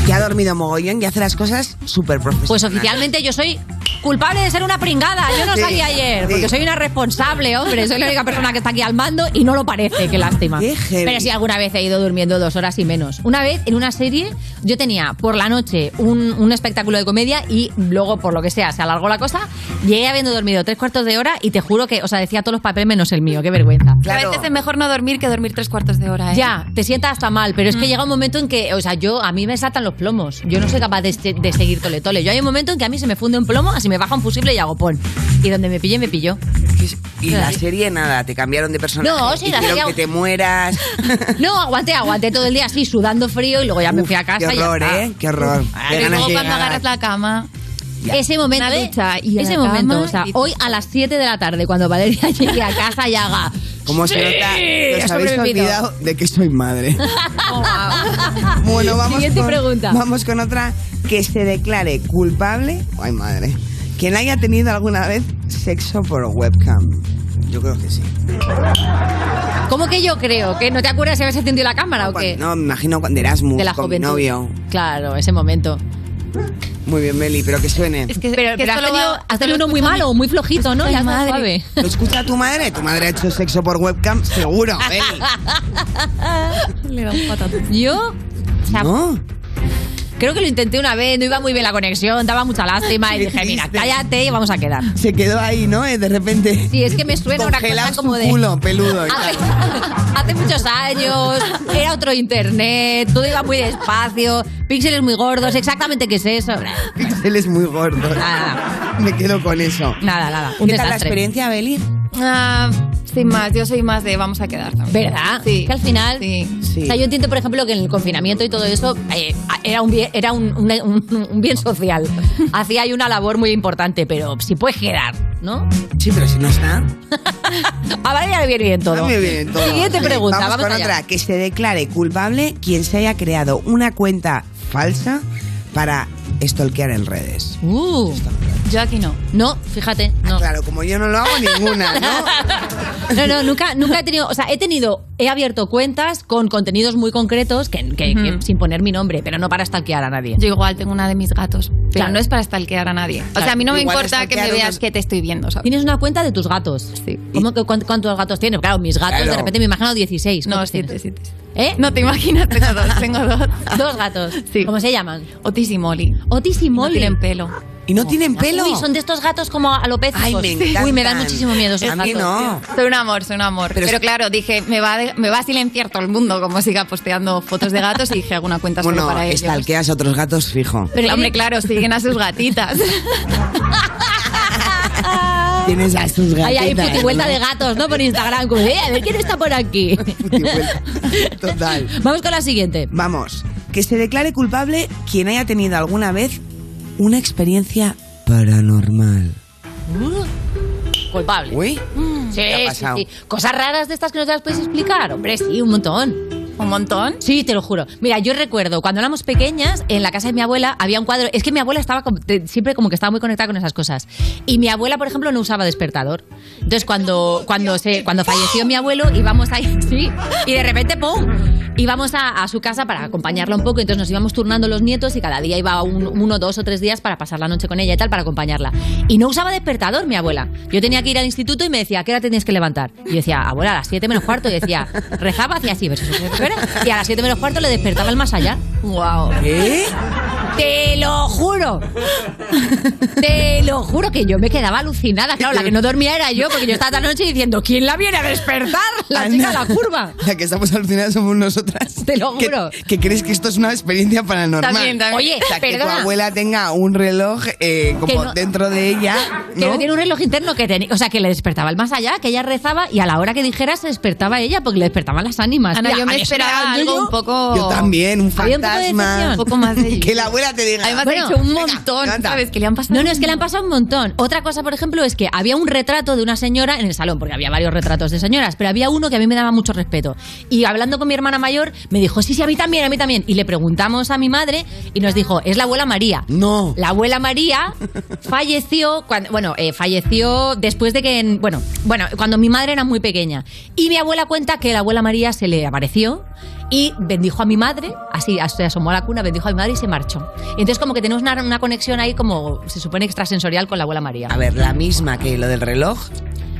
S2: Que ha dormido mogollón y hace las cosas súper profesionales.
S3: Pues oficialmente yo soy culpable de ser una pringada. Yo no
S2: Sí,
S3: salí ayer,
S2: sí.
S3: porque soy una responsable, hombre. Soy la única persona que está aquí al mando y no lo parece, qué lástima.
S2: Qué heavy.
S3: Pero sí, alguna vez he ido durmiendo dos horas y menos. Una vez en una serie, yo tenía por la noche un, un espectáculo de comedia y luego, por lo que sea, se alargó la cosa. Llegué habiendo dormido tres cuartos de hora y te juro que, o sea, decía todos los papeles menos el mío, qué vergüenza.
S32: A veces es mejor no dormir que dormir tres cuartos de hora, ¿eh?
S3: Ya, te sientas hasta mal, pero es
S2: Mm.
S3: que llega un momento en que, o sea, yo, a mí me saltan los plomos. Yo no soy capaz de, se- de seguir tole tole. Yo hay un momento en que a mí se me funde un plomo, así me baja un fusible y hago pon. Y donde me pille, me pilló.
S2: Y la serie, nada, te cambiaron de personaje.
S3: No, sí, la
S2: Hicieron
S3: serie-
S2: que te mueras.
S3: No, aguanté, aguanté todo el día así, sudando frío y luego ya me fui a casa.
S2: Qué
S3: y ya Ah,
S2: horror,
S3: está.
S2: ¿eh? Qué horror. Qué
S32: Pero
S2: ganas
S32: luego
S2: de
S32: cuando
S2: llegar.
S32: agarras la cama.
S3: Ese momento,
S32: Una
S3: ¿eh?
S32: ducha y a
S3: ese
S32: la
S3: momento,
S32: cama
S3: o sea,
S32: y-
S3: hoy a las 7 de la tarde, cuando Valeria llegue a casa y haga.
S2: Como
S3: "Sí,
S2: se nota, os
S3: ha
S2: habéis
S3: sobrevivido".
S2: olvidado de que soy madre. Bueno, vamos
S3: Siguiente
S2: con,
S3: pregunta.
S2: Vamos con otra que se declare culpable. Ay, madre. Quien haya tenido alguna vez sexo por webcam. Yo creo que sí.
S3: ¿Cómo que yo creo? ¿Que no te acuerdas si habías encendido la cámara o qué?
S2: No, me imagino cuando Erasmus
S3: De la
S2: con mi
S3: juventud.
S2: novio.
S3: Claro, ese momento.
S2: Muy bien, Meli, pero que suene.
S3: que, pero,
S32: que
S3: pero has
S32: esto lo
S3: tenido,
S32: va-
S3: has tenido uno muy malo, muy flojito, ¿no? Ya madre. Suave.
S2: ¿Lo escucha tu madre? Tu madre ha hecho sexo por webcam, seguro,
S3: Ah,
S2: ¿eh? Meli.
S32: Le da un patatón.
S3: Yo o sea,
S2: ¿No?
S3: creo que lo intenté una vez, no iba muy bien la conexión, daba mucha lástima y
S2: Qué
S3: dije, mira,
S2: triste.
S3: cállate y vamos a quedar.
S2: Se quedó ahí, ¿no? Eh, De repente.
S3: Sí, es que me suena una
S2: Congelado
S3: cosa como
S2: su
S3: de...
S2: culo peludo. ¿eh?
S3: Hace, hace muchos años, era otro internet, todo iba muy despacio, píxeles muy gordos, exactamente qué es eso.
S2: Él es muy gordo. Me quedo con eso.
S3: Nada, nada,
S2: ¿Qué
S3: un
S2: tal la
S3: desastre.
S2: experiencia, Beli?
S32: Ah, sin más, yo soy más de vamos a quedar también.
S3: ¿Verdad?
S32: Sí.
S3: Que al final.
S2: Sí.
S3: O sea, yo entiendo, por ejemplo, que en el confinamiento y todo eso eh, era, un bien, era un, una- un- un bien social. Hacía ahí una labor muy importante, pero si puedes quedar, ¿no?
S2: Sí, pero si no está.
S3: A Valeria le viene bien todo.
S2: A mí me viene todo.
S3: Siguiente
S2: Sí,
S3: pregunta,
S2: Vamos,
S3: vamos,
S2: con
S3: allá.
S2: otra. Que se declare culpable quien se haya creado una cuenta falsa para stalkear en redes.
S3: Uh,
S32: Yo aquí no.
S3: no, fíjate, no.
S2: Ah, Claro, como yo no lo hago ninguna, ¿no?
S3: No, no, nunca, nunca he tenido, o sea, he tenido, he abierto cuentas con contenidos muy concretos que, que- que-
S32: Ujú.
S3: sin poner mi nombre, pero no para stalkear a nadie.
S32: Yo igual tengo una de mis gatos, pero
S3: Claro.
S32: no es para stalkear a nadie. O sea, a mí no me
S2: Igual
S32: importa que me
S2: stalkear
S32: veas
S2: unos-
S32: que te estoy viendo, ¿sabes?
S3: Tienes una cuenta de tus gatos.
S32: Sí.
S3: ¿Cómo que- cuán- ¿Cuántos gatos tienes? Claro, mis gatos,
S2: Claro.
S3: de repente me imagino 16.
S32: No,
S3: ¿Cuántos
S32: siete,
S3: tienes?
S32: siete. siete.
S3: ¿Eh?
S32: No te imaginas, tengo dos, tengo dos.
S3: Dos gatos.
S32: Sí.
S3: ¿Cómo se llaman?
S32: Otis y Molly.
S3: Otis y
S32: No
S3: Molly.
S32: tienen pelo.
S2: Y no tienen pelo.
S3: Uy, son de estos gatos como alopecios.
S2: Ay, me encantan.
S3: Uy, me dan muchísimo miedo esos
S2: A mí
S3: gatos,
S2: no.
S3: tío.
S32: Soy un amor, soy un amor.
S2: Pero
S32: Pero,
S2: es-
S32: claro, dije, me va, a de- me va a silenciar todo el mundo como siga posteando fotos de gatos y dije alguna cuenta solo
S2: Bueno,
S32: para ellos.
S2: estalqueas a otros gatos fijo.
S32: Pero hombre, claro, siguen a sus gatitas.
S2: Tienes a sus
S3: Ay,
S2: gatitas.
S3: hay putivuelta de gatos, ¿no? Por Instagram. como, eh, a ver quién está por aquí.
S2: Total.
S3: Vamos con la siguiente.
S2: Vamos. Que se declare culpable quien haya tenido alguna vez una experiencia paranormal.
S3: Mm. Culpable. Mm.
S2: Uy.
S3: Sí,
S2: ha
S3: sí,
S2: pasado?
S3: sí. Cosas raras de estas que no te las puedes explicar. Hombre, sí, un montón.
S32: ¿Un montón?
S3: Sí, te lo juro. Mira, yo recuerdo, cuando éramos pequeñas, en la casa de mi abuela había un cuadro. Es que mi abuela estaba como- te- siempre como que estaba muy conectada con esas cosas. Y mi abuela, por ejemplo, no usaba despertador. Entonces, cuando, cuando, se, cuando falleció mi abuelo, íbamos ahí, sí, y de repente, ¡pum! Íbamos a, a su casa para acompañarla un poco. Entonces, nos íbamos turnando los nietos y cada día iba un- uno, dos o tres días para pasar la noche con ella y tal, para acompañarla. Y no usaba despertador mi abuela. Yo tenía que ir al instituto y me decía, ¿a qué hora tenías que levantar? Y yo decía, abuela, a las 7 menos cuarto. Y decía, rezaba, hacía así, versus, versus, versus, y a las 7 menos cuarto le despertaba el más allá.
S32: ¡Wow!
S2: ¿Qué?
S3: Te lo juro. Te lo juro que yo me quedaba alucinada. Claro, la que no dormía era yo, porque yo estaba toda la noche diciendo, ¿quién la viene a despertar? La chica de la curva.
S2: La que estamos alucinadas somos nosotras.
S3: Te lo juro.
S2: Que, crees que esto es una experiencia paranormal.
S3: También, también. Oye,
S2: O sea, que tu
S3: perdona.
S2: abuela tenga un reloj eh, como
S3: Que no-
S2: dentro de ella.
S3: Que
S2: ¿no?
S3: no tiene un reloj interno que tenía. O sea, que le despertaba el más allá, que ella rezaba y a la hora que dijera se despertaba ella porque le despertaban las ánimas.
S32: Ana,
S3: Mira,
S32: yo me
S3: a mí eso me
S32: esperaba
S3: daba
S32: algo
S3: yuyu.
S32: un poco...
S2: Yo también, un
S3: Había un poco de
S2: fantasma.
S3: decepción. Un poco más de
S2: que la abuela te diga.
S32: Además,
S3: Bueno,
S32: ha hecho un montón, ¿sabes? Que le han pasado...
S3: No, no, es que le han pasado un montón. Otra cosa, por ejemplo, es que había un retrato de una señora en el salón, porque había varios retratos de señoras, pero había uno que a mí me daba mucho respeto. Y hablando con mi hermana mayor, me dijo, sí, sí, a mí también, a mí también. Y le preguntamos a mi madre y nos dijo, es la abuela María.
S2: No.
S3: La abuela María falleció cuando, bueno, eh, falleció después de que, en- bueno, bueno, cuando mi madre era muy pequeña. Y mi abuela cuenta que la abuela María se le apareció y bendijo a mi madre, así as- se asomó a la cuna, bendijo a mi madre y se marchó. Entonces como que tenemos una, una conexión ahí como se supone extrasensorial con la abuela María.
S2: A ver, la misma que lo del reloj.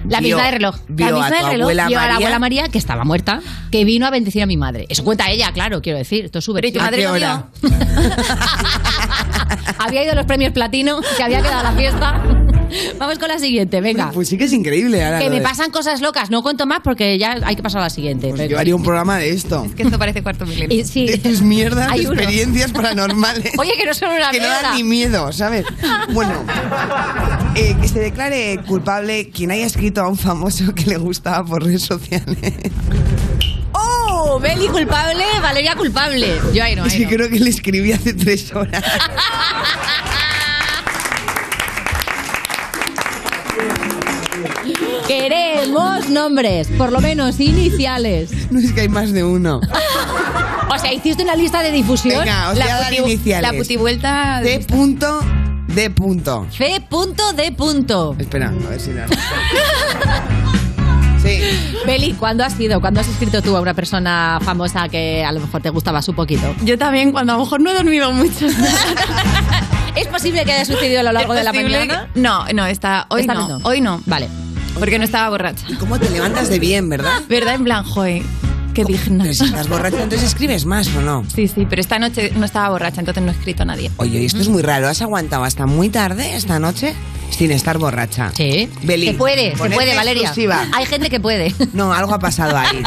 S3: La
S2: vio-
S3: misma de reloj.
S2: Vio
S3: la misma
S2: a
S3: de
S2: tu
S3: reloj
S2: abuela
S3: vio a la
S2: María.
S3: abuela María, que estaba muerta, que vino a bendecir a mi madre. Eso cuenta ella, claro, quiero decir. Esto sube.
S32: ¿Y tu madre no vio?
S3: Había ido a los premios platino, se había quedado a la fiesta. Vamos con la siguiente, venga.
S2: Pues sí que es increíble. Ahora
S3: Que
S2: lo
S3: me
S2: de- Pues
S3: pasan cosas locas, no cuento más porque ya hay que pasar a la siguiente.
S2: Yo haría un programa de esto.
S32: Que esto parece cuarto milenio.
S3: Y sí.
S2: De tus mierdas, de
S3: Hay uno.
S2: experiencias paranormales.
S3: Oye, que no son una
S2: que no
S3: mierda.
S2: dan ni miedo, ¿sabes? Bueno, eh, que se declare culpable quien haya escrito a un famoso que le gustaba por redes sociales.
S3: ¡Oh! Beli culpable, Valeria culpable. Yo ahí no,
S2: es
S3: ahí
S2: que
S3: no.
S2: creo que le escribí hace tres horas.
S3: Queremos nombres, por lo menos iniciales.
S2: No es que hay más de uno.
S3: O sea, hiciste una lista de difusión.
S2: Venga, os voy a dar iniciales.
S32: La putivuelta...
S2: De punto, de punto.
S3: C punto de punto.
S2: Espera, a ver si las... Sí.
S3: Beli, ¿cuándo has sido? ¿Cuándo has escrito tú a una persona famosa que a lo mejor te gustaba su poquito?
S32: Yo también, cuando a lo mejor no he dormido mucho.
S3: ¿Es posible que haya sucedido a lo largo de la
S32: ¿Posible?
S3: mañana?
S32: No, no, está, hoy
S3: Esta
S32: no,
S3: vez no.
S32: Hoy no.
S3: Vale.
S32: Porque no estaba borracha.
S2: ¿Cómo te levantas de bien, verdad?
S32: ¿Verdad? En plan, joe, qué digna.
S2: Pero si estás borracha, entonces escribes más o no.
S32: Sí, sí, pero esta noche no estaba borracha, entonces no he escrito a nadie.
S2: Oye, esto es muy raro. ¿Has aguantado hasta muy tarde esta noche sin estar borracha?
S3: Sí.
S2: Beli,
S3: se puede, se
S2: ponete
S3: puede, Valeria.
S2: exclusiva.
S3: Hay gente que puede.
S2: No, algo ha pasado ahí.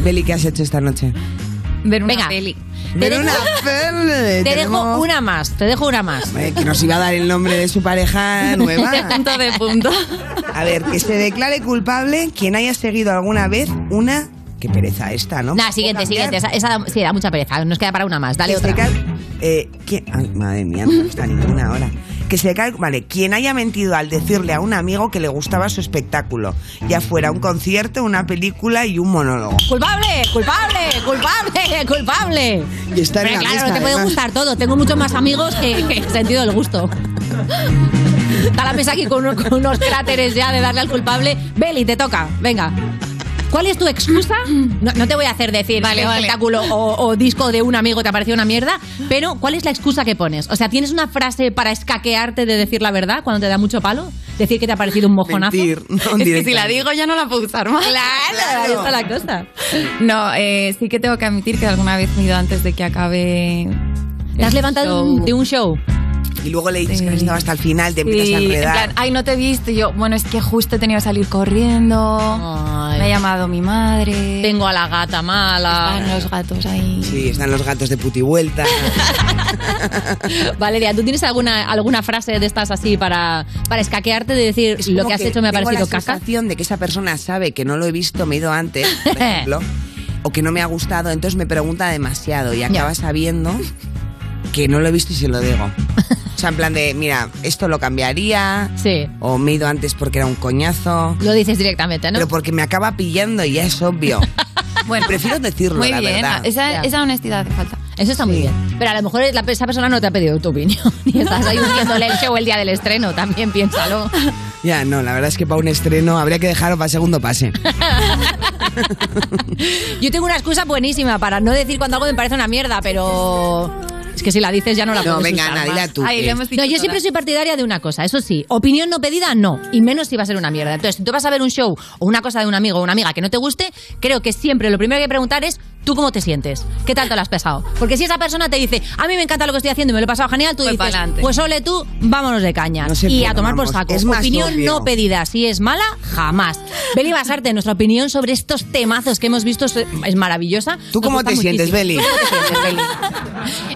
S2: Beli, ¿qué has hecho esta noche?
S32: Ver una
S3: Venga.
S32: peli.
S3: Te
S2: Ver
S3: dejo,
S2: una peli.
S3: te dejo
S2: Tenemos-
S3: una más, te dejo una más.
S2: Eh, que nos iba a dar el nombre de su pareja nueva.
S32: Punto de punto.
S2: A ver, que se declare culpable quien haya seguido alguna vez una... Qué pereza esta, ¿no?
S3: Nah, siguiente, siguiente. Esa, esa da- sí, da mucha pereza. Nos queda para una más. Dale
S2: Que se
S3: otra.
S2: cal- eh, que- ay, madre mía, no me gusta ninguna ahora. Que se cal- Vale, quien haya mentido al decirle a un amigo que le gustaba su espectáculo, ya fuera un concierto, una película y un monólogo.
S3: ¡Culpable! ¡Culpable! ¡Culpable! ¡Culpable!
S2: Y está en la
S3: Pero claro,
S2: lista,
S3: no te puede
S2: además.
S3: gustar todo. Tengo muchos más amigos que, que sentido del gusto. Está la mesa aquí con, uno- con unos cráteres ya de darle al culpable. Beli, te toca. Venga. ¿Cuál es tu excusa? No, no te voy a hacer decir
S32: Vale,
S3: que
S32: vale.
S3: espectáculo o, o disco de un amigo te ha parecido una mierda, pero ¿cuál es la excusa que pones? O sea, ¿tienes una frase para escaquearte de decir la verdad cuando te da mucho palo? ¿Decir que te ha parecido un mojonazo?
S2: Mentir, no,
S32: es que si
S2: directamente.
S32: la digo ya no la puedo usar más.
S3: Claro, ahí está la cosa.
S32: No, eh, sí que tengo que admitir que alguna vez me he ido antes de que acabe.
S3: ¿Te has
S32: el
S3: levantado
S32: show.
S3: de un show?
S2: Y luego le dices que has estado hasta el final, te empiezas
S32: Sí,
S2: a
S32: en
S2: enredar.
S32: plan, ay, no te he visto. Y yo, bueno, es que justo he tenido que salir corriendo. Me ha llamado mi madre. Tengo a la gata mala. Están los gatos ahí.
S2: Sí, están los gatos de puti vuelta.
S3: Valeria, ¿tú tienes alguna, alguna frase de estas así para, para escaquearte de decir lo
S2: Como
S3: que has hecho me ha
S2: tengo
S3: parecido
S2: la
S3: caca?
S2: sensación de que esa persona sabe que no lo he visto, me he ido antes, por ejemplo, o que no me ha gustado, entonces me pregunta demasiado y acaba sabiendo que no lo he visto y se lo digo. O sea, en plan de, mira, esto lo cambiaría.
S3: Sí.
S2: O me he ido antes porque era un coñazo.
S3: Lo dices directamente, ¿no?
S2: Pero porque me acaba pillando y ya es obvio.
S32: bueno,
S2: prefiero decirlo,
S32: Muy
S2: la
S32: bien,
S2: verdad.
S32: esa,
S3: eh,
S32: esa honestidad hace falta.
S3: Eso está muy bien. Pero a lo mejor la- esa persona no te ha pedido tu opinión. Y estás ahí hundiéndole el show el día del estreno, también piénsalo.
S2: Ya, no, la verdad es que para un estreno habría que dejarlo para segundo pase.
S3: Yo tengo una excusa buenísima para no decir cuando algo me parece una mierda, pero es que si la dices ya no la
S2: No,
S3: puedes
S2: venga,
S3: usar
S2: Ana,
S3: más.
S2: dila tú, Ay, que- lo hemos dicho
S3: No, yo siempre
S2: todas.
S3: soy partidaria de una cosa, eso sí, opinión no pedida, no, y menos si va a ser una mierda. Entonces, si tú vas a ver un show o una cosa de un amigo o una amiga que no te guste, creo que siempre lo primero que hay que preguntar es ¿tú cómo te sientes? ¿Qué tal te lo has pasado? Porque si esa persona te dice, a mí me encanta lo que estoy haciendo y me lo he pasado genial, tú
S32: Pues
S3: dices,
S32: pa'lante.
S3: pues ole tú, vámonos de caña
S32: No se
S3: y a
S32: puede,
S3: tomar por
S32: vamos,
S3: saco.
S32: es más
S3: opinión
S32: obvio.
S3: no pedida, si es mala, jamás. Beli Basarte, nuestra opinión sobre estos temazos que hemos visto es es maravillosa.
S2: ¿Tú
S3: Nos
S2: cómo
S3: gusta
S2: te sientes,
S3: muchísimo.
S2: Beli?
S3: ¿Cómo te sientes, Beli?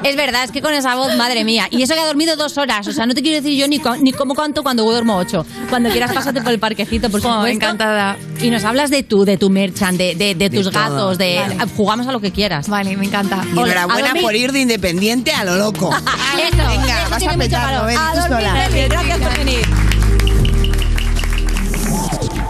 S3: Es verdad, es que con esa voz, madre mía. Y eso que ha dormido dos horas. O sea, no te quiero decir yo ni, cu- ni cómo cuánto cuando duermo ocho. Cuando quieras, pásate por el parquecito, por supuesto.
S32: Oh, encantada.
S3: Y nos hablas de tú, de tu merchan, de, de- de tus gatos, de... Jugamos a lo que quieras.
S32: Vale, me encanta.
S2: Y enhorabuena por ir de independiente a lo loco.
S3: Eso,
S2: Venga,
S3: eso
S2: vas
S3: tiene
S2: a
S3: mucho
S2: petarlo,
S3: valor.
S2: ven,
S3: A
S2: tú
S3: dormir,
S2: sola.
S3: Beli, Gracias por venir.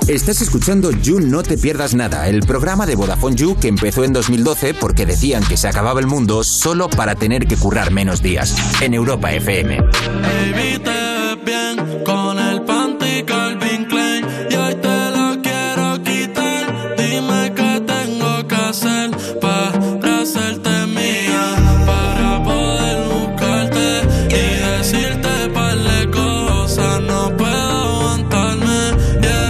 S7: Estás escuchando You No Te Pierdas Nada, el programa de Vodafone You que empezó en 2012 porque decían que se acababa el mundo solo para tener que currar menos días. En Europa FM.
S42: Baby, te ves bien con el panty Calvin Klein y hoy te lo quiero quitar. Dime qué tengo que hacer para hacerte mía, para poder buscarte y decirte par de cosas. No puedo aguantarme,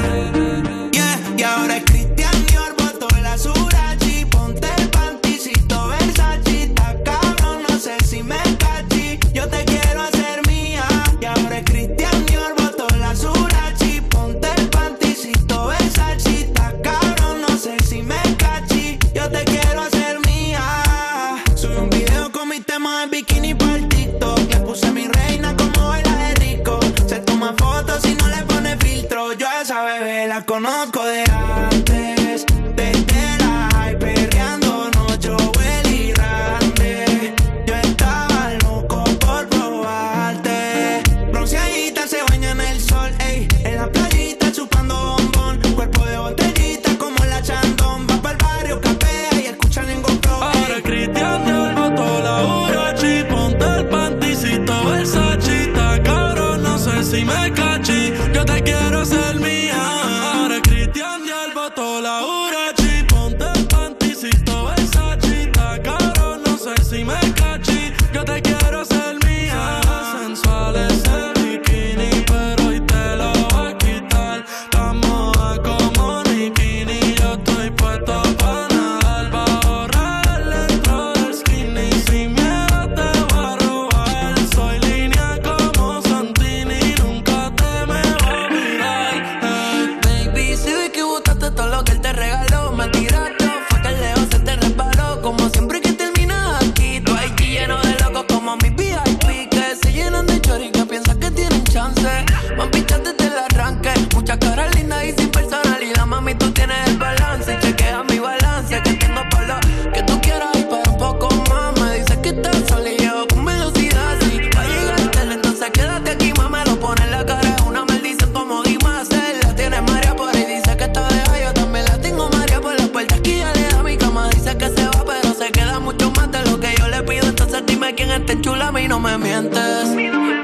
S42: yeah. Yeah, y ahora es Cristian Dior, botó el azurachi, ponte el panticito Versace, está cabrón, no sé si me cachi, yo te quiero hacer mía. Y ahora es Cristian Dior, botó el azurachi, ponte el panticito Versace, está cabrón, no sé si me cachi, yo te quiero hacer mía. Subí un video con mi tema en bikini partito, le puse mi reina como baila de rico, se toma fotos y no le pone filtro, yo a esa bebé la conozco de antes, desde la high, perreando noche, huele y grande. Yo estaba loco por probarte. Bronceadita se baña en el sol, ey. En la playita chupando bombón. Cuerpo de botellita como la chandón. Va pa'l barrio, capea y escucha en GoPro. Ahora Cristian Dior botó la Urachi. Ponte el panticito Versace. Está cabrón, no sé si me cachi. Yo te quiero ser mía. Ahora Cristian Dior botó la Urachi. Ponte el panticito Versace. Está cabrón, no sé si me cachi. Yo te quiero ser mía. Sensuales de bikini, pero hoy te lo va a quitar. Estamos a como Nikini, yo estoy puesto para nadar. Va a borrar el entro del skinny, sin miedo te voy a robar. Soy línea como Santini, nunca te me va a mirar. Eh, Baby, si vi que botaste todo lo que él te regaló, me tiraste. Fue que el leo se te resbaló, como siempre que terminas aquí. Tú hay lleno de locos como mis VIP que se llenan de chori que piensan que tienen chance. Mami, ya desde el arranque, muchas caras lindas y sin personalidad. Mami, tú tienes el balance, chequea mi balance que tengo por lo que tú quieras y para un poco más. Me dices que estás sola y yo con velocidad. Si va a llegar tarde, entonces quédate aquí, mamá, lo pone en la cara es una maldición como Dimasel. La tiene María por ahí, dice que está de yo también la tengo María por la puerta. Aquí ya le da mi cama, dice que se va, pero se queda mucho más de lo que yo le pido. Entonces dime quién está en chula, a mí no me mientes.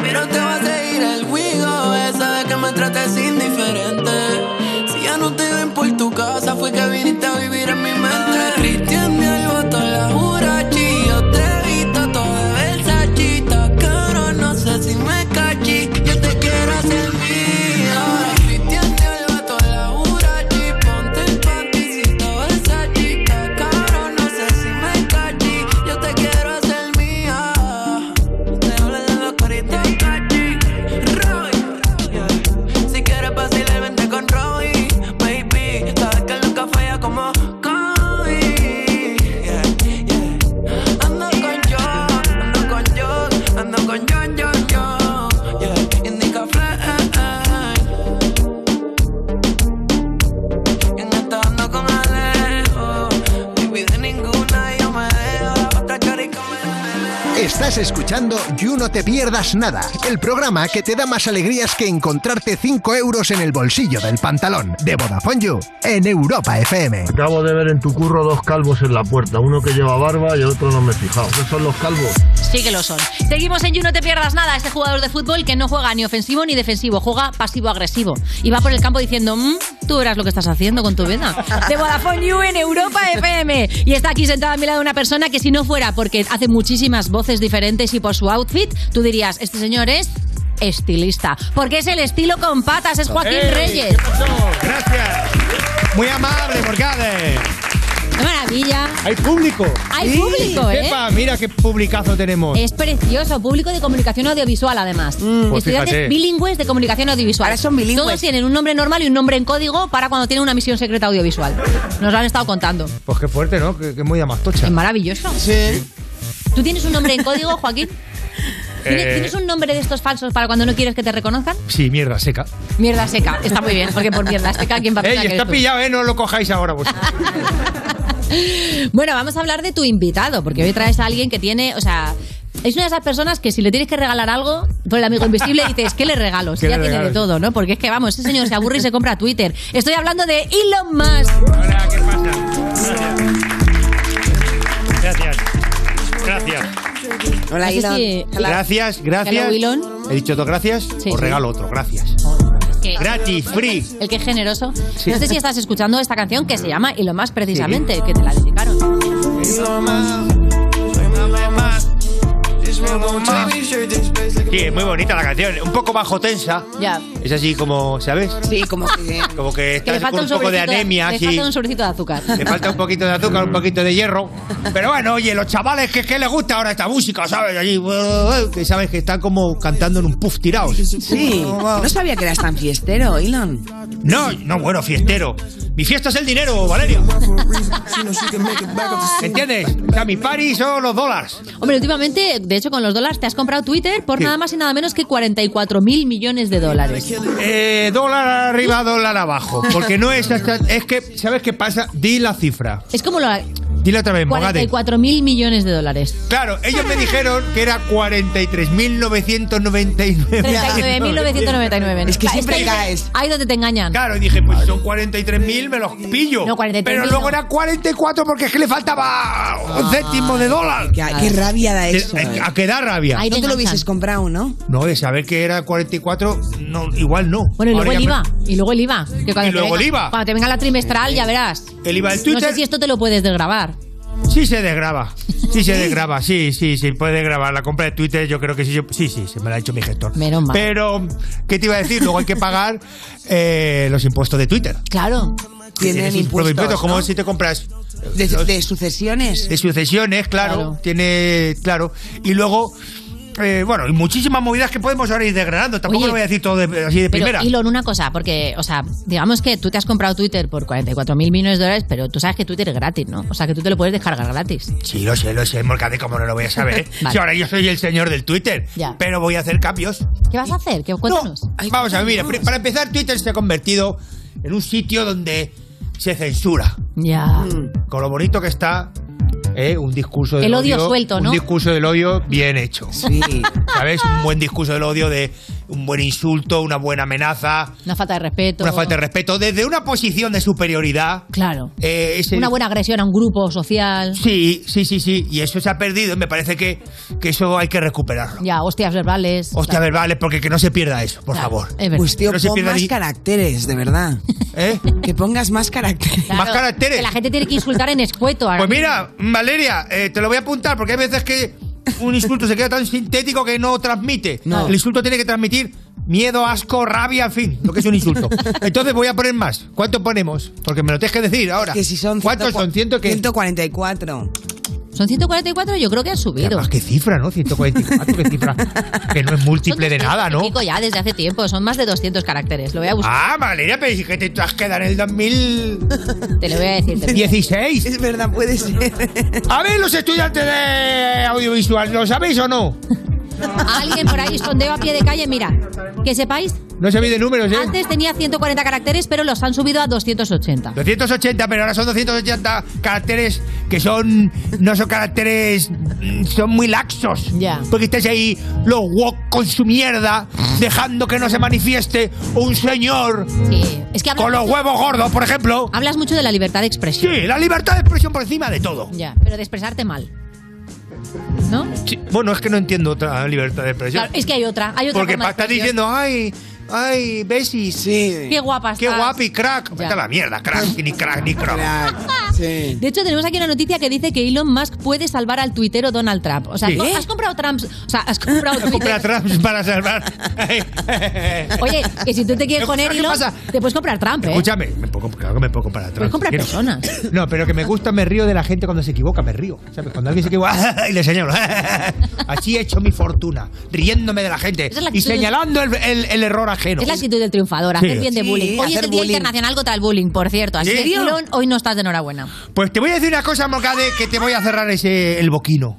S42: Pero te va a seguir el huigo, esa de que me trates indiferente. Si ya no te ven por tu casa, fue que viniste a vivir en mi mente. Cristian me alborotó la jurachi, yo te he visto todo de Versace. Está caro, no sé si me cachí, yo te quiero hacer mía. Ahora Cristian te alborotó la jurachi, ponte el pantisito Versace. Está caro, no sé si me cachí, yo te quiero hacer mía. Te hablo de los coritos, cachi.
S1: Estás escuchando You No Te Pierdas Nada, el programa que te da más alegrías que encontrarte 5 euros en el bolsillo del pantalón de Vodafone You en Europa FM.
S4: Acabo de ver en tu curro dos calvos en la puerta, uno que lleva barba y el otro no me he fijado. ¿Qué son los calvos?
S3: Sí que lo son. Seguimos en You, no te pierdas nada. Este jugador de fútbol que no juega ni ofensivo ni defensivo, juega pasivo-agresivo. Y va por el campo diciendo, "Mm, tú verás lo que estás haciendo con tu vida. De Vodafone You en Europa FM. Y está aquí sentada a mi lado una persona que si no fuera porque hace muchísimas voces diferentes y por su outfit, tú dirías, este señor es estilista. Porque es el estilo con patas, es Joaquín
S6: ¡Ey!
S3: Reyes.
S6: ¿Qué pasó? Gracias. Muy amable, Morgade.
S3: ¡Qué maravilla!
S6: Hay público.
S3: Hay público, ¿eh?
S6: Pepa, mira qué publicazo tenemos.
S3: Es precioso, público de comunicación audiovisual además.
S6: Pues
S3: Estudiantes
S6: fíjate.
S3: bilingües de comunicación audiovisual. son bilingües. Todos tienen un nombre normal y un nombre en código para cuando tienen una misión secreta audiovisual. Nos lo han estado contando.
S6: Pues qué fuerte, ¿no? Que, que muy amastocha.
S3: Es maravilloso.
S6: Sí.
S3: ¿Tú tienes un nombre en código, Joaquín? ¿Tienes,
S6: Eh.
S3: tienes un nombre de estos falsos para cuando no quieres que te reconozcan?
S6: Sí, mierda seca.
S3: Mierda seca. Está muy bien, porque por mierda seca, ¿quién va a
S6: Ey,
S3: pensar que
S6: está
S3: eres tú?
S6: pillado, ¿eh? No lo cojáis ahora vosotros.
S3: Bueno, vamos a hablar de tu invitado, porque hoy traes a alguien que tiene, o sea, es una de esas personas que si le tienes que regalar algo por el amigo invisible dices, ¿qué le regalo? Si
S10: ¿Qué
S3: ya
S10: le
S3: tiene de
S10: regalo?
S3: todo, ¿no? Porque es que vamos, ese señor se aburre y se compra Twitter. Estoy hablando de Elon Musk.
S6: Gracias. Gracias.
S3: Hola, No sé Elon. si- Hola.
S6: Gracias, gracias.
S3: Hello, Elon.
S6: He dicho dos gracias. Os regalo otro, gracias.
S3: Que-
S6: Gratis, free.
S3: El que es generoso.
S6: Sí.
S3: No sé si estás escuchando esta canción que se llama Elon Musk precisamente, que te la dedicaron.
S6: Ah. Sí, es muy bonita la canción. Un poco bajo tensa.
S3: Ya.
S6: Es así como, ¿sabes?
S3: Sí, como que.
S6: Como que
S3: Que le
S6: estás
S3: falta
S6: con
S3: un,
S6: un poco de
S3: sobrecito
S6: anemia.
S3: le
S6: así.
S3: falta un sobrecito de azúcar.
S6: Le falta un poquito de
S15: Mm.
S6: azúcar, un poquito de hierro. Pero bueno, oye, los chavales que, que les gusta ahora esta música, ¿sabes? Allí, eh, que sabes que están como cantando en un puff tirados.
S2: ¿eh? Sí, no sabía que eras tan fiestero, Elon.
S6: No, no, bueno, fiestero. Mi fiesta es el dinero, Valeria. ¿Entiendes? O sea, mi party son los dólares.
S3: Hombre, últimamente, de hecho, con los dólares te has comprado Twitter por nada más y nada menos que 44 mil millones de dólares.
S6: Eh, dólar arriba, dólar abajo. Porque no es hasta- Es que, ¿sabes qué pasa? Di la cifra.
S3: Es como los
S6: Dile otra vez, Mogade.
S3: 44 mil millones de dólares.
S6: Claro, ellos me dijeron que era 43.999.
S3: 39.999.
S6: Es que
S3: Claro,
S6: siempre
S3: ahí-
S6: caes.
S3: Ahí donde te engañan.
S6: Claro, y dije, pues son 43.000, me los pillo.
S3: No, 43.000
S6: Pero luego
S3: no.
S6: era 44 porque es que le faltaba un céntimo de dólar.
S15: Ah. Qué, qué rabia da
S6: Eh,
S15: eso.
S6: eh, ¿A qué da rabia?
S15: no te lo hubieses comprado, ¿no?
S6: No, de saber que era 44, no, igual no.
S3: Bueno, y luego
S6: Ahora
S3: el
S6: ya
S3: IVA. Y luego el IVA. Que cuando te
S6: Y luego
S3: venga-
S6: el IVA.
S3: Cuando te venga la trimestral, ya verás.
S6: me- El IVA del
S3: No
S6: Twitter
S3: sé si esto te lo puedes desgrabar.
S6: sí se desgraba. Sí se desgraba, sí, sí, sí, puede desgrabar. La compra de Twitter yo creo que sí, yo- sí, sí, se me la ha hecho mi gestor.
S3: Menos mal.
S6: Pero, ¿qué te iba a decir? Luego hay que pagar eh, los impuestos de Twitter.
S3: Claro.
S15: Tienen
S6: Tienes
S15: impuestos,
S6: como
S15: ¿no?
S6: si te compras eh,
S15: De, de sucesiones.
S6: de sucesiones, claro, tiene, claro, y luego, eh, bueno, y muchísimas movidas que podemos ahora ir desgranando, tampoco
S3: Oye,
S6: lo voy a decir todo de- así de
S3: Pero,
S6: primera.
S3: Elon, una cosa, porque, o sea, digamos que tú te has comprado Twitter por 44 mil millones de dólares, pero tú sabes que Twitter es gratis, ¿no? O sea, que tú te lo puedes descargar gratis.
S6: Sí, lo sé, lo sé, Morcade, como no lo voy a saber. eh?
S3: Vale.
S6: Si ahora yo soy el señor del Twitter,
S3: Ya.
S6: pero voy a hacer cambios.
S3: ¿Qué vas a hacer? ¿Qué, cuéntanos.
S6: Vamos a ver, mira, pri- para empezar, Twitter se ha convertido en un sitio donde se censura.
S32: Mm.
S3: Ya.
S6: Con lo bonito que está, ¿eh? un discurso del
S3: El odio suelto, ¿no?
S6: Un discurso del odio bien hecho. Sí. ¿Sabes? Un buen discurso del odio de un buen insulto, una buena amenaza,
S3: Una falta de respeto.
S6: una falta de respeto, desde una posición de superioridad.
S3: Claro.
S6: eh, ese-
S3: Una buena agresión a un grupo social.
S6: Sí, sí, sí, sí. Y eso se ha perdido. Me parece que, que eso hay que recuperarlo.
S3: Ya, hostias verbales.
S6: Hostia,
S3: Claro.
S6: verbales, porque que no se pierda eso, por
S3: Claro,
S6: favor.
S3: es verdad. Pues, tío,
S6: Que no se
S15: pon
S6: pierda
S15: más
S6: ni-
S15: caracteres, de verdad.
S6: ¿Eh?
S15: Que pongas más caracteres.
S3: Claro, Que la gente tiene que insultar en escueto. ahora
S6: Pues mira, Valeria, eh, te lo voy a apuntar porque hay veces que un insulto se queda tan sintético que no transmite.
S15: No.
S6: El insulto tiene que transmitir miedo, asco, rabia, en fin, lo que es un insulto. Entonces voy a poner más. ¿Cuánto ponemos? Porque me lo tienes que decir ahora.
S15: Que si son
S6: ¿Cuántos
S15: ciento cua-
S6: son? ¿Ciento qué?
S15: 144.
S3: Son 144, yo creo que han subido.
S6: Además, qué cifra, ¿no? 144, qué cifra. Que no es múltiple de nada, ¿no?
S3: Chico, ya desde hace tiempo, son más de 200 caracteres. Lo voy a buscar.
S6: Ah, Valeria, pero si que te has quedado en el 2000...
S3: Te lo voy a decir. te lo voy a decir.
S6: 16.
S15: Es verdad, puede ser.
S6: A ver, los estudiantes de audiovisual, ¿lo sabéis o no?
S3: Alguien por ahí, sondeo a pie de calle, mira. Que sepáis,
S6: No sabéis de números, ¿eh?
S3: antes tenía 140 caracteres, pero los han subido a 280.
S6: 280, pero ahora son 280 caracteres que son. No son caracteres. mm, Son muy laxos.
S3: Ya.
S6: Porque estáis ahí, los wok con su mierda, dejando que no se manifieste un señor.
S3: Es que hablas
S6: Con los
S3: mucho-
S6: huevos gordos, por ejemplo.
S3: Hablas mucho de la libertad de expresión.
S6: Sí, la libertad de expresión por encima de todo.
S3: Ya, pero de expresarte mal. ¿No?
S6: Sí, Bueno, es que no entiendo otra libertad de expresión.
S3: Claro, es que hay otra, hay otra
S6: Pues Porque
S3: forma de
S6: pa- estás
S3: expresión.
S6: diciendo, ay, ay, Bessie, sí.
S3: Qué guapa
S6: Qué
S3: estás.
S6: guapi, crack. Vete a la mierda, crack, ni crack, ni crack. Sí.
S3: De hecho, tenemos aquí una noticia que dice que Elon Musk puede salvar al tuitero Donald Trump. O sea,
S6: Sí.
S3: ¿no? has comprado Trump. O sea, has comprado
S6: Compra
S3: Twitter.
S6: Trump para salvar.
S3: Oye, que si tú te quieres poner
S6: ¿Qué
S3: Elon,
S6: pasa?
S3: te puedes comprar Trump, ¿eh?
S6: Escúchame, me puedo, comp- claro que me puedo comprar atrás.
S3: Puedes comprar
S6: Quiero-
S3: personas.
S6: No, pero que me gusta, me río de la gente cuando se equivoca, me río. ¿Sabes? Cuando alguien se equivoca, y le señalo. Así he hecho mi fortuna, riéndome de la gente
S3: Esa es la
S6: y
S3: actitud-
S6: señalando el, el- el error ajeno.
S3: Es la actitud del triunfador, hacer
S6: Sí.
S3: bien de
S6: Sí,
S3: bullying. Hoy es
S6: hacer
S3: el Día
S6: bullying.
S3: Internacional contra el Bullying, por cierto. Así
S6: ¿En
S3: que,
S6: serio?
S3: Elon, hoy no estás de enhorabuena.
S6: Pues te voy a decir una cosa, Mocade, que te voy a cerrar ese el boquino.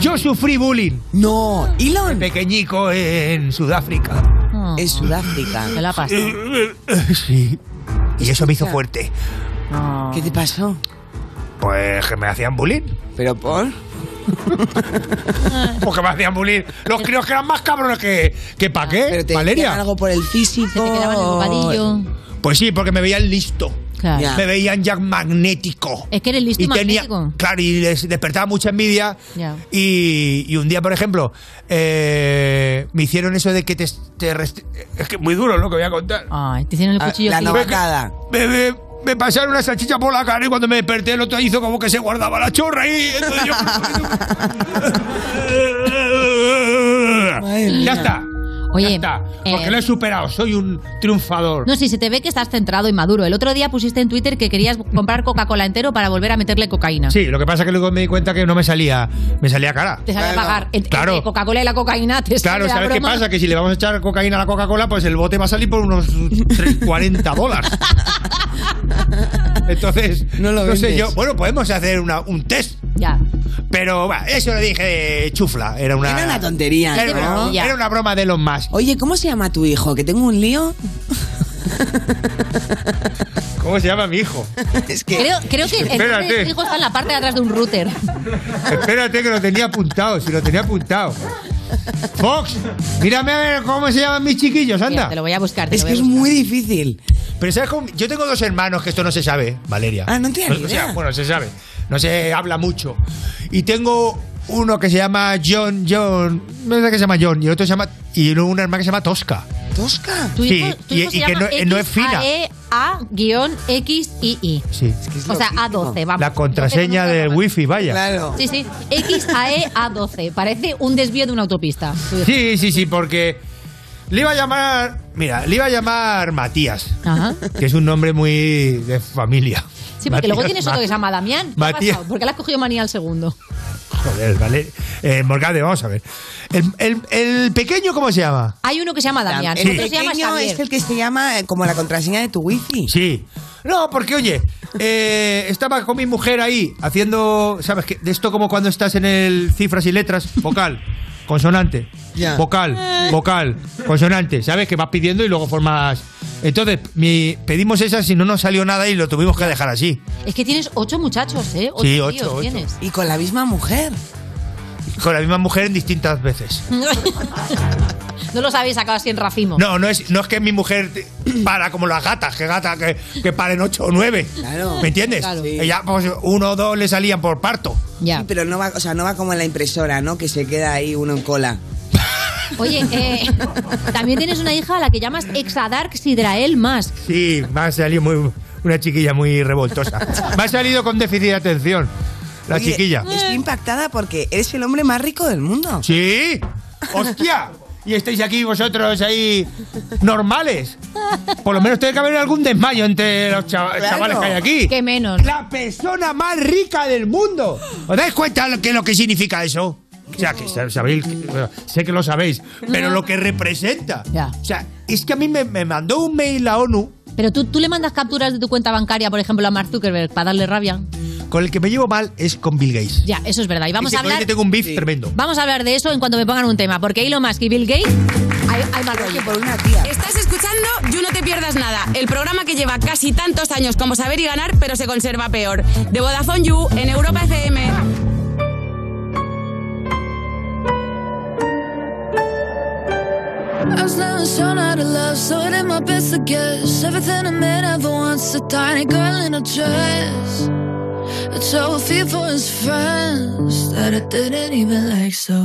S6: Yo sufrí bullying. No, Elon. Pequeñico en Sudáfrica.
S2: En Sudáfrica.
S3: ¿Qué Ah. la pasó?
S6: Eh, Sí. Y eso me hizo fuerte.
S2: ¿Qué te pasó?
S6: Pues que me hacían bullying.
S2: ¿Pero por?
S6: Porque Pues me hacían bullying. Los críos que eran más cabrones que, que pa' qué,
S2: ¿Pero te
S6: Valeria.
S2: hacían algo por el físico?
S3: Se te quedaba en el bocadillo.
S6: Pues sí, porque me veían listo.
S3: Claro. Ya.
S6: Me veían ya magnético.
S3: Es que eres listo y
S6: tenía-
S3: magnético.
S6: claro, y les despertaba mucha envidia.
S3: Ya.
S6: Y, y un día, por ejemplo, eh, me hicieron eso de que te... te rest- es que es muy duro lo que voy a contar.
S3: Ay, te hicieron el cuchillo
S6: la
S3: así.
S6: novatada. Me, me- me pasaron una salchicha por la cara y cuando me desperté el otro hizo como que se guardaba la chorra y entonces yo... ya está.
S3: Oye,
S6: ya está. Porque lo he superado. Soy un triunfador.
S3: Eh. No, si se te ve que estás centrado y maduro. El otro día pusiste en Twitter que querías comprar Coca-Cola entero para volver a meterle cocaína.
S6: Sí, lo que pasa es que luego me di cuenta que no me salía, me salía cara.
S3: Te sale a pagar. El,
S6: Claro.
S3: entre Coca-cola y la cocaína te sale
S6: Claro,
S3: la
S6: ¿sabes qué
S3: broma.
S6: pasa? Que si le vamos a echar cocaína a la Coca-Cola, pues el bote va a salir por unos 3, 40 dólares. Entonces, no, sé
S2: vendes.
S6: yo. Bueno, podemos hacer una- un test.
S3: Ya.
S6: Pero bah, eso le dije eh, chufla. Era una,
S2: Era una tontería,
S6: Era,
S2: ¿no?
S6: una- era una broma de los más.
S2: Oye, ¿cómo se llama tu hijo? Que tengo un lío.
S6: ¿Cómo se llama mi hijo?
S2: Es
S3: Creo, creo que el nombre de
S6: Espérate.
S3: tu hijo está en la parte de atrás de un router.
S6: Espérate que lo tenía apuntado, si lo tenía apuntado. Fox, mírame a ver cómo se llaman mis chiquillos, anda.
S3: Te lo voy a buscar.
S6: Es que es muy difícil. Pero ¿sabes cómo? Yo tengo dos hermanos que esto no se sabe, Valeria.
S2: Ah, no tenía ni
S6: o sea,
S2: idea.
S6: bueno, se sabe. No se habla mucho. Y tengo uno que se llama John, John. No sé qué se llama John. Y el otro se llama. Y luego una hermana que se llama Tosca.
S2: ¿Tosca?
S3: Tu hijo,
S6: Sí,
S3: tu
S6: y-
S3: hijo se
S6: y que
S3: llama E
S6: no- no es fina.
S3: XAEA-XII.
S6: Sí.
S3: O sea, A12, vamos.
S6: La contraseña de wifi, vaya.
S3: Sí, sí. XAEA12. Parece un desvío de una autopista. Tu hijo.
S6: Sí, sí, sí, porque le iba a llamar. Mira, le iba a llamar Matías.
S3: Ajá.
S6: Que es un nombre muy de familia.
S3: Sí, porque luego
S6: Matías
S3: tienes otro
S6: Ma-
S3: que se llama Damián. ¿Qué ha
S6: Matías.
S3: pasado? ¿Por qué le has cogido manía al segundo?
S6: Joder, vale. Eh, Morgade, vamos a ver. El, el- el pequeño cómo se llama?
S3: Hay uno que se llama Damián,
S6: Sí.
S3: el otro se llama
S2: Pequeño
S3: Xavier.
S2: es el que se llama eh, como la contraseña de tu wifi.
S6: Sí. No, porque oye, eh, estaba con mi mujer ahí haciendo, ¿sabes qué? De esto como cuando estás en el cifras y letras, vocal, consonante,
S2: Ya.
S6: vocal, vocal, consonante, ¿sabes? Que vas pidiendo y luego formas... Entonces, mi- pedimos esas y no nos salió nada y lo tuvimos que dejar así.
S3: Es que tienes ocho muchachos, ¿eh? Ocho
S6: Sí,
S3: tíos
S6: ocho, ocho.
S3: tienes.
S2: Y con la misma mujer.
S6: Con la misma mujer en distintas veces.
S3: no los habéis sacado así en racimo.
S6: No, no es, no es que mi mujer te- para como las gatas, que gata que, que paren ocho o nueve.
S2: Claro.
S6: ¿Me entiendes?
S2: Claro. Sí.
S6: Ella, pues uno o dos le salían por parto.
S3: Ya.
S2: Sí, pero no va, o sea, no va como en la impresora, ¿no? Que se queda ahí uno en cola.
S3: Oye, eh, también tienes una hija a la que llamas Exadark Sidrael más.
S6: Sí, me ha salido muy, una chiquilla muy revoltosa. Me ha salido con déficit de atención, la
S2: Oye,
S6: chiquilla.
S2: Estoy impactada porque eres el hombre más rico del mundo.
S6: Sí, hostia. Y estáis aquí vosotros ahí normales. Por lo menos tiene que haber algún desmayo entre los chava- chavales que hay aquí.
S3: Que menos.
S6: La persona más rica del mundo. ¿Os dais cuenta lo que, lo que significa eso? O sea, que sab- sabéis, que- bueno, sé que lo sabéis, pero lo que representa.
S3: Ya.
S6: O sea, es que a mí me, me mandó un mail la ONU.
S3: Pero tú, tú le mandas capturas de tu cuenta bancaria, por ejemplo, a Mark Zuckerberg para darle rabia.
S6: con el que me llevo mal es con Bill Gates.
S3: Ya, eso es verdad. Y vamos
S6: Ese
S3: a
S6: con el
S3: hablar.
S6: que tengo un beef tremendo.
S3: Vamos a hablar de eso en cuanto me pongan un tema, porque Elon Musk y Bill Gates hay, hay mal rollo.
S5: Estás escuchando You No Te Pierdas Nada, el programa que lleva casi tantos años como saber y ganar, pero se conserva peor. De Vodafone You en Europa FM.
S35: I was never shown how to love, so I did my best to guess. Everything a man ever wants, a tiny girl in a dress. A trophy for his friends that I didn't even like, so.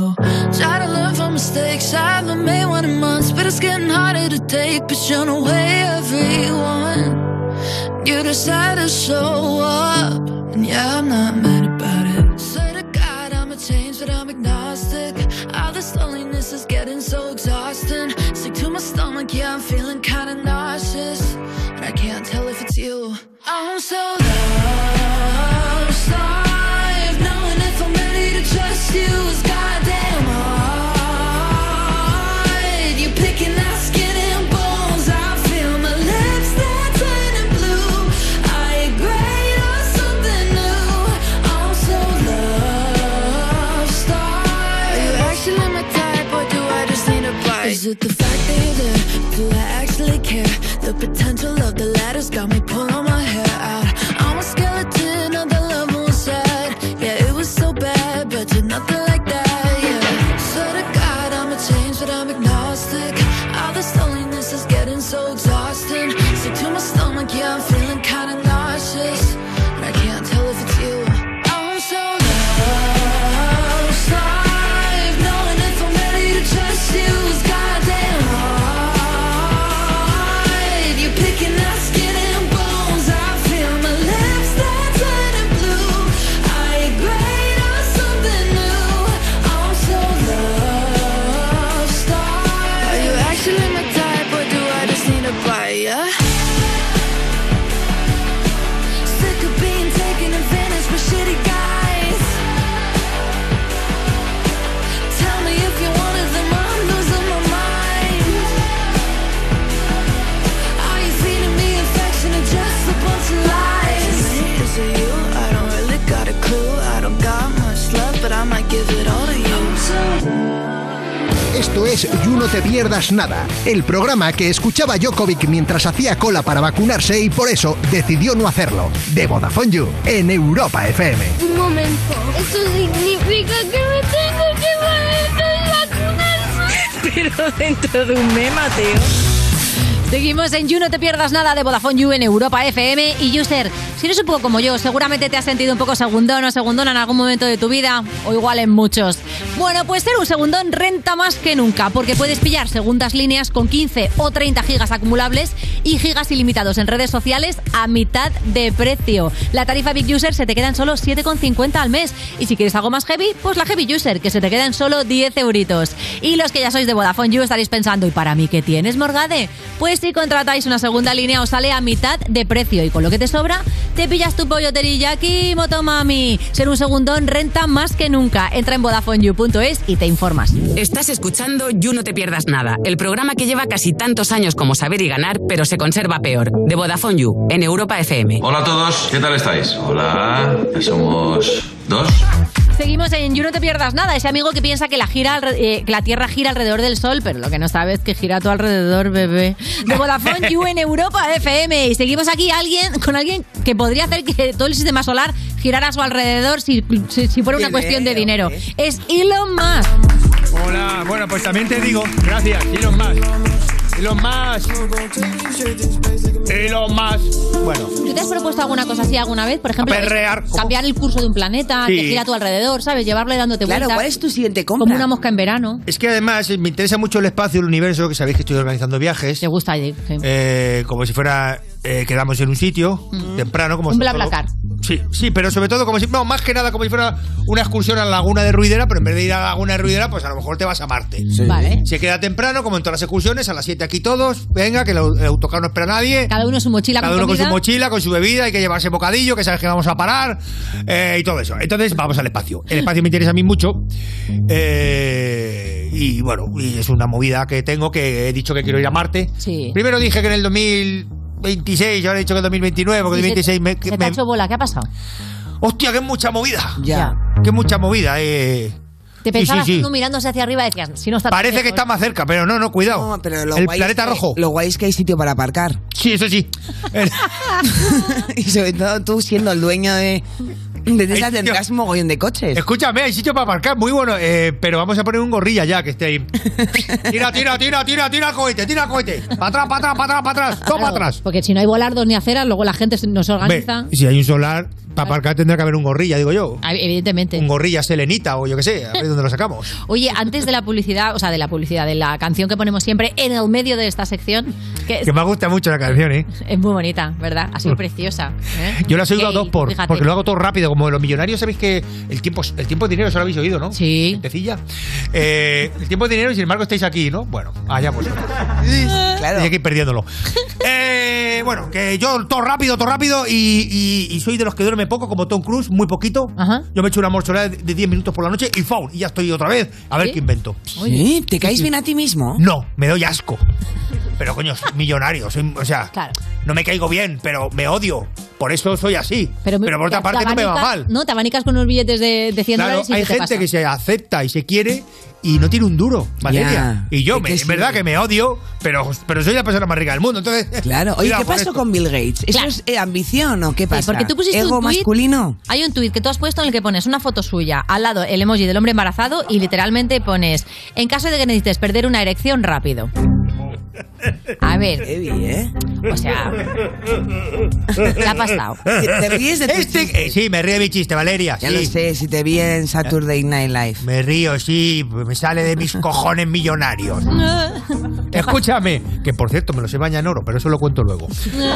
S35: Try to learn from mistakes, I haven't made one in months, but it's getting harder to take. But you know, way everyone, you decide to show up, and yeah, I'm not mad about it. Swear to God, I'm a change, but I'm agnostic. All this loneliness is getting so exhausting. Sick to my stomach, yeah, I'm feeling kinda nauseous. But I can't tell if it's you. I'm so lost. I've known if I'm ready to trust you is goddamn hard. You're picking out skin and bones. I feel my lips, they're turning blue. Are you great or something new? I'm so lost. Are you actually my type or do I just need a bite? Is it the fact that you're there? Do I actually care? The potential of the ladder's got me pulling my hair out. I'm a skeleton of the love inside. Yeah, it was so bad, but you're nothing like that. Yeah. Swear to God, I'm a change, but I'm agnostic. All this loneliness is getting so exhausting. Sick to my stomach, yeah, I'm feeling kinda nauseous. But I can't tell if it's you. I'm so lost. I've known if I'm ready to trust you is goddamn hard. You're picking out skin and bones. I feel my lips, they're turning blue. Are you great or something new? I'm so lost. Are you actually my type or do I just need a bite? Yeah? Sick of being taken advantage by shitty guys. Tell me if you're one of them, I'm losing my mind. Are you feeding me affection or just a bunch of lies? Is it me? Is it you? I don't really got a clue. I don't got much love, but I might give it all to you.
S1: Esto es You No Te Pierdas Nada, el programa que escuchaba Jokovic mientras hacía cola para vacunarse y por eso decidió no hacerlo. De Vodafone You, en Europa FM.
S25: Un momento. Eso significa que me tengo que
S3: Pero dentro de un meme, Mateo. Seguimos en You, no te pierdas nada de Vodafone You en Europa FM. Y User, si eres un poco como yo, seguramente te has sentido un poco segundón o segundona en algún momento de tu vida, o igual en muchos. Bueno, pues ser un segundón renta más que nunca, porque puedes pillar segundas líneas con 15 o 30 gigas acumulables y gigas ilimitados en redes sociales a mitad de precio. La tarifa Big User se te quedan solo 7,50 al mes. Y si quieres algo más heavy, pues la Heavy User, que se te quedan solo 10 euritos. Y los que ya sois de Vodafone You estaréis pensando, ¿y para mí qué tienes, Morgade? Pues si contratáis una segunda línea os sale a mitad de precio y con lo que te sobra, te pillas tu pollo teriyaki, motomami. Ser un segundón renta más que nunca. Entra en VodafoneYou.es y te informas.
S5: Estás escuchando You No Te Pierdas Nada, el programa que lleva casi tantos años como saber y ganar, pero se conserva peor. De Vodafone You en Europa FM.
S10: Hola a todos, ¿qué tal estáis? Hola, somos dos.
S3: Seguimos en You No Te Pierdas Nada, ese amigo que piensa que la, gira, alre- eh, que la Tierra gira alrededor del Sol, pero lo que no sabes es que gira a tu alrededor, bebé. De Vodafone You en Europa FM. Y seguimos aquí alguien, con alguien que podría hacer que todo el sistema solar girara a su alrededor si, si- si fuera una cuestión de dinero. ¿eh? Es Elon Musk.
S6: Hola, bueno, pues también te digo, gracias, Elon Musk. Elon Musk. Elon Musk. Bueno,
S3: ¿Tú te has propuesto alguna cosa así alguna vez? Por ejemplo,
S6: perrear,
S3: eso, cambiar el curso de un planeta,
S6: Sí.
S3: que gira a tu alrededor, ¿sabes? Llevarle dándote
S6: Claro,
S3: vueltas.
S6: ¿cuál
S3: es tu siguiente compra? Como una mosca en verano.
S6: es que además eh, me interesa mucho el espacio, el universo, que sabéis que estoy organizando viajes. Te
S3: gusta,
S6: eh, Como si fuera, eh, quedamos en un sitio, temprano, como
S3: Mm. Un
S6: está todo.
S3: BlaBlaCar.
S6: Sí, sí, pero sobre todo como si, no, más que nada como si fuera una excursión a la Laguna de Ruidera, pero en vez de ir a la Laguna de Ruidera, pues a lo mejor te vas a Marte.
S3: Vale.
S6: Se queda temprano, como en todas las excursiones, a las 7 aquí todos, venga, que el au- el autocar no espera a nadie.
S3: Cada uno su mochila
S6: Cada
S3: con
S6: uno con su
S3: comida.
S6: mochila, con su bebida, hay que llevarse bocadillo, que sabes que vamos a parar eh, y todo eso. Entonces vamos al espacio. El espacio me interesa a mí mucho. eh, y bueno, y es una movida que tengo, que he dicho que quiero ir a Marte. Primero dije que en el 2026, ahora he dicho que en 2029, porque
S3: Y
S6: en
S3: se-
S6: 2026 me,
S3: Se te
S6: me-
S3: ha hecho bola, ¿qué ha pasado?
S6: hostia, que es mucha movida.
S3: Ya.
S6: Que es mucha movida. Eh.
S3: Te
S6: Sí,
S3: pensabas
S6: sí, sí.
S3: tú mirándose hacia arriba decías, si no está tan
S6: Parece que
S3: lejos.
S6: está más cerca, pero no, no, cuidado.
S3: No, pero lo
S6: el
S3: guay
S6: planeta
S3: es que-
S6: rojo.
S15: Lo guay es que hay sitio para aparcar.
S6: Sí, eso sí.
S15: y sobre todo tú siendo el dueño de, de Tesla tendrás un mogollón de coches.
S6: Escúchame, hay sitio para aparcar, muy bueno, eh, pero vamos a poner un gorrilla ya que esté ahí. Tira, tira, tira, tira, tira el cohete, tira el cohete. Para atrás, para atrás, para atrás, para atrás. Toma
S3: Claro,
S6: atrás.
S3: Porque si no hay volardos ni aceras, luego la gente se- no se
S6: Ve,
S3: organiza.
S6: si hay un solar, para aparcar tendrá que haber un gorrilla, digo yo.
S3: Ah, Evidentemente.
S6: Un gorrilla selenita o yo qué sé, a ver dónde lo sacamos.
S3: Oye, antes de la publicidad, o sea, de la publicidad, de la canción que ponemos siempre en el medio de esta sección, que es,
S6: Que me gusta mucho la canción, ¿eh?
S3: es muy bonita, ¿verdad? Ha sido preciosa. ¿eh?
S6: Mm. Yo las he oído a
S3: Gay,
S6: dos por,
S3: fíjate.
S6: porque lo hago todo rápido. Como los millonarios sabéis que el tiempo, es- el tiempo es dinero, eso lo habéis oído, ¿no? Sí. el tiempo es dinero y sin embargo estáis aquí, ¿no? Bueno, allá vosotros. Claro. Y aquí perdiéndolo. Eh, bueno, que yo todo rápido, todo rápido y, y- y soy de los que duerme poco, como Tom Cruise, muy poquito. Yo me echo una morcholada de de 10 minutos por la noche y faul, y ya estoy otra vez a ver qué invento.
S15: ¿Sí? ¿Te caes bien a ti mismo?
S6: No, me doy asco. Pero coño, soy millonario, soy- o sea, no me caigo bien, pero me odio. Por eso soy así. Pero, por otra
S3: Te
S6: parte no me va
S3: abanicas-
S6: mal.
S3: No, te abanicas con unos billetes de, de 100
S6: Claro,
S3: dólares y
S6: hay
S3: ¿qué te
S6: gente
S3: pasa?
S6: que se acepta y se quiere y no tiene un duro, Valeria.
S15: Ya.
S6: Y yo,
S15: Es
S6: me-
S15: que
S6: es
S15: sí.
S6: verdad que me odio, pero, pero soy la persona más rica del mundo, entonces...
S15: Claro. Oye, ¿qué pasó con Bill Gates? ¿Eso es eh, ambición o qué pasa?
S3: porque tú pusiste
S15: ¿Ego
S3: un tuit-
S15: masculino?
S3: Hay un tuit que tú has puesto en el que pones una foto suya, al lado el emoji del hombre embarazado y literalmente pones, en caso de que necesites perder una erección rápido. A ver.
S15: eh?
S3: O sea, ¿qué ha pasado?
S15: ¿Te ríes de tu
S6: Este, eh, sí, me río de mi chiste, Valeria.
S15: Ya
S6: sí.
S15: lo sé, si te vi en Saturday Night Live.
S6: Me río, sí, me sale de mis cojones millonarios. Escúchame, que por cierto me lo sé baña en oro, pero eso lo cuento luego.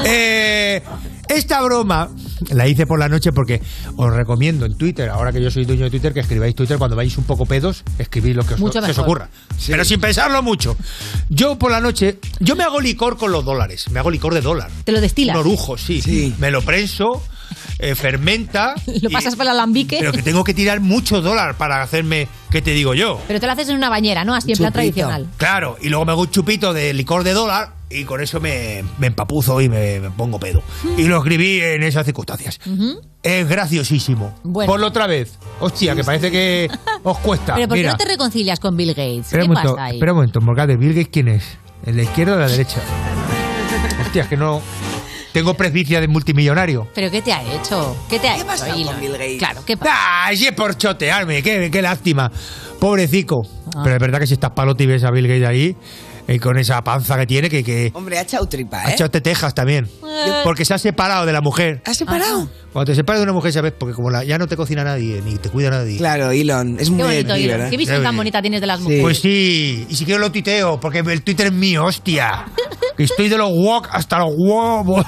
S6: Eh, esta broma la hice por la noche porque os recomiendo en Twitter, ahora que yo soy dueño de Twitter, que escribáis Twitter cuando vais un poco pedos, escribís lo que os,
S11: Mucho
S6: se os
S11: mejor.
S6: ocurra. Pero sin pensarlo mucho. Yo por la noche, yo me hago licor con los dólares, me hago licor de dólar.
S3: Te lo destilas.
S6: Un orujo, sí. Me lo prenso, eh, fermenta.
S3: Lo
S6: y-
S3: pasas por el alambique.
S6: pero que tengo que tirar mucho dólar para hacerme, ¿qué te digo yo?
S3: Pero te lo haces en una bañera, ¿no? Así en plan tradicional.
S6: Claro, y luego me hago un chupito de licor de dólar y con eso me, me empapuzo y me, me pongo pedo. Y lo escribí en esas circunstancias.
S3: Mm. Ujú.
S6: Es graciosísimo.
S3: Bueno.
S6: Ponlo otra vez. Hostia, que parece que os cuesta.
S3: Pero ¿por qué
S6: Ah, Mira,
S3: no te reconcilias con Bill Gates?
S6: espera
S3: ¿Qué
S6: un momento,
S3: pasa ahí?
S6: espera un momento, Morgade, Bill Gates, ¿quién es? ¿El de izquierda o de la derecha? Hostia, es que no... Tengo presbicia de multimillonario.
S3: ¿Pero qué te ha hecho? ¿Qué te ha hecho? Elon? Claro, ¿qué pasa?
S6: Ay, ¡Ah, es por chotearme, qué, qué lástima. Pobrecico.
S3: Ah.
S6: Pero es verdad que si estás palote y ves a Bill Gates ahí, eh, con esa panza que tiene, que... que
S15: Hombre, ha echado tripa,
S6: ha
S15: ¿eh?
S6: echado tejas también.
S15: Eh.
S6: Porque se ha separado de la mujer.
S3: Ah.
S15: ¿Ha separado?
S6: Cuando te separas de una mujer, sabes, porque como la- ya no te cocina nadie, ni te cuida nadie.
S15: Claro, Elon, es
S3: Qué bonito, Elon.
S6: ¿eh?
S3: Qué visión tan bonita tienes de las mujeres.
S6: Pues sí, y si quiero lo tuiteo, porque el Twitter es mío, hostia. Que estoy de los wok hasta los huevos.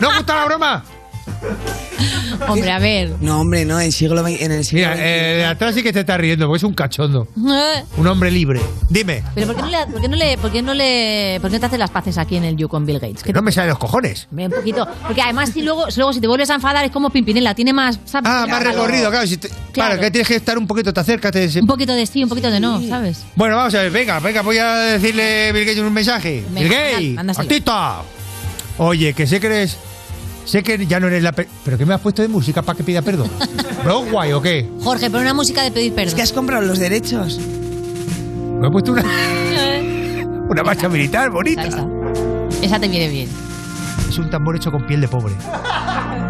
S6: ¿No os gusta la broma?
S3: Hombre, a ver.
S15: No, hombre, no, en, siglo, ve- en el siglo
S6: Mira, eh, de atrás sí que te está riendo, porque es un cachondo.
S3: Eh,
S6: Un hombre libre. Dime.
S3: ¿Pero por qué no le, por qué no le, por qué no le, por qué no te haces las paces aquí en el You con Bill Gates? Que
S6: No me salen los cojones.
S3: Hombre, un poquito. Porque además, si luego, si luego si te vuelves a enfadar, es como Pimpinela, tiene más. ¿sabes?
S6: Ah, más recorrido, claro. Si te-
S3: Claro.
S6: Para, que tienes que estar un poquito, te acércate. de ese-
S3: Un poquito de sí, un poquito de no, ¿sabes?
S6: Bueno, vamos a ver, venga, venga, voy a decirle Bill Gates un mensaje.
S3: Venga,
S6: Bill Gates,
S3: manda- mándaselo.
S6: artista. Oye, que sé que eres. Sé que ya no eres la. pe- ¿Pero qué me has puesto de música para que pida perdón? ¿Broadway o qué?
S3: Jorge, pon una música de pedir perdón. Es que
S15: has comprado los derechos.
S6: Me he puesto una, una marcha militar bonita.
S3: Esa, Eh. esa. Esa te viene bien.
S6: Es un tambor hecho con piel de pobre.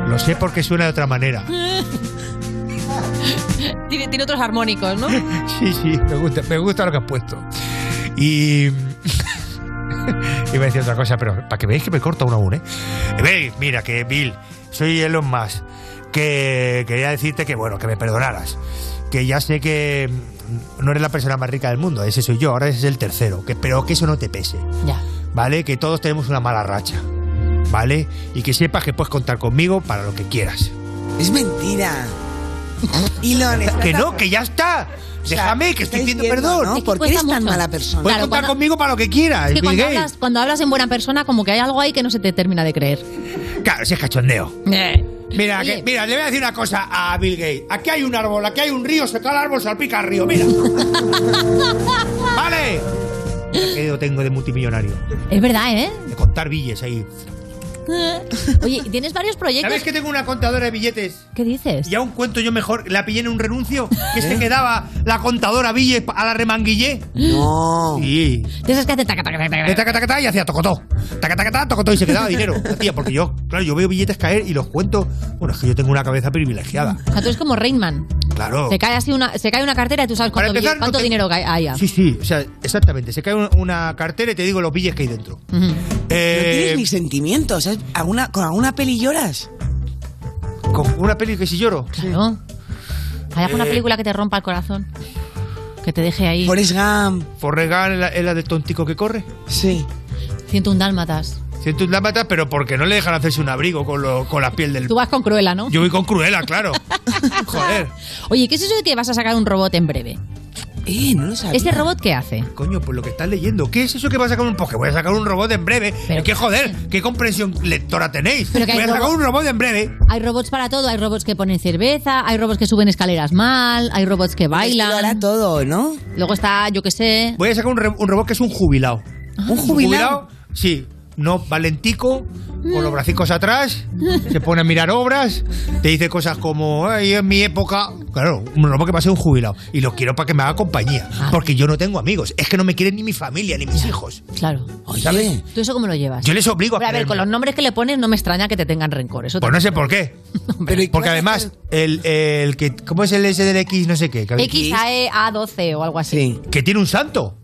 S6: Lo sé porque suena de otra manera.
S3: tiene, tiene otros armónicos, ¿no?
S6: Sí, sí, me gusta, me gusta lo que has puesto. Y. Iba a decir otra cosa, pero para que veáis que me corta uno a uno, ¿eh? Veis, mira, que Bill, soy Elon Musk. Que quería decirte que, bueno, que me perdonaras. Que ya sé que mm, no eres la persona más rica del mundo, ese soy yo, ahora ese es el tercero. Que, pero que eso no te pese.
S3: Ya.
S6: ¿Vale? Que todos tenemos una mala racha. ¿Vale? Y que sepas que puedes contar conmigo para lo que quieras.
S3: Ah.
S15: Es mentira. Elon, estás
S6: Que
S15: a-
S6: no, que ya está. Déjame, que estoy pidiendo perdón.
S15: ¿no? ¿Por qué eres tan mala persona?
S6: Puedes contar conmigo para lo que quieras.
S3: Es que
S6: Bill
S3: cuando
S6: Gates.
S3: hablas, cuando hablas en buena persona, como que hay algo ahí que no se te termina de creer.
S6: Claro, si es cachondeo.
S3: Eh.
S6: Mira,
S3: Oye.
S6: que- mira, le voy a decir una cosa a Bill Gates. Aquí hay un árbol, aquí hay un río, se cae el árbol, salpica el río, mira. ¡Vale! Mira ¿Qué yo tengo de multimillonario?
S3: Es verdad, ¿eh?
S6: De contar billes ahí.
S3: Oye, ¿tienes varios proyectos?
S6: ¿Sabes que tengo una contadora de billetes?
S3: ¿Qué dices? ¿Eh?
S6: Y aún cuento yo mejor, la pillé en un renuncio, que se quedaba la contadora billetes a la remanguillé.
S15: No.
S6: Sí.
S3: De esas que hace taca, taca, taca, taca.
S6: De taca, taca, taca, y hacía tocotó. Taca, taca, taca, tocotó y se quedaba dinero. Hacía, porque yo, claro, yo veo billetes caer y los cuento. Bueno, es que yo tengo una cabeza privilegiada.
S3: O sea, tú eres como Rainman.
S6: Claro.
S3: Se cae así una, se cae una cartera y tú sabes
S6: Oh. Para
S3: cuánto,
S6: empezar,
S3: bille-
S6: no
S3: cuánto
S6: te-
S3: dinero cae. Ah, ya.
S6: Sí, sí, o sea, exactamente. Se cae un- una cartera y te digo los billetes que hay dentro.
S15: No tienes ni
S6: Eh,
S15: sentimientos. ¿sabes? ¿Alguna- ¿Con alguna peli lloras?
S6: ¿Con una peli que si lloro?
S3: Claro. ¿Hay alguna
S6: Eh,
S3: película que te rompa el corazón? Que te deje ahí.
S15: Forrest Gump.
S6: ¿Forrest Gump es la, es la del tontico que corre?
S15: Sí.
S3: Siento un dálmatas.
S6: Siento un lámpara, pero porque no le dejan hacerse un abrigo con, lo- con la piel del...
S3: Tú vas con Cruella, ¿no?
S6: Yo voy con Cruella, claro. Joder.
S3: Oye, ¿qué es eso de que vas a sacar un robot en breve?
S15: Eh, no lo sabía.
S3: ¿Ese robot qué hace?
S6: Coño, pues lo que estás leyendo. ¿Qué es eso que va a sacar un... Pues que voy a sacar un robot en breve. Es que joder, qué comprensión lectora tenéis.
S3: Pero que hay
S6: voy a sacar
S3: robots-
S6: un robot en breve.
S3: Hay robots para todo, hay robots que ponen cerveza, hay robots que suben escaleras mal, hay robots que bailan. Ahora
S15: todo, ¿no?
S3: Luego está, yo qué sé.
S6: Voy a sacar un, re- un robot que es un jubilado.
S15: ¿Un
S3: Ah, jubilado?
S6: Sí. No, valentico, con los bracicos atrás, se pone a mirar obras, te dice cosas como, ay, en mi época... Claro, un robot que va a ser un jubilado. Y lo quiero para que me haga compañía.
S3: Ah.
S6: Porque yo no tengo amigos. Es que no me quieren ni mi familia, ni mis hijos.
S3: Claro.
S6: ¿Sabes?
S3: ¿Tú eso cómo lo llevas?
S6: Yo les obligo a
S3: Pero a ver,
S6: quererme.
S3: con los nombres que le pones no me extraña que te tengan rencor. Eso
S6: Pues no sé por qué. Porque además, el, el que. ¿Cómo es el S del X? No sé qué. que-
S3: XAE-A12 E, o algo así.
S6: Que tiene un santo.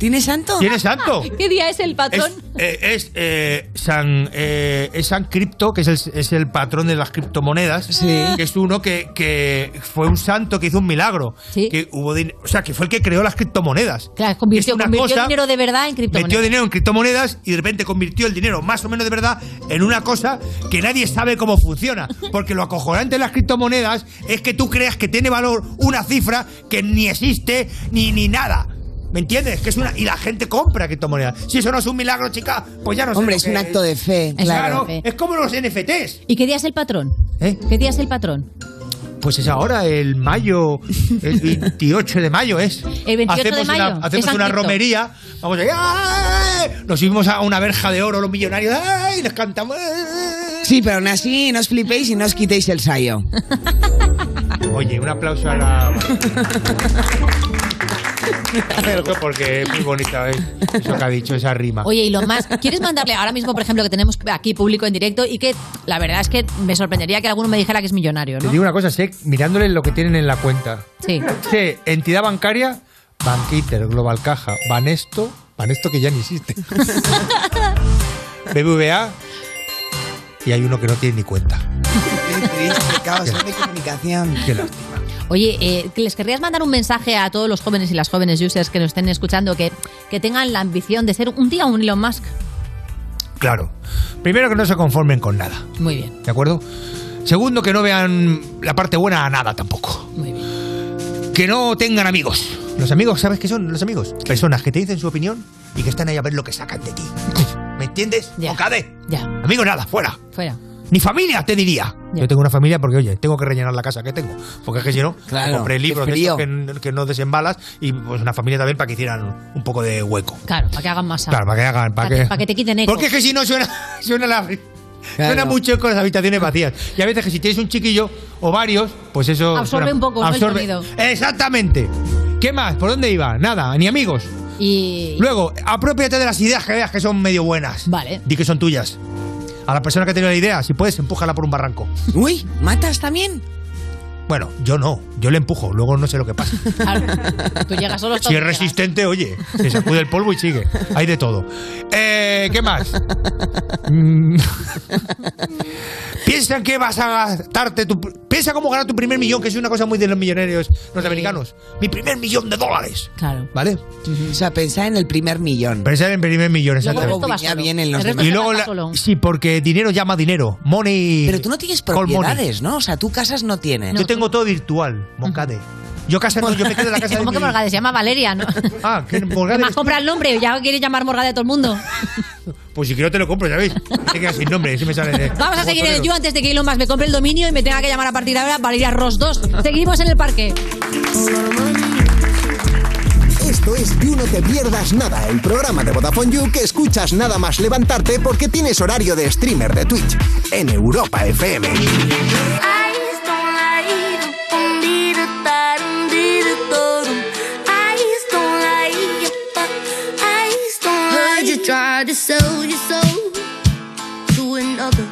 S15: ¿Tiene santo?
S6: Tiene santo.
S3: ¿Qué día es el patrón?
S6: Es, eh, es, eh, San, eh, es San Cripto, que es el, es el patrón de las criptomonedas. Que es uno que, que fue un santo que hizo un milagro. Que hubo din- o sea, que fue el que creó las criptomonedas.
S3: Claro, convirtió,
S6: es una
S3: convirtió
S6: cosa-
S3: dinero de verdad en
S6: Metió
S3: criptomonedas.
S6: dinero en criptomonedas y de repente convirtió el dinero más o menos de verdad en una cosa que nadie sabe cómo funciona. Porque lo acojonante de las criptomonedas es que tú creas que tiene valor una cifra que ni existe ni, ni nada. ¿Me entiendes? Que es una y la gente compra criptomonedas. Si eso no es un milagro, chica, pues ya no sé
S15: Hombre,
S6: lo
S15: es
S6: que
S15: un acto de fe,
S6: Es
S15: claro.
S6: Es como los NFTs.
S3: ¿Y qué día es el patrón?
S6: ¿Eh?
S3: ¿Qué día es el patrón?
S6: Pues es ahora el mayo, el 28 de mayo es.
S3: El 28 de
S6: Hacemos una-
S3: mayo,
S6: hacemos
S3: es San
S6: una
S3: Cripto.
S6: romería, vamos
S3: Ah.
S6: allá, ¡ay! nos subimos a una verja de oro los millonarios, ¡ay! y les cantamos.
S15: Sí, pero aún así no os flipéis y no os quitéis el sayo.
S6: Oye, un aplauso a la... Creo que porque es muy bonita ¿eh? eso que ha dicho, esa rima.
S3: Oye, y lo más, ¿quieres mandarle ahora mismo, por ejemplo, que tenemos aquí público en directo y que la verdad es que me sorprendería que alguno me dijera que es millonario,
S6: Te
S3: ¿no?
S6: digo una cosa, sé, mirándole lo que tienen en la cuenta.
S3: Sí.
S6: Sé, entidad bancaria, Banquiter, Global Caja, Banesto, Banesto que ya ni existe. BBVA y hay uno que no tiene ni cuenta.
S15: Qué triste, caos, de comunicación.
S6: Qué lástima.
S3: Oye, eh, que les querrías mandar un mensaje a todos los jóvenes y las jóvenes users que nos estén escuchando que, que tengan la ambición de ser un día un Elon Musk.
S6: Claro. Primero que no se conformen con nada,
S3: Muy bien.
S6: ¿de acuerdo? Segundo que no vean la parte buena a nada tampoco. Que no tengan amigos. Los amigos, ¿sabes qué son los amigos? Personas que te dicen su opinión y que están ahí a ver lo que sacan de ti. ¿Me entiendes? Ocade.
S3: Ya.
S6: Amigos, nada, fuera.
S3: Fuera.
S6: Ni familia, te diría. Yo tengo una familia porque, oye, tengo que rellenar la casa que tengo. Porque es que si no,
S15: Claro,
S6: compré
S15: qué
S6: libros de
S15: frío.
S6: estos que, que no desembalas y pues una familia también para que hicieran un poco de hueco.
S3: Claro, para que hagan masa.
S6: Claro, para que hagan. Para que,
S3: para que te quiten eco.
S6: Porque es que si no suena, suena la. Suena
S15: Claro.
S6: mucho con las habitaciones vacías. Y a veces que si tienes un chiquillo o varios, pues eso.
S3: Absorbe un poco, ¿no? el sonido.
S6: Exactamente. ¿Qué más? ¿Por dónde iba? Nada, ni amigos.
S3: Y.
S6: Luego, apropiate de las ideas que veas que son medio buenas.
S3: Vale.
S6: Di que son tuyas. A la persona que tiene la idea, si puedes, empújala por un barranco.
S15: Uy, ¿matas también?
S6: Bueno, yo no. Yo le empujo. Luego no sé lo que pasa.
S3: Tú llegas solo
S6: Si es resistente, oye, se sacude el polvo y sigue. Hay de todo. Eh, ¿Qué más? Mm. Piensa en que vas a gastarte tu... Piensa cómo ganar tu primer millón, que es una cosa muy de los millonarios norteamericanos. Mi primer millón de dólares.
S3: Claro.
S6: ¿Vale?
S15: O sea, pensar en el primer millón.
S6: Pensar en primer millón,
S15: Luego
S6: exactamente.
S15: esto va solo. Bien en los
S6: y
S15: demás.
S6: luego la- sí, porque dinero llama dinero. Money.
S15: Pero tú no tienes
S6: call money.
S15: propiedades, ¿no? O sea, tú casas no tienes.
S6: Yo tengo todo virtual, Moncade. Yo casa no, Pues yo me quedo en la casa de
S3: ¿Cómo que
S6: mi-
S3: Morgade? Se llama Valeria, ¿no?
S6: Ah, que Morgade.
S3: Además, compra el nombre, ya quiere llamar Morgade a todo el mundo.
S6: Pues si quiero te lo compro, ¿sabéis? Te quedas sin nombre, si me sale de-
S3: Vamos a seguir en el
S6: botonero.
S3: You antes de que Elon Musk me compre el dominio y me tenga que llamar a partir de ahora Valeria Ross 2. Seguimos en el parque.
S20: Esto es
S1: es You No Te Pierdas Nada, el programa de Vodafone You que escuchas nada más levantarte porque tienes horario de streamer de Twitch en Europa FM.
S25: Heard you tried to sell your soul to another.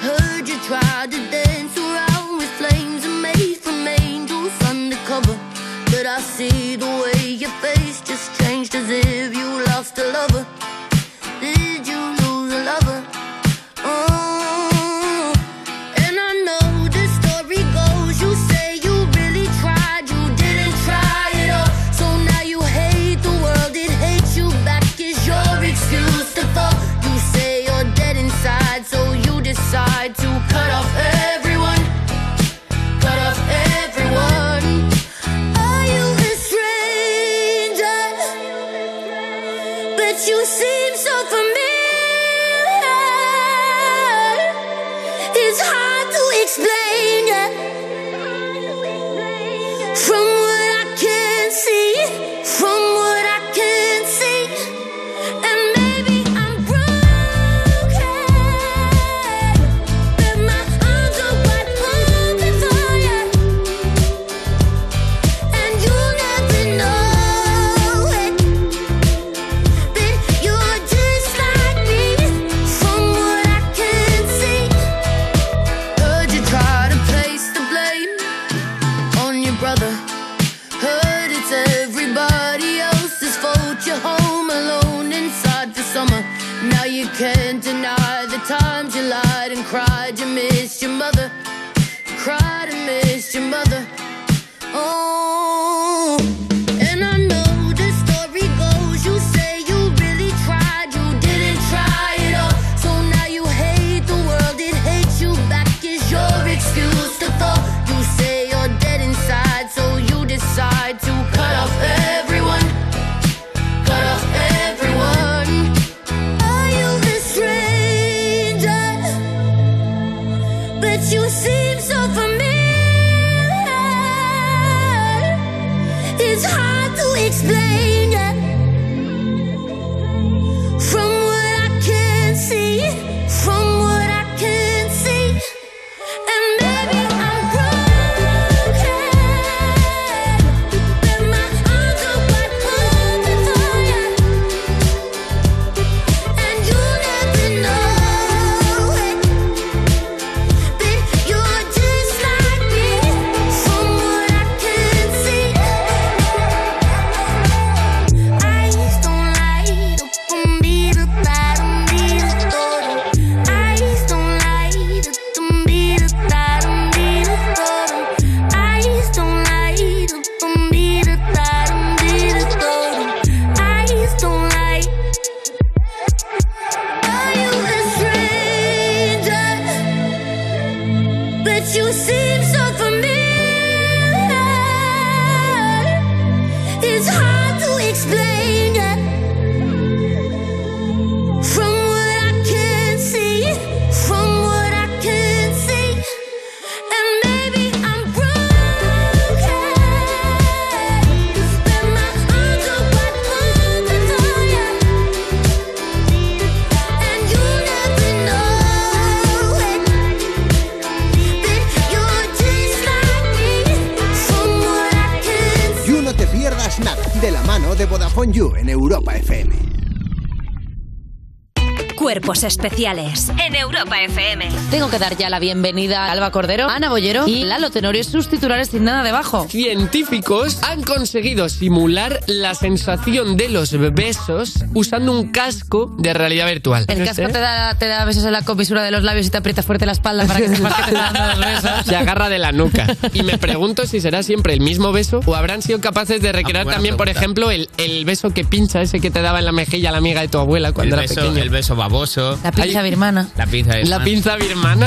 S25: Heard you tried to dance around with flames and made from angels undercover. But I see the way your face just changed as if you lost a lover. Did you lose a lover? Oh, and I know the story goes. You say you really tried, you didn't try at all. So now you hate the world, it hates you back. Is your excuse to fall? You say you're dead inside, so you decide to cut off everyone. Cut off everyone. Are you a stranger? But you seem so familiar. It's hard to explain it. From what I can see, from what I can see, and maybe I'm broken, but my arms are wide open for you, and you'll never know it. But you're just like me, from what I can see. Heard you try to place the blame on your brother. Heard it's everybody else's fault. You're home alone inside the summer. Now you can't deny the times you lied and cried. You missed your mother. Cried and missed your mother. Oh. And I know the story goes. You say you really tried. You didn't try at all. So now you hate the world. It hates you back. Is your excuse to fall? You say you're dead inside. So you decide to cut off everyone. Cut off everyone. Are you a stranger? But you seem so familiar. It's hard to explain it. From what I can see, from what I can see, and maybe I'm broken, but my arms are wide open for you, and you'll never know it. But you're just like me, from what I can see. Eyes don't light up on me, the light on me, the door. Eyes don't light up on me, the light on me, the door. Eyes don't light up on me, the light on me, the door. Eyes don't light. Are you a stranger? But you seem so familiar. It's hard to explain it. From what I can see, from what I can see, and maybe I'm broken, but my arms are wide open for you, and you'll never know it. But you're just like me, from what I can see.
S1: You No Te Pierdas Nada, de la mano de Vodafone You en Europa FM.
S20: Cuerpos especiales en Europa FM.
S43: Tengo que dar ya la bienvenida a Alba Cordero, Ana Bollero y Lalo Tenorio, sus titulares sin nada debajo.
S17: Científicos han conseguido simular la sensación de los besos usando un casco de realidad virtual. Este
S3: El casco te da, te da besos en la comisura de los labios y te aprieta fuerte la espalda para que sepas que te está dando los besos.
S17: Se agarra de la nuca. Y me pregunto si será siempre el mismo beso o habrán sido capaces de
S18: Ah,
S17: recrear
S18: buena
S17: también, por
S18: pregunta.
S17: ejemplo, el, el beso que pincha, ese que te daba en la mejilla la amiga de tu abuela
S18: El
S17: cuando era
S18: beso,
S17: pequeño.
S18: el beso baboso.
S3: La pinza birmana.
S18: La pinza de
S17: La pinza birmana.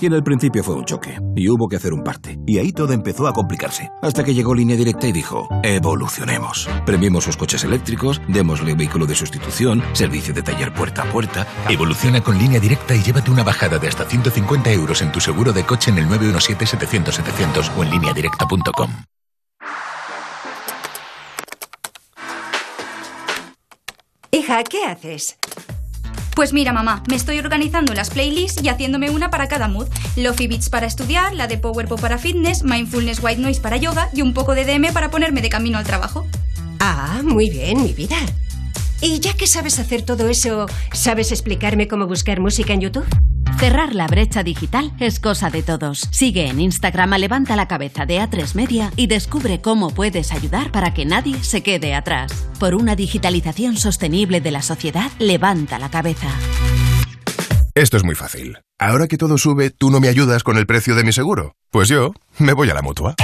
S22: Y en el principio fue un choque, y hubo que hacer un parte. Y ahí todo empezó a complicarse. Hasta que llegó Línea Directa y dijo, evolucionemos. Premiemos sus coches eléctricos, démosle vehículo de sustitución, servicio de taller puerta a puerta.
S44: Evoluciona con línea directa y llévate una bajada de hasta 150 euros en tu seguro de coche en el 917-700-700 o en lineadirecta.com.
S45: Hija, ¿qué haces? Pues mira, mamá, me estoy organizando las playlists y haciéndome una para cada mood. Lofi Beats para estudiar, la de Power Pop para fitness, Mindfulness White Noise para yoga y un poco de DM para ponerme de camino al trabajo.
S46: Ah, muy bien, mi vida. Y ya que sabes hacer todo eso, ¿sabes explicarme cómo buscar música en YouTube?
S47: Cerrar la brecha digital es cosa de todos. Sigue en Instagram a Levanta la Cabeza de A3 Media y descubre cómo puedes ayudar para que nadie se quede atrás. Por una digitalización sostenible de la sociedad, levanta la cabeza.
S48: Esto es muy fácil. Ahora que todo sube, ¿tú no me ayudas con el precio de mi seguro? Pues yo me voy a la mutua.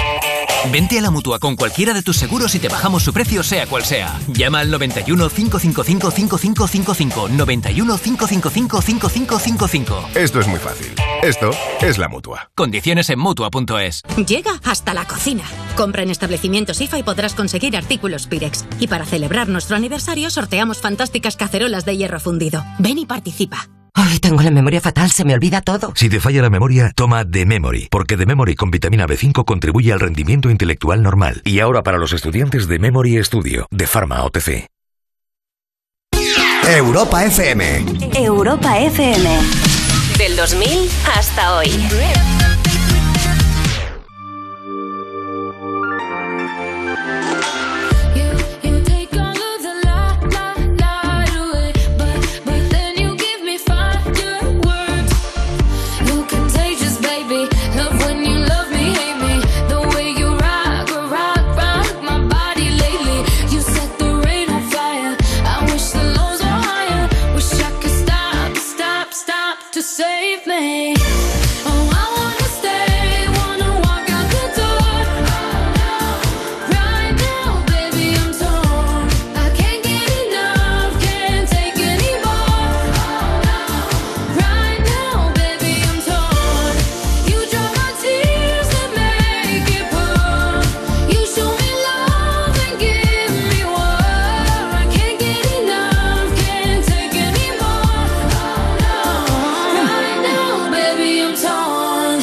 S34: Vente a la mutua con cualquiera de tus seguros y te bajamos su precio, sea cual sea. Llama al 91 555 5555. 91 555 5555.
S48: Esto es muy fácil. Esto es la mutua.
S34: Condiciones en mutua.es.
S49: Llega hasta la cocina. Compra en establecimientos IFA y podrás conseguir artículos Pirex. Y para celebrar nuestro aniversario sorteamos fantásticas cacerolas de hierro fundido. Ven y participa.
S20: Ay, tengo la memoria fatal, se me olvida todo.
S50: Si te falla la memoria, toma The Memory, porque The Memory con vitamina B5 contribuye al rendimiento intelectual normal. Y ahora para los estudiantes de Memory Studio, de Pharma OTC.
S15: Europa FM.
S27: Europa FM. Del 2000 hasta hoy.
S25: You take all of the la la la away, but but then you give me fire words. You contagious, baby. Love when you love me, hate me. The way you rock, rock, rock my body lately. You set the rain on fire. I wish the lows were higher. Wish I could stop, stop, stop to save me. Oh, I wanna stay, wanna walk out the door. Right now, baby, I'm torn. I can't get enough, can't take anymore. Right now, baby, I'm torn. You dry my tears and make it pour. You show me love and give me war. I can't get enough, can't take anymore. Right now, baby, I'm torn.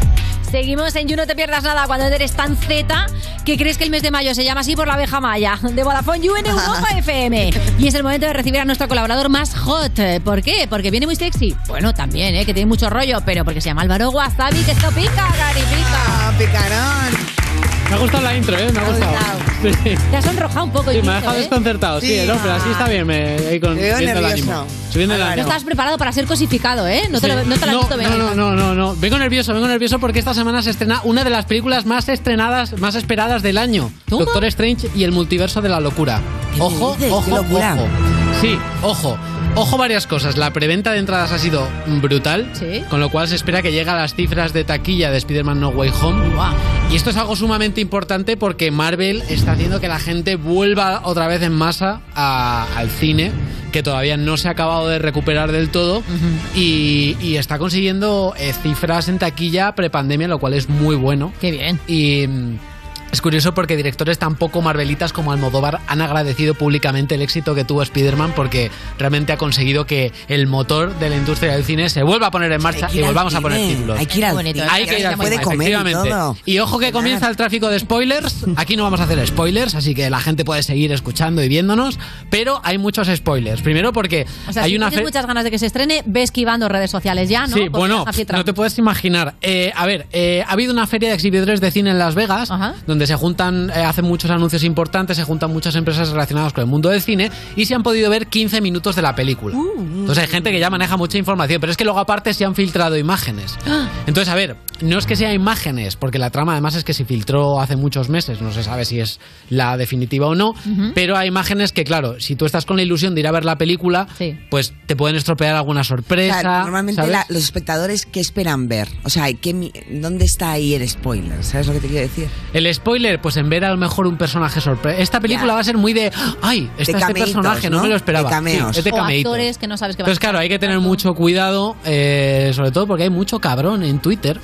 S3: Seguimos en You No Te Pierdas Nada cuando eres tan Z que crees que el mes de mayo se llama así por la abeja maya de Vodafone You en Europa FM. Y es el momento de recibir a nuestro colaborador más hot. ¿Por qué? Porque viene muy sexy. Bueno, también, ¿eh? que tiene mucho rollo, pero porque se llama Álvaro Wasabi, que esto pica, cari, pica. picarón.
S18: Me ha gustado la intro, ¿eh? Me ha gustado. Sí.
S3: Te has sonrojado un poco,
S18: Sí, me
S3: Iñigo,
S18: ha dejado
S3: ¿eh?
S18: desconcertado, sí,
S3: Sí,
S18: no, pero así está bien, me, ahí con,
S3: Te veo
S18: subiendo el
S3: nervioso.
S18: ánimo. Subiendo el
S3: No
S18: ánimo.
S3: estabas preparado para ser cosificado, ¿eh? No te lo, no te lo has
S18: no,
S3: visto venir.
S18: no, no, no, no. Vengo nervioso, vengo nervioso porque esta semana se estrena una de las películas más estrenadas, más esperadas del año. Doctor Strange y el multiverso de la locura. Ojo,
S17: dices?
S18: ojo,
S17: ¡Qué locura!
S18: ojo. Sí, ojo. Ojo varias cosas. La preventa de entradas ha sido brutal, con lo cual se espera que llegue a las cifras de taquilla de Spider-Man No Way Home. Y esto es algo sumamente importante porque Marvel está haciendo que la gente vuelva otra vez en masa a- al cine, que todavía no se ha acabado de recuperar del todo, y, y está consiguiendo eh, cifras en taquilla prepandemia, lo cual es muy bueno.
S3: Qué bien.
S18: Y mm, es curioso porque directores tan poco marvelitas como Almodóvar han agradecido públicamente el éxito que tuvo Spider-Man porque realmente ha conseguido que el motor de la industria del cine se vuelva a poner en marcha
S17: Hay que
S18: y
S17: ir al
S18: volvamos a poner
S17: cine,
S18: títulos.
S17: hay que ir al
S18: Bonito,
S17: cine,
S18: Hay
S17: que
S18: que ir al
S17: puede
S18: cine,
S17: comer y
S18: efectivamente.
S17: todo.
S18: Y ojo que
S17: Cenar.
S18: comienza el tráfico de spoilers. Aquí no vamos a hacer spoilers, así que la gente puede seguir escuchando y viéndonos, pero hay muchos spoilers. Primero porque
S3: O sea,
S18: hay
S3: si
S18: una
S3: tienes
S18: fe-
S3: muchas ganas de que se estrene, ve esquivando redes sociales ya, Ah, ¿no?
S18: Sí,
S3: Porque
S18: bueno,
S3: estás así tra-
S18: no te puedes imaginar. Eh, a ver, eh, ha habido una feria de exhibidores de cine en Las Vegas donde donde se juntan, eh, hacen muchos anuncios importantes, se juntan muchas empresas relacionadas con el mundo del cine y se han podido ver 15 minutos de la película.
S3: Uh.
S18: Entonces hay gente que ya maneja mucha información, pero es que luego aparte se han filtrado imágenes.
S3: Ah.
S18: Entonces, a ver, no es que sea imágenes, porque la trama además es que se filtró hace muchos meses, no se sabe si es la definitiva o no, pero hay imágenes que, claro, si tú estás con la ilusión de ir a ver la película, pues te pueden estropear alguna sorpresa.
S2: Claro, normalmente
S18: ¿sabes?
S2: la- los espectadores, ¿qué esperan ver? O sea, ¿qué mi- ¿dónde está ahí el spoiler? ¿Sabes lo que te quiero decir?
S18: El spoiler, pues en ver a lo mejor un personaje sorpresa. Esta película va a ser muy de. ¡Ay! Está este
S2: cameitos,
S18: personaje, no,
S2: ¿no?
S18: me lo esperaba.
S2: De cameos.
S18: Sí, es de
S3: o
S18: cameitos.
S3: actores que no sabes qué va a
S18: Entonces, claro, hay que tener mucho cuidado, eh, sobre todo porque hay mucho cabrón en Twitter.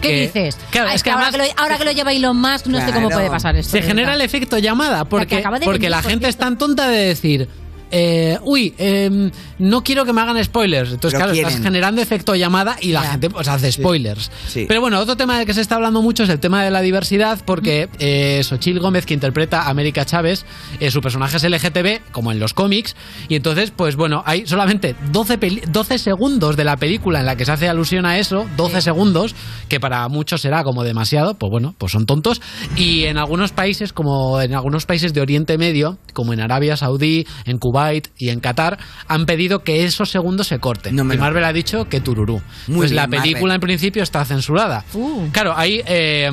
S3: ¿Qué
S18: que-
S3: dices?
S18: Claro,
S3: Ah,
S18: es que
S3: ahora,
S18: además-
S3: que lo, ahora que lo lleva Elon Musk, no sé cómo
S18: Claro.
S3: puede pasar esto.
S18: Se genera el efecto llamada porque,
S3: acaba de
S18: porque
S3: venir,
S18: la
S3: por
S18: gente es tan tonta de decir. eh, uy, eh, no quiero que me hagan spoilers. Entonces,
S4: Pero
S18: claro, estás
S4: quieren.
S18: generando efecto llamada y la
S4: Ya.
S18: gente pues hace
S4: Sí.
S18: spoilers.
S4: Sí.
S18: Pero bueno, otro tema del que se está hablando mucho es el tema de la diversidad, porque eh, Xochitl Gómez, que interpreta a América Chávez, eh, su personaje es LGTB, como en los cómics, y entonces, pues bueno, hay solamente 12, peli- 12 segundos de la película en la que se hace alusión a eso, 12 segundos, que para muchos será como demasiado, pues bueno, pues son tontos, y en algunos países, como en algunos países de Oriente Medio, como en Arabia Saudí, en Kuwait y en Qatar, han pedido que esos segundos se corten. y Marvel ha dicho que tururú.
S4: Muy
S18: pues la
S4: bien,
S18: película
S4: Marvel.
S18: en principio está censurada.
S2: Uh.
S18: Claro, hay... eh,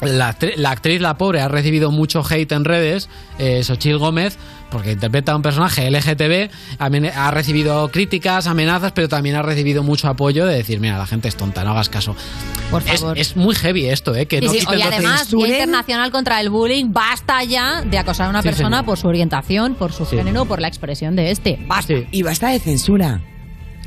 S18: la, actri- la actriz, la pobre, ha recibido mucho hate en redes, eh, Xochitl Gómez, porque interpreta a un personaje LGTB, amen- ha recibido críticas, amenazas, pero también ha recibido mucho apoyo de decir, mira, la gente es tonta, no hagas caso. Es- Es, muy heavy esto, ¿eh? Que
S3: Sí,
S18: no
S3: sí,
S18: quiten
S3: y
S18: lo
S3: además, Día
S18: censuren.
S3: Internacional contra el Bullying, basta ya de acosar a una
S18: Sí,
S3: persona
S18: señor.
S3: por su orientación, por su
S18: Sí.
S3: género, por la expresión de este.
S18: Basta.
S2: Y basta de censura.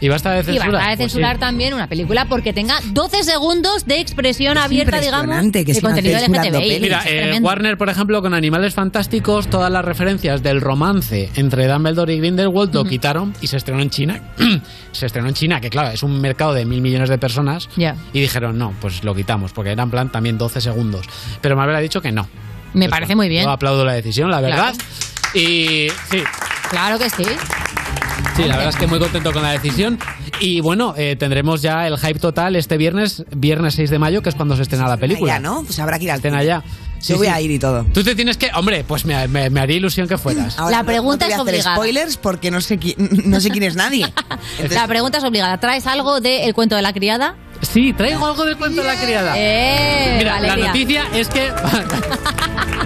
S18: Y basta de
S3: Y
S18: censura.
S3: basta de
S18: Pues sí.
S3: censurar también una película porque tenga 12 segundos de expresión abierta, digamos,
S2: impresionante que
S3: de
S2: sigan
S3: contenido
S2: censurando
S3: LGTBI.
S18: Mira,
S3: Es
S18: eh,
S3: tremendo.
S18: Warner, por ejemplo, con Animales Fantásticos, todas las referencias del romance entre Dumbledore y Grindelwald lo quitaron y se estrenó en China. se estrenó en China, que claro, es un mercado de mil millones de personas.
S3: Ya.
S18: Y dijeron, no, pues lo quitamos, porque era en plan también 12 segundos. Pero Marvel ha dicho que no.
S3: Me
S18: Pues,
S3: parece
S18: bueno,
S3: muy bien.
S18: Yo aplaudo la decisión, la verdad. Y sí,
S3: Claro que sí.
S18: sí, la verdad es que muy contento con la decisión. Y bueno, eh, tendremos ya el hype total este viernes, viernes 6 de mayo, que es cuando se estrena la película.
S2: Ya, ¿no? Pues habrá que ir al
S18: Estén allá.
S2: Yo voy a ir y todo.
S18: Tú te tienes que. Hombre, pues me, me- me haría ilusión que fueras.
S2: Ahora,
S3: La
S2: no- no te
S3: pregunta es
S2: voy a hacer
S3: obligada.
S2: spoilers porque no sé, qui- no sé quién es nadie.
S3: La pregunta es obligada. ¿Traes algo del cuento de la criada?
S18: Sí, traigo algo del cuento de la criada.
S3: Eh,
S18: Mira, la
S3: Valeria.
S18: noticia es que.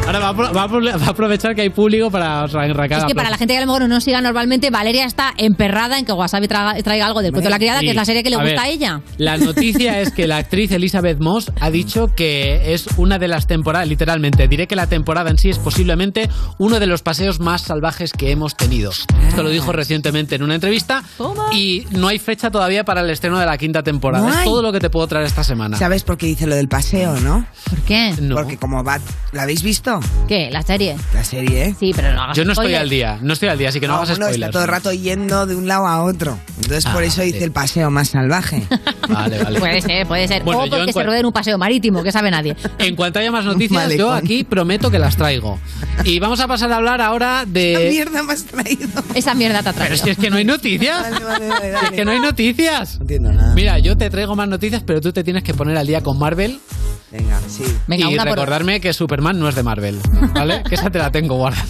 S18: Ahora va, a apro- va a apro- va a aprovechar que hay público para enracar.
S3: Es que para la gente que a lo mejor no siga normalmente, Valeria está emperrada en que Wasabi traga- traiga algo del cuento de Pues la criada, que es la serie que le gusta a ella.
S18: La noticia es que la actriz Elizabeth Moss ha dicho que es una de las temporadas, literalmente, diré que la temporada en sí es posiblemente uno de los paseos más salvajes que hemos tenido. Esto lo
S3: Ah.
S18: dijo recientemente en una entrevista y no hay fecha todavía para el estreno de la quinta temporada.
S2: No
S18: es
S2: hay.
S18: todo lo que te puedo traer esta semana.
S2: ¿Sabes por qué dice lo del paseo, no?
S3: ¿Por qué?
S2: Porque como va... ¿La habéis visto?
S3: ¿Qué? ¿La serie?
S2: La serie,
S3: Sí, pero no hagas
S18: Yo no estoy
S2: spoilers.
S18: al día, no estoy al día, así que no, hagas
S2: bueno,
S18: spoilers.
S2: está todo el rato yendo de un lado a otro. Entonces por
S18: Ah,
S2: eso dice
S18: sí.
S2: el paseo más salvaje.
S18: Vale, vale.
S3: Puede ser, puede ser.
S18: Bueno,
S3: o
S18: yo
S3: porque
S18: en
S3: se
S18: cual-
S3: rodea en un paseo marítimo, que sabe nadie.
S18: En cuanto haya más noticias,
S3: Vale,
S18: yo
S3: con-
S18: aquí prometo que las traigo. Y vamos a pasar a hablar ahora de...
S2: mierda más traído.
S3: Eh, Esa mierda te ha traído.
S18: Pero si es que no hay noticias. Es que no hay noticias.
S2: entiendo nada.
S18: Mira, yo te traigo más noticias, pero tú te tienes que poner al día con Marvel
S2: Venga, sí.
S18: y recordarme que Superman no es de Marvel, ¿vale? que esa te la tengo guardada.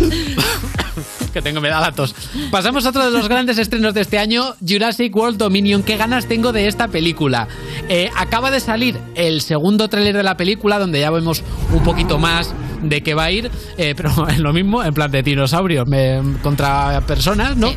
S18: que tengo me da la tos. Pasamos a otro de los grandes estrenos de este año, Jurassic World Dominion. Qué ganas tengo de esta película. Eh, acaba de salir el segundo tráiler de la película, donde ya vemos un poquito más de qué va a ir, eh, pero es lo mismo, en plan de dinosaurios me- contra personas, ¿no?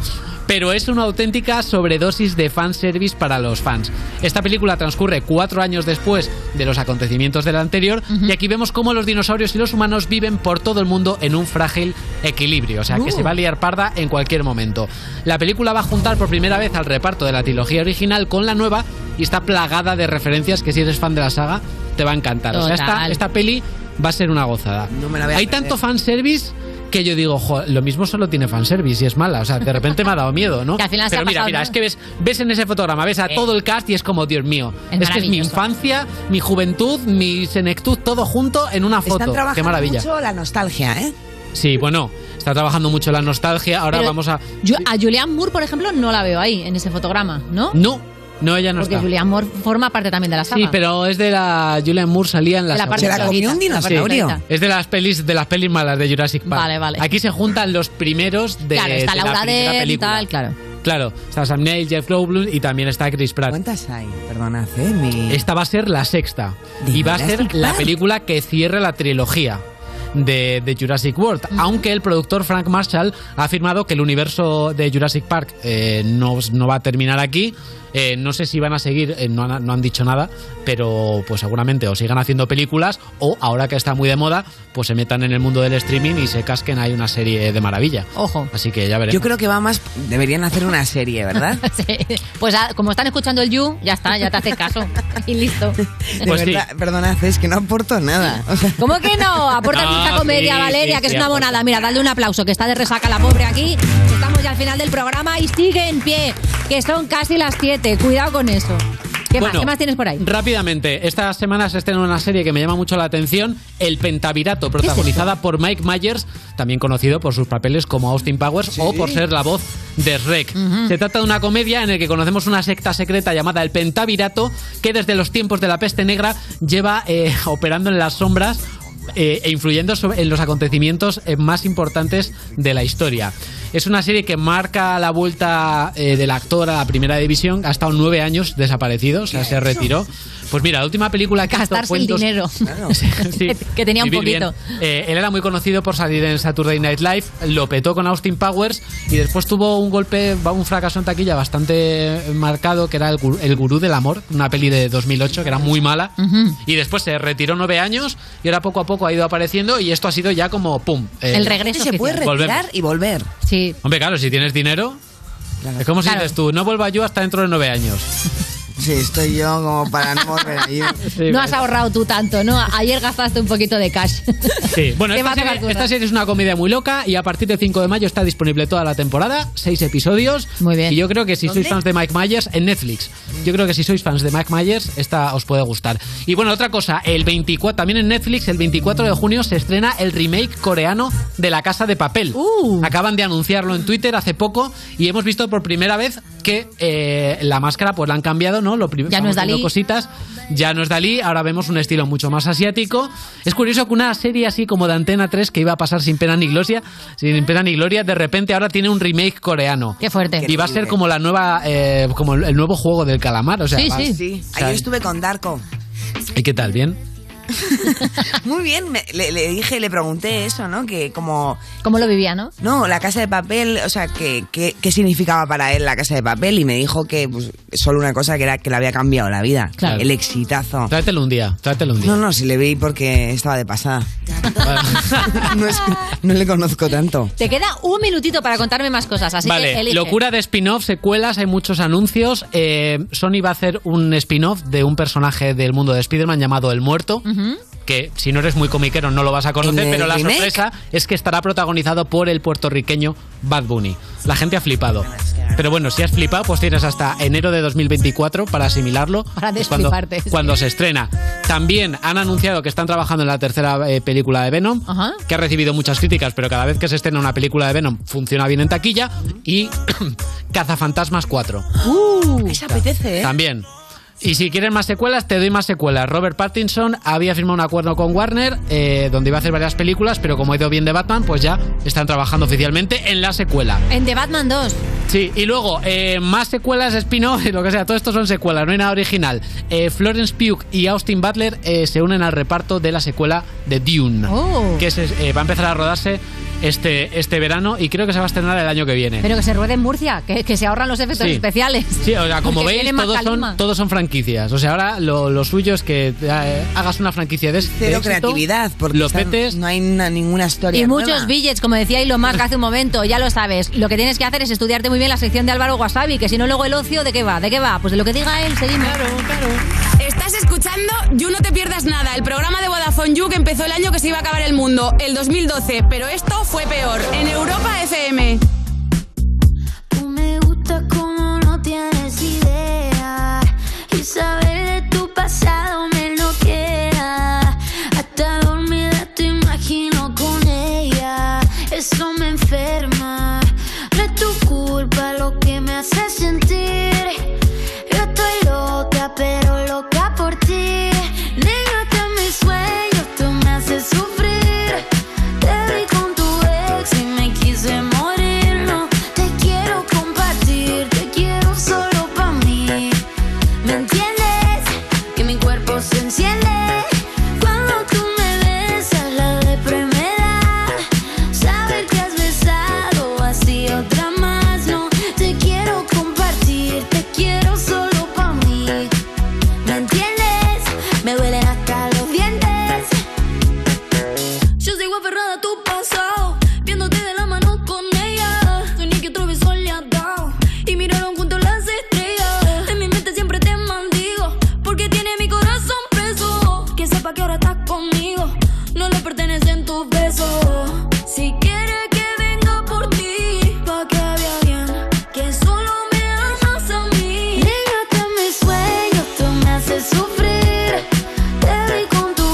S18: Pero es una auténtica sobredosis de fanservice para los fans. Esta película transcurre cuatro años después de los acontecimientos del anterior y aquí vemos cómo los dinosaurios y los humanos viven por todo el mundo en un frágil equilibrio. O sea, que
S4: Uh.
S18: se va a liar parda en cualquier momento. La película va a juntar por primera vez al reparto de la trilogía original con la nueva y está plagada de referencias que si eres fan de la saga te va a encantar. O sea, esta,
S4: Total.
S18: esta peli va a ser una gozada.
S4: me la voy a
S18: Hay
S4: perder.
S18: tanto fanservice que yo digo, "Jo, lo mismo solo tiene fanservice y es mala. O sea, de repente me ha dado miedo, ¿no?
S4: Que al final se
S18: Pero
S4: ha
S18: mira,
S4: pasado,
S18: mira,
S4: ¿no?
S18: es que ves, ves en ese fotograma, ves a
S4: Eh.
S18: todo el cast y es como, Dios mío,
S4: Es
S18: es que es mi
S4: maravilloso.
S18: infancia, mi juventud, mi senectud, todo junto en una
S2: Están
S18: foto.
S2: trabajando
S18: Qué maravilla.
S2: mucho la nostalgia, ¿eh?
S18: Sí, bueno, está trabajando mucho la nostalgia. Ahora
S3: Pero
S18: vamos a.
S3: Yo a Julianne Moore, por ejemplo, no la veo ahí, en ese fotograma, ¿no?
S18: No, No, ella no
S3: Porque
S18: está.
S3: Julian Moore forma parte también de la saga.
S18: Sí, pero es de la Julian Moore salía en la,
S3: De la parte
S18: segunda.
S3: Se la comió un dinosaurio.
S18: Sí, Es de las pelis de las pelis malas de Jurassic Park.
S3: Vale, vale.
S18: Aquí se juntan los primeros de,
S3: claro, está
S18: de
S3: Laura
S18: la primera
S3: Dern y
S18: película.
S3: tal, claro.
S18: Claro, está Sam Neill, Jeff Goldblum y también está Chris Pratt.
S2: ¿Cuántas hay? Perdona,
S3: ¿eh?
S2: Femi.
S18: Esta va a ser la sexta.
S2: ¿De
S18: Y va a
S2: Jurassic
S18: ser la
S2: Park?
S18: película que cierra la trilogía. De, de Jurassic World, aunque el productor Frank Marshall ha afirmado que el universo de Jurassic Park eh, no, no va a terminar aquí. Eh, no sé si van a seguir, eh, no, han, no han dicho nada, pero pues seguramente o sigan haciendo películas o ahora que está muy de moda, pues se metan en el mundo del streaming y se casquen ahí una serie de maravilla.
S3: Ojo.
S18: Así que ya veremos.
S2: Yo creo que va más. Deberían hacer una serie, ¿verdad?
S3: Sí. Pues ah, como están escuchando el You, ya está, ya te hace caso. Y listo.
S2: De
S18: pues
S2: verdad, Perdona, es que no aporto nada. O sea,
S3: ¿Cómo que no? Aportas
S2: No,
S3: mucha comedia,
S2: sí,
S3: Valeria,
S2: sí,
S3: que
S2: sí,
S3: es una
S2: aporta.
S3: monada. Mira, dale un aplauso, que está de resaca la pobre aquí. Estamos ya al final del programa y sigue en pie, que son casi las 7. Cuidado con eso. ¿Qué,
S18: Bueno,
S3: más? ¿Qué más tienes por ahí?
S18: Rápidamente, esta semana se estrena una serie que me llama mucho la atención, El Pentavirato, protagonizada por Mike Myers, también conocido por sus papeles como Austin Powers o por ser la voz de Shrek. Se trata de una comedia en la que conocemos una secta secreta llamada El Pentavirato, que desde los tiempos de la peste negra lleva eh, operando en las sombras eh, e influyendo sobre- en los acontecimientos eh, más importantes de la historia. Es una serie que marca la vuelta eh, del actor a la primera división. Ha estado nueve años desaparecido, o sea, se retiró. Pues mira, la última película que hizo
S3: Gastarse
S18: fue
S3: el
S18: en dos-
S3: dinero.
S18: Sí.
S3: Que- que tenía un
S18: Vivir
S3: poquito.
S18: bien. Eh, él era muy conocido por salir en Saturday Night Live, lo petó con Austin Powers y después tuvo un golpe, un fracaso en taquilla bastante marcado, que era el, gur- el Gurú del Amor, una peli de 2008 que era muy mala. Y después se retiró nueve años y ahora poco a poco ha ido apareciendo y esto ha sido ya como pum. eh,
S2: El regreso Se que puede hicieron. retirar
S18: Volvemos.
S2: y volver.
S3: Sí.
S18: Hombre, claro, si tienes dinero. Es como si dices tú, no vuelva yo hasta dentro de nueve años.
S2: Sí, estoy yo como para no volver ahí.
S3: No has ahorrado tú tanto, ¿no? Ayer gastaste un poquito de cash.
S18: Sí, bueno,
S3: Te va
S18: esta
S3: a tocar
S18: serie,
S3: currar.
S18: esta serie es una comedia muy loca y a partir del 5 de mayo está disponible toda la temporada, seis episodios. Muy bien. Y yo creo que si sois
S3: ¿Dónde?
S18: fans de Mike Myers, en Netflix. Yo creo que si sois fans de Mike Myers, esta os puede gustar. Y bueno, otra cosa, el 24, también en Netflix, el 24 de junio se estrena el remake coreano de La Casa de Papel.
S3: Uh.
S18: Acaban de anunciarlo en Twitter hace poco y hemos visto por primera vez que eh, la máscara pues la han cambiado, ¿no? Lo
S3: Ya no es Dalí.
S18: cositas. Ya no es Dalí, ahora vemos un estilo mucho más asiático. Es curioso que una serie así como de Antena 3 que iba a pasar sin pena ni gloria, sin pena ni gloria, de repente ahora tiene un remake coreano.
S3: Qué fuerte.
S18: Y va a ser como la nueva, eh, como el nuevo juego del calamar, o sea. va- o sea,
S2: Ayer estuve con Darko.
S18: ¿Y qué tal? ¿Bien?
S2: Muy bien, me- le, le dije, le pregunté eso, ¿no? Que como...
S3: ¿Cómo lo vivía, no?
S2: No, la casa de papel, o sea, que, que- ¿qué significaba para él la casa de papel? Y me dijo que pues, solo una cosa que era que le había cambiado la vida.
S18: Claro.
S2: El exitazo.
S18: Trátelo un día, trátelo un día.
S2: No, no, si le vi porque estaba de pasada. no, es que no le conozco tanto.
S3: Te queda un minutito para contarme más cosas, así que
S18: vale,
S3: elige.
S18: locura de spin-off, secuelas, hay muchos anuncios. Eh, Sony va a hacer un spin-off de un personaje del mundo de Spider-Man llamado El Muerto. que si no eres muy comiquero no lo vas a conocer,
S4: ¿En el
S18: pero la
S4: remake?
S18: sorpresa es que estará protagonizado por el puertorriqueño Bad Bunny. La gente ha flipado. Pero bueno, si has flipado, pues tienes hasta enero de 2024 para asimilarlo.
S3: Para
S18: que es cuando,
S3: desfliparte, sí.
S18: cuando se estrena. También han anunciado que están trabajando en la tercera eh, película de Venom,
S3: Ajá.
S18: que ha recibido muchas críticas, pero cada vez que se estrena una película de Venom funciona bien en taquilla. Y Cazafantasmas 4.
S6: Uh.
S2: Esa apetece, ¿eh?
S18: También. Y si quieres más secuelas, te doy más secuelas. Robert Pattinson había firmado un acuerdo con Warner eh, donde iba a hacer varias películas, pero como ha ido bien de Batman, pues ya están trabajando oficialmente en la secuela.
S3: En The Batman 2.
S18: Sí, y luego, eh, más secuelas, spin-off, lo que sea, todo esto son secuelas, no hay nada original. Eh, Florence Pugh y Austin Butler eh, se unen al reparto de la secuela de Dune,
S3: Oh.
S18: que se, eh, va a empezar a rodarse este, este verano y creo que se va a estrenar el año que viene.
S3: Pero que se ruede en Murcia, que, que se ahorran los efectos
S18: Sí.
S3: especiales.
S18: Sí, o sea, como
S3: Porque
S18: veis,
S3: tiene más
S18: todos
S3: calima.
S18: son, todos son franquicias. O sea, ahora lo, lo suyo es que eh, hagas una franquicia de, de
S2: Cero
S18: éxito,
S2: creatividad, porque
S18: lo
S2: están-
S18: petes.
S2: no hay na- ninguna historia
S3: Y muchos
S2: nueva.
S3: billets, como decía Elon Musk hace un momento, ya lo sabes. Lo que tienes que hacer es estudiarte muy bien la sección de Álvaro Wasabi, que si no luego el ocio, ¿de qué va? ¿De qué va? Pues de lo que diga él, seguimos. Claro, claro.
S5: Estás escuchando You No Te Pierdas Nada, el programa de Vodafone You que empezó el año que se iba a acabar el mundo, el 2012, pero esto fue peor, en Europa FM.
S6: Tú me gustas como no tienes idea. Y saber de tu pasado me enloquea. Hasta dormida te imagino con ella. Eso me enferma. No es tu culpa lo que me hace sentir. Yo estoy
S40: culpa que ahora estás conmigo. No le pertenecen tus besos. Si quieres que venga por ti, pa' que había bien, que solo me amas a mí. Légate a mis sueños, tú me haces sufrir. Te vi con tu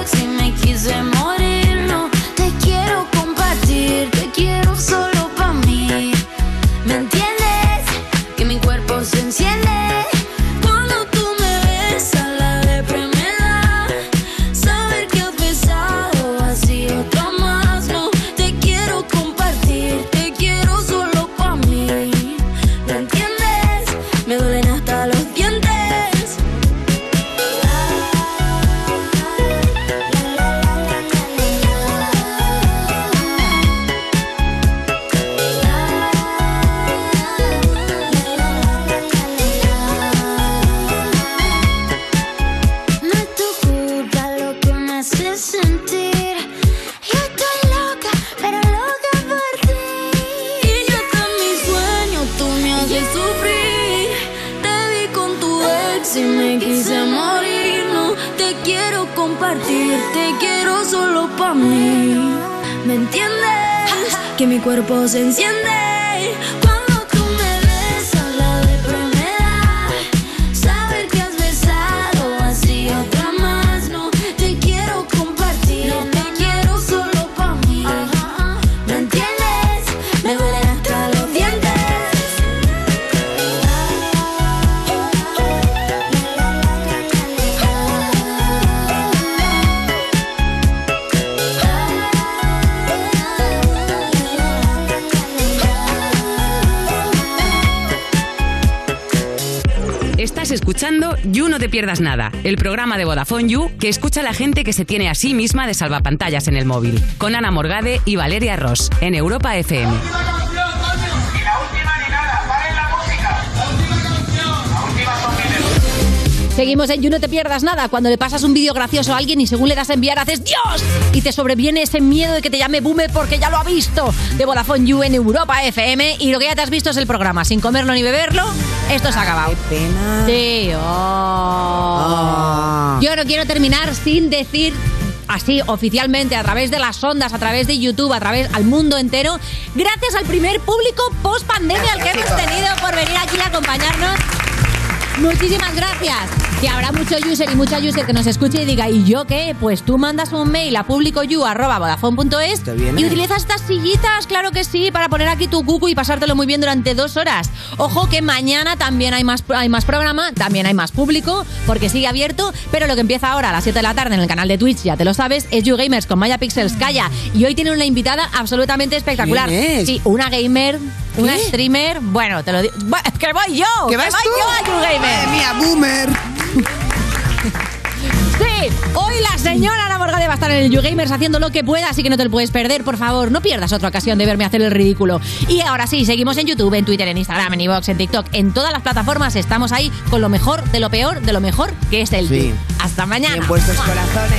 S40: ex y me quise morir. No te quiero compartir, te quiero solo pa' mí. ¿Me entiendes? Que mi cuerpo se enciende. Cuando tú me besas, la depresión me da. Saber que has besado así otra más. No te quiero compartir, te quiero solo pa' mí. ¿Me entiendes? Me duelen hasta los dientes. No es tu culpa lo que me hace sentir. Yo estoy loca, pero loca por ti. Y yo con mis sueños tú me haces sufrir. Te vi con tu ex y me quise morir. No te quiero compartir, te quiero solo pa' mí. ¿Me entiendes? Que mi cuerpo se enciende. Cuando tú me besas, la depresión me da. Saber que has besado así otra más No te quiero compartir No te quiero solo pa' mí ¿Me entiendes? Me duelen hasta los dientes
S5: Estás escuchando You No Te Pierdas Nada, el programa de Vodafone You que escucha a la gente que se tiene a sí misma de salvapantallas en el móvil. Con Ana Morgade y Valeria Ross, en Europa FM.
S3: Seguimos en You No Te Pierdas Nada. Cuando le pasas un vídeo gracioso a alguien y según le das a enviar, haces ¡Dios! Y te sobreviene ese miedo de que te llame boomer porque ya lo ha visto. De Vodafone You en Europa FM. Y lo que ya te has visto es el programa. Sin comerlo ni beberlo, esto se ha acabado. Qué pena. Sí, oh. Yo no quiero terminar sin decir así oficialmente a través de las ondas, a través de YouTube, a través al mundo entero, gracias al primer público post pandemia al que hemos tenido por venir aquí a acompañarnos. Muchísimas gracias. Que habrá mucho user y mucha user que nos escuche y diga, ¿y yo qué? Pues tú mandas un mail a publicoyu.vodafone.es
S2: viene.
S3: y utilizas estas sillitas, claro que sí, para poner aquí tu cucu y pasártelo muy bien durante dos horas. Ojo que mañana también hay más, hay más programa, también hay más público, porque sigue abierto, pero lo que empieza ahora a las 7 de la tarde en el canal de Twitch, ya te lo sabes, es YouGamers con Maya Pixels Calla. Y hoy tiene una invitada absolutamente espectacular.
S2: ¿Quién es?
S3: Sí, una gamer, una streamer, bueno, te lo digo. ¡Que voy yo!
S2: ¿Que
S3: ¡Que
S2: vas
S3: voy
S2: tú?
S3: yo a YouGamer!
S2: Madre mía,
S3: boomer! Sí, hoy la señora Ana Morgade va a estar en el YouGamers haciendo lo que pueda, así que no te lo puedes perder, por favor. No pierdas otra ocasión de verme hacer el ridículo. Y ahora sí, seguimos en YouTube, en Twitter, en Instagram, en iVoox, en TikTok, en todas las plataformas estamos ahí con lo mejor, de lo peor, de lo mejor, que es el
S2: Sí.
S3: You. Hasta mañana.
S2: Bien puestos corazones.